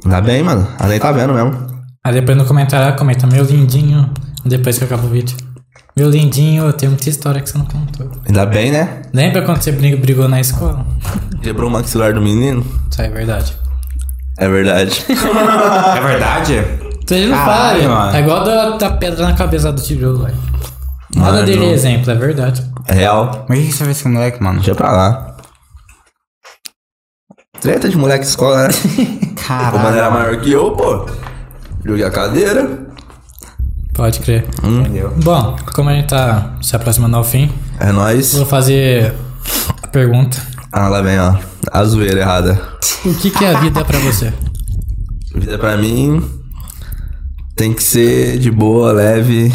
Ainda bem, mano. Ela nem tá vendo mesmo.
Aí depois no comentário ela comenta, meu lindinho, depois que acaba o vídeo. Meu lindinho, tem muita história que você não contou.
Ainda bem, né?
Lembra quando você brig- brigou na escola?
Quebrou o maxilar do menino.
Isso aí é verdade.
É verdade. Ah.
É verdade?
Você não
Caralho,
fala,
mano.
é igual da, da pedra na cabeça do tijolo, velho. Nada
Mano.
dele é exemplo, é verdade.
Real.
Mas o que você fez com o moleque, mano?
Deixa pra lá. Treta de moleque de escola, né? O mano
Caralho.
era maior que eu, pô. Joguei a cadeira.
Pode crer.
Hum.
Entendeu?
Bom, como a gente tá se aproximando ao fim,
É nóis.
vou fazer a pergunta.
Ah, lá vem, ó. A zoeira errada.
O que, que é a vida pra você?
Vida pra mim tem que ser de boa, leve,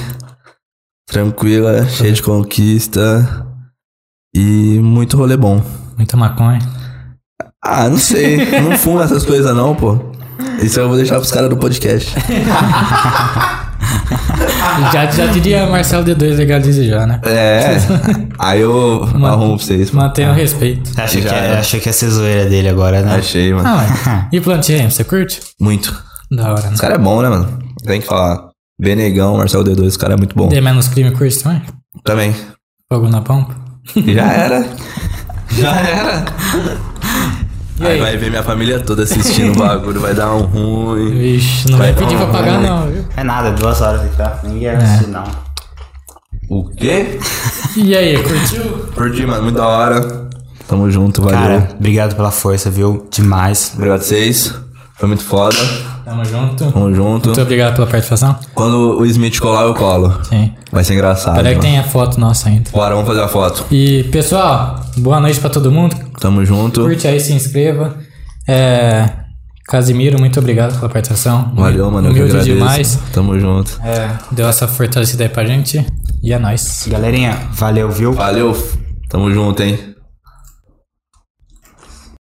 tranquila, cheia de conquista e muito rolê bom.
Muita maconha.
Ah, não sei, *laughs* não fumo essas coisas não, pô. Isso eu vou deixar pros caras do podcast.
Já, já diria Marcelo D2 legalize já, né?
É, *laughs* aí eu arrumo pra vocês. mano.
Mantenha o respeito.
Achei que,
Já era.
achei que ia ser zoeira dele agora, né?
Achei, mano.
Ah, ué. E plantinha, você curte?
Muito.
Da hora, né?
Os caras é bom, né, mano? Tem que falar. Benegão, Marcelo D2, os caras é muito bom.
D menos crime curte também?
Também. *laughs*
Fogo na pompa?
Já era. Já era.
E
aí
aí?
vai ver minha família toda assistindo o bagulho, vai dar um ruim.
Vixe, não vai
Vai
pedir
dar
pra
um
pagar
ruim.
não, viu?
É nada, duas horas aqui, tá? Ninguém vai assistir, não.
O quê?
E aí, curtiu?
Curti, mano, muito da hora. Tamo junto, valeu.
Cara, obrigado pela força, viu? Demais.
Obrigado a vocês. Foi muito foda.
Tamo junto.
Tamo junto.
Muito obrigado pela participação.
Quando o Smith colar, eu colo.
Sim.
Vai ser engraçado.
Peraí que
mano.
tem a foto nossa ainda.
Bora, vamos fazer a foto.
E, pessoal, boa noite pra todo mundo.
Tamo junto.
Curte aí, se inscreva. É, Casimiro, muito obrigado pela participação.
Valeu, mano. Eu que
Humilde
agradeço.
demais.
Tamo junto.
É, deu essa fortalecida aí pra gente. E é nóis.
Galerinha, valeu, viu?
Valeu. Tamo junto, hein?